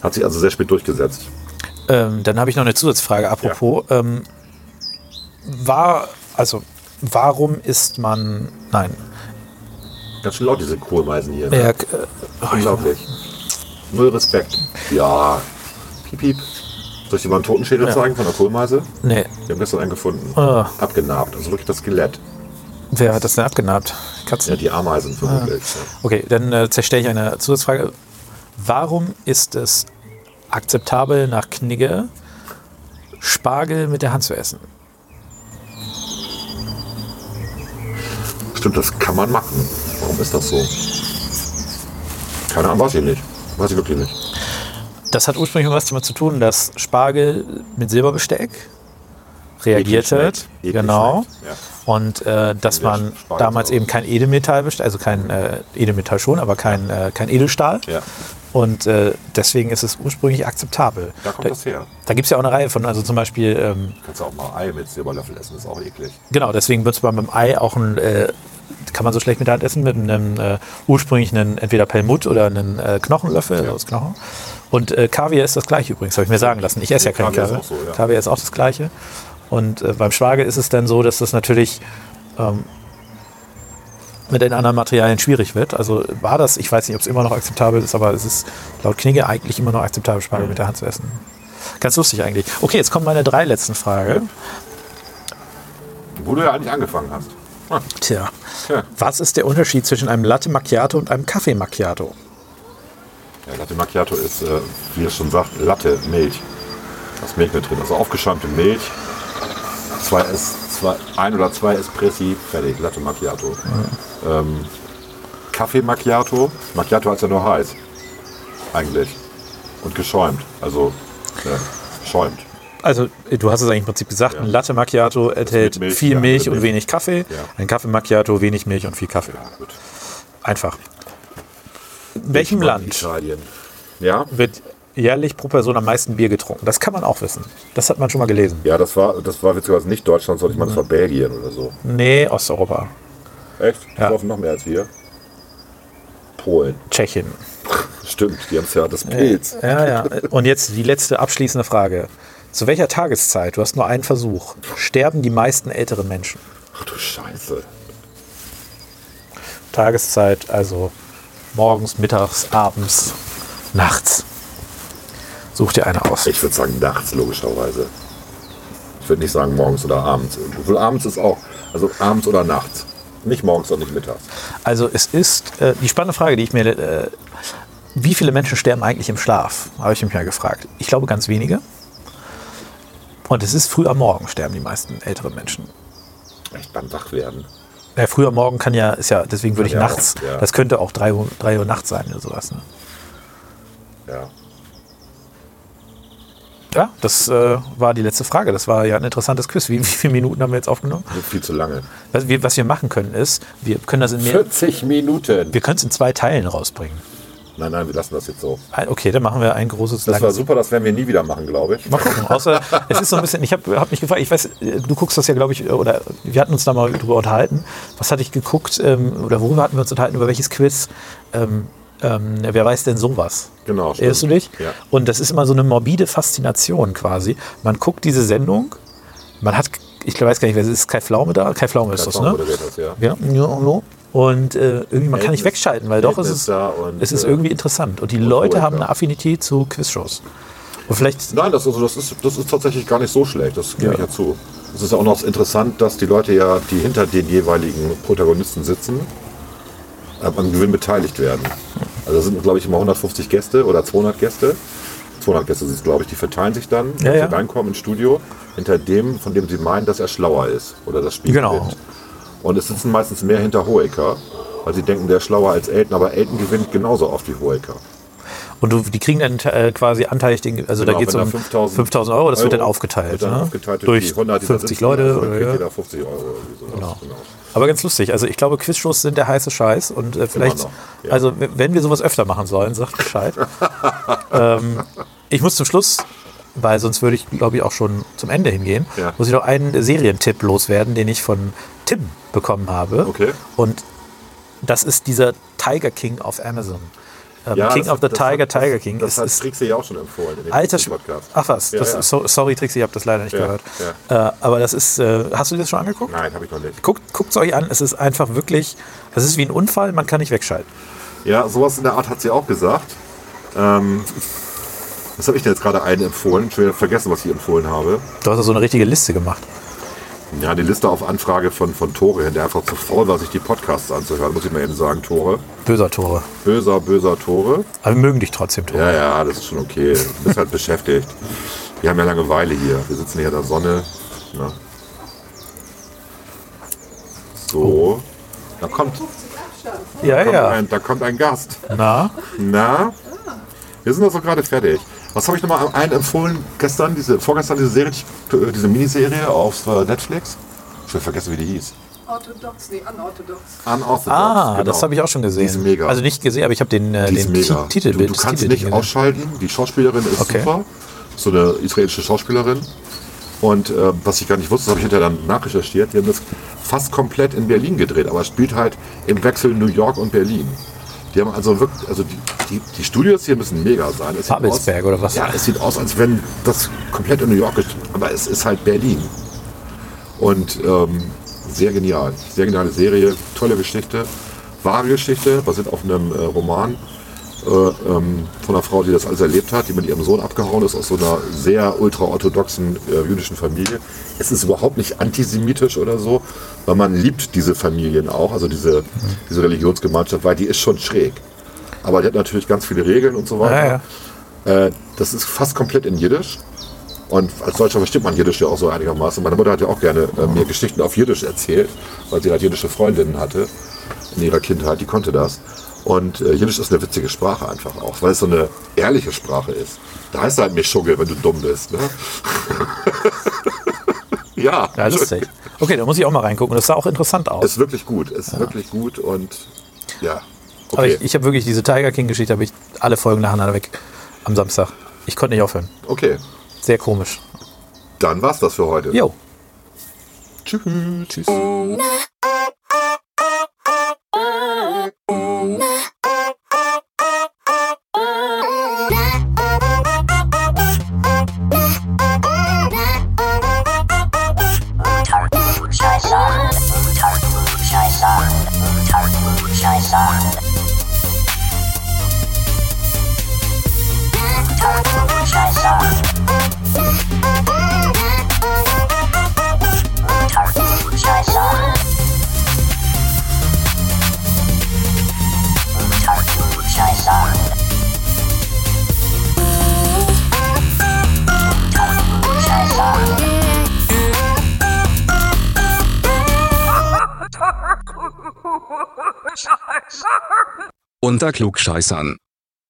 [SPEAKER 1] Hat sich also sehr spät durchgesetzt.
[SPEAKER 2] Ähm, dann habe ich noch eine Zusatzfrage. Apropos, ähm, war, also, warum ist man, nein,
[SPEAKER 1] Ganz schön laut, diese Kohlmeisen hier. ne?
[SPEAKER 2] er, äh, oh, ich,
[SPEAKER 1] Unglaublich. Null Respekt. Ja. Piep, piep. Soll ich dir mal einen Totenschädel zeigen von der Kohlmeise?
[SPEAKER 2] nee,
[SPEAKER 1] Wir haben gestern einen gefunden.
[SPEAKER 2] Ah.
[SPEAKER 1] Abgenarbt. Also wirklich das Skelett.
[SPEAKER 2] wer hat das denn abgenabt? Katzen?
[SPEAKER 1] Ja, die Ameisen
[SPEAKER 2] Ah.
[SPEAKER 1] vermutlich. Ja.
[SPEAKER 2] Okay, dann äh, zerstelle ich eine Zusatzfrage. Warum ist es akzeptabel, nach Knigge Spargel mit der Hand zu essen?
[SPEAKER 1] Stimmt, das kann man machen. Warum ist das so? Keine Ahnung, weiß ich nicht. Weiß ich wirklich nicht.
[SPEAKER 2] Das hat ursprünglich was damit zu tun, dass Spargel mit Silberbesteck reagiert hat.
[SPEAKER 1] schmeckt. Eklig
[SPEAKER 2] Genau.
[SPEAKER 1] schmeckt, ja.
[SPEAKER 2] Und äh, dass
[SPEAKER 1] der
[SPEAKER 2] man
[SPEAKER 1] Spargel
[SPEAKER 2] damals
[SPEAKER 1] auch.
[SPEAKER 2] eben kein Edelmetall, best- also kein äh, Edelmetall schon, aber kein, äh, kein Edelstahl.
[SPEAKER 1] Ja.
[SPEAKER 2] Und äh, deswegen ist es ursprünglich akzeptabel.
[SPEAKER 1] Da kommt das her.
[SPEAKER 2] Da gibt es ja auch eine Reihe von, also zum Beispiel, ähm,
[SPEAKER 1] Kannst du auch mal Ei mit Silberlöffel essen, ist auch eklig.
[SPEAKER 2] genau, deswegen benutzt man beim Ei auch ein, äh, kann man so schlecht mit der Hand essen, mit einem äh, ursprünglich einen, entweder Pelmut oder einen äh, Knochenlöffel aus Knochen. Und äh, Kaviar ist das gleiche übrigens, habe ich mir sagen lassen. Ich esse ja
[SPEAKER 1] Nee,
[SPEAKER 2] keinen
[SPEAKER 1] Kaviar ist
[SPEAKER 2] Kaviar.
[SPEAKER 1] auch so, ja.
[SPEAKER 2] Kaviar ist auch das gleiche. Und äh, beim Schwager ist es dann so, dass das natürlich ähm, mit den anderen Materialien schwierig wird. Also war das, ich weiß nicht, ob es immer noch akzeptabel ist, aber es ist laut Knigge eigentlich immer noch akzeptabel,
[SPEAKER 1] Mhm.
[SPEAKER 2] Spargel mit der Hand zu essen. Ganz lustig eigentlich. Okay, jetzt kommen meine drei letzten Fragen.
[SPEAKER 1] Wo du ja eigentlich angefangen hast.
[SPEAKER 2] Tja. Was ist der Unterschied zwischen einem Latte Macchiato und einem Kaffee Macchiato?
[SPEAKER 1] Ja, Latte Macchiato ist, äh, wie es schon sagt, Latte, Milch. Da ist Milch mit drin. Also aufgeschäumte Milch. Zwei es, zwei, ein oder zwei Espressi, fertig, Latte Macchiato. Ähm, Kaffee Macchiato. Macchiato heißt ja nur heiß. Eigentlich. Und geschäumt. Also, äh, schäumt.
[SPEAKER 2] Also, du hast es eigentlich im Prinzip gesagt, ein Latte Macchiato enthält
[SPEAKER 1] mit Milch,
[SPEAKER 2] viel
[SPEAKER 1] ja,
[SPEAKER 2] Milch
[SPEAKER 1] mit
[SPEAKER 2] und
[SPEAKER 1] Milch.
[SPEAKER 2] wenig Kaffee. Ein Kaffee Macchiato, wenig Milch und viel Kaffee.
[SPEAKER 1] Ja, gut.
[SPEAKER 2] Einfach. In welchem Land
[SPEAKER 1] Italien. Ja?
[SPEAKER 2] wird jährlich pro Person am meisten Bier getrunken? Das kann man auch wissen. Das hat man schon mal gelesen.
[SPEAKER 1] Ja, das war, das war witzigerweise nicht Deutschland, sondern ich meine, das war Belgien oder so.
[SPEAKER 2] Nee, Osteuropa.
[SPEAKER 1] Echt? Die
[SPEAKER 2] Ja.
[SPEAKER 1] laufen noch mehr als wir. Polen.
[SPEAKER 2] Tschechien.
[SPEAKER 1] Stimmt, die haben es ja das Pilz.
[SPEAKER 2] Ja, ja. Und jetzt die letzte abschließende Frage. Zu welcher Tageszeit, du hast nur einen Versuch, sterben die meisten älteren Menschen?
[SPEAKER 1] Ach du Scheiße.
[SPEAKER 2] Tageszeit, also morgens, mittags, abends, nachts. Such dir eine aus.
[SPEAKER 1] Ich würde sagen nachts, logischerweise. Ich würde nicht sagen morgens oder abends. Obwohl abends ist auch. Also abends oder nachts. Nicht morgens und nicht mittags.
[SPEAKER 2] Also es ist äh, die spannende Frage, die ich mir, äh, wie viele Menschen sterben eigentlich im Schlaf, habe ich mich mal gefragt. Ich glaube ganz wenige. Und es ist früh am Morgen sterben die meisten älteren Menschen.
[SPEAKER 1] Echt beim Wachwerden.
[SPEAKER 2] Ja, früh am Morgen kann ja, ist ja, deswegen würde ich
[SPEAKER 1] Ja,
[SPEAKER 2] nachts,
[SPEAKER 1] auch, ja.
[SPEAKER 2] das könnte auch 3 Uhr, 3 Uhr nachts sein oder sowas. Ne?
[SPEAKER 1] Ja.
[SPEAKER 2] Ja, das äh, war die letzte Frage. Das war ja ein interessantes Quiz. Wie, wie viele Minuten haben wir jetzt aufgenommen?
[SPEAKER 1] Viel zu lange.
[SPEAKER 2] Was wir, was wir machen können ist, wir können das in mehr,
[SPEAKER 1] 40 Minuten.
[SPEAKER 2] wir können es in zwei Teilen rausbringen.
[SPEAKER 1] Nein, nein, wir lassen das jetzt so.
[SPEAKER 2] Ein- Okay, dann machen wir ein großes
[SPEAKER 1] Das war
[SPEAKER 2] langes.
[SPEAKER 1] super, das werden wir nie wieder machen, glaube ich.
[SPEAKER 2] [LAUGHS] Mal gucken. Außer es ist so ein bisschen, ich habe hab mich gefragt, ich weiß, äh, du guckst das ja, glaube ich, äh, oder wir hatten uns da mal drüber unterhalten. Was hatte ich geguckt ähm, oder worüber hatten wir uns unterhalten, über welches Quiz? Ähm, ähm, wer weiß denn sowas?
[SPEAKER 1] Genau, stimmt.
[SPEAKER 2] Erinnerst du dich?
[SPEAKER 1] Ja.
[SPEAKER 2] Und das ist immer so eine morbide Faszination quasi. Man guckt diese Sendung, man hat, ich weiß gar nicht, wer es ist, Kai Pflaume da? Kai Pflaume ist das,
[SPEAKER 1] Pflaume
[SPEAKER 2] ne?
[SPEAKER 1] moderiert das, ja.
[SPEAKER 2] ja. ja, ja. Und äh, irgendwie, man kann
[SPEAKER 1] Elton
[SPEAKER 2] nicht
[SPEAKER 1] ist-
[SPEAKER 2] wegschalten, weil doch
[SPEAKER 1] Elton
[SPEAKER 2] es
[SPEAKER 1] ist
[SPEAKER 2] ist,
[SPEAKER 1] da und,
[SPEAKER 2] es ist
[SPEAKER 1] äh,
[SPEAKER 2] irgendwie interessant. Und die Leute
[SPEAKER 1] Holt,
[SPEAKER 2] haben
[SPEAKER 1] ja.
[SPEAKER 2] eine Affinität zu Quizshows. Und vielleicht
[SPEAKER 1] Nein, das, also das, ist, das ist tatsächlich gar nicht so schlecht, das gebe
[SPEAKER 2] Ja.
[SPEAKER 1] ich ja zu. Es ist auch noch interessant, dass die Leute ja, die hinter den jeweiligen Protagonisten sitzen, äh, am Gewinn beteiligt werden. Also da sind, glaube ich, immer 150 Gäste oder 200 Gäste. 200 Gäste sind es, glaube ich, die verteilen sich dann,
[SPEAKER 2] Ja,
[SPEAKER 1] wenn
[SPEAKER 2] ja.
[SPEAKER 1] sie reinkommen ins Studio, hinter dem, von dem sie meinen, dass er schlauer ist oder das Spiel
[SPEAKER 2] Genau.
[SPEAKER 1] gewinnt. Und es sitzen meistens mehr hinter Hoeker, weil sie denken, der ist schlauer als Elton, aber Elton gewinnt genauso oft wie Hoeker.
[SPEAKER 2] Und du, die kriegen dann äh, quasi anteilig, den, also da
[SPEAKER 1] Genau,
[SPEAKER 2] geht es
[SPEAKER 1] wenn
[SPEAKER 2] um
[SPEAKER 1] 5000
[SPEAKER 2] 5000 Euro, das wird dann aufgeteilt.
[SPEAKER 1] wird dann
[SPEAKER 2] ne?
[SPEAKER 1] aufgeteilt
[SPEAKER 2] durch
[SPEAKER 1] die 100, die da
[SPEAKER 2] 50
[SPEAKER 1] sitzen, also
[SPEAKER 2] Leute.
[SPEAKER 1] kriegt
[SPEAKER 2] Oder, ja.
[SPEAKER 1] jeder 50 Euro irgendwie sowas.
[SPEAKER 2] Genau.
[SPEAKER 1] Genau.
[SPEAKER 2] Aber ganz lustig, also ich glaube, Quizshows sind der heiße Scheiß und äh, vielleicht,
[SPEAKER 1] noch, ja.
[SPEAKER 2] also w- wenn wir sowas öfter machen sollen,
[SPEAKER 1] [LAUGHS]
[SPEAKER 2] sagt Bescheid. ähm, ich muss zum Schluss, weil sonst würde ich glaube ich auch schon zum Ende hingehen,
[SPEAKER 1] Ja.
[SPEAKER 2] muss ich noch einen Serientipp loswerden, den ich von Tim bekommen habe.
[SPEAKER 1] Okay.
[SPEAKER 2] Und das ist dieser Tiger King auf Amazon. Ähm,
[SPEAKER 1] Ja,
[SPEAKER 2] King
[SPEAKER 1] das-
[SPEAKER 2] of the
[SPEAKER 1] das
[SPEAKER 2] Tiger,
[SPEAKER 1] hat- das-
[SPEAKER 2] Tiger King
[SPEAKER 1] Das
[SPEAKER 2] ist,
[SPEAKER 1] hat
[SPEAKER 2] ist
[SPEAKER 1] Trixie ja auch schon empfohlen in dem
[SPEAKER 2] Alter Sch-
[SPEAKER 1] Podcast.
[SPEAKER 2] Ach was,
[SPEAKER 1] Ja,
[SPEAKER 2] das,
[SPEAKER 1] ja.
[SPEAKER 2] So, sorry Trixi, ich habe das leider nicht
[SPEAKER 1] Ja,
[SPEAKER 2] gehört. Äh, aber das ist, äh, hast du dir das schon angeguckt?
[SPEAKER 1] Nein, habe ich noch nicht.
[SPEAKER 2] Guckt es euch an, es ist einfach wirklich, es ist wie ein Unfall, man kann nicht wegschalten.
[SPEAKER 1] Ja, sowas in der Art hat sie auch gesagt. Ähm, was habe ich denn jetzt gerade einen empfohlen? Schon wieder vergessen, was ich empfohlen habe.
[SPEAKER 2] Du hast ja so eine richtige Liste gemacht.
[SPEAKER 1] Ja, die Liste auf Anfrage von, von Tore hin, der einfach zu faul war, sich die Podcasts anzuhören, muss ich mal eben sagen, Tore.
[SPEAKER 2] Böser Tore.
[SPEAKER 1] Böser, böser Tore.
[SPEAKER 2] Aber wir mögen dich trotzdem, Tore.
[SPEAKER 1] Ja, ja, das ist schon okay. Du bist halt beschäftigt. Wir haben ja Langeweile hier. Wir sitzen hier in der Sonne. ne? Ja. So. Da kommt,
[SPEAKER 2] Ja,
[SPEAKER 1] kommt
[SPEAKER 2] Ah, ja.
[SPEAKER 1] Ein, da kommt ein Gast.
[SPEAKER 2] Na,
[SPEAKER 1] Na? Wir sind doch so gerade fertig. Was habe ich nochmal einen empfohlen gestern, diese, vorgestern diese Serie, die ich- diese Miniserie auf äh, Netflix? Ich habe vergessen, wie die hieß.
[SPEAKER 5] Orthodox, nee, unorthodox.
[SPEAKER 1] Unorthodox.
[SPEAKER 2] ah, das habe ich auch schon gesehen.
[SPEAKER 1] genau. Die ist mega.
[SPEAKER 2] Also nicht gesehen, aber ich habe den, äh,
[SPEAKER 1] Die ist
[SPEAKER 2] den
[SPEAKER 1] mega.
[SPEAKER 2] Ti- Titel
[SPEAKER 1] du, du kannst nicht ausschalten. Die Schauspielerin ist
[SPEAKER 2] ne? Okay.
[SPEAKER 1] super. So eine israelische Schauspielerin. Und äh, was ich gar nicht wusste, das habe ich hinterher dann nachrecherchiert. Die haben das fast komplett in Berlin gedreht, aber es spielt halt im Wechsel New York und Berlin. Die haben also wirklich, also die, die, die Studios hier müssen mega sein. Es sieht
[SPEAKER 2] Babelsberg
[SPEAKER 1] aus,
[SPEAKER 2] oder was?
[SPEAKER 1] Ja, es sieht aus, als wenn das komplett in New York ist, aber es ist halt Berlin. Und ähm, sehr genial. Sehr geniale Serie, tolle Geschichte, wahre Geschichte, basiert auf einem äh, Roman äh, ähm, von einer Frau, die das alles erlebt hat, die mit ihrem Sohn abgehauen ist aus so einer sehr ultraorthodoxen äh, jüdischen Familie. Es ist überhaupt nicht antisemitisch oder so, weil man liebt diese Familien auch, also
[SPEAKER 2] Mhm.
[SPEAKER 1] diese, diese Religionsgemeinschaft, weil die ist schon schräg. Aber die hat natürlich ganz viele Regeln und so weiter.
[SPEAKER 2] Ja, ja.
[SPEAKER 1] Äh, das ist fast komplett in Jiddisch. Und als Deutscher versteht man Jiddisch ja auch so einigermaßen. Meine Mutter hat ja auch gerne äh, mir Geschichten auf Jiddisch erzählt, weil sie halt jiddische Freundinnen hatte in ihrer Kindheit, die konnte das. Und äh, Jiddisch ist eine witzige Sprache einfach auch, weil es so eine ehrliche Sprache ist. Da heißt er halt Mischugge, wenn du dumm bist. Ne? [LAUGHS] ja,
[SPEAKER 2] Ja, lustig. Okay, da muss ich auch mal reingucken. Das sah auch interessant aus.
[SPEAKER 1] Also, ist wirklich gut, ist wirklich gut und ja. Okay.
[SPEAKER 2] Aber ich, ich habe wirklich diese Tiger King-Geschichte, habe ich alle Folgen nacheinander weg am Samstag. Ich konnte nicht aufhören.
[SPEAKER 1] okay,
[SPEAKER 2] Sehr komisch.
[SPEAKER 1] dann war's das für heute.
[SPEAKER 2] Jo.
[SPEAKER 1] Tschüss. Tschüss.
[SPEAKER 3] Scheiße. Scheiße.
[SPEAKER 6] Unter Klugscheißern.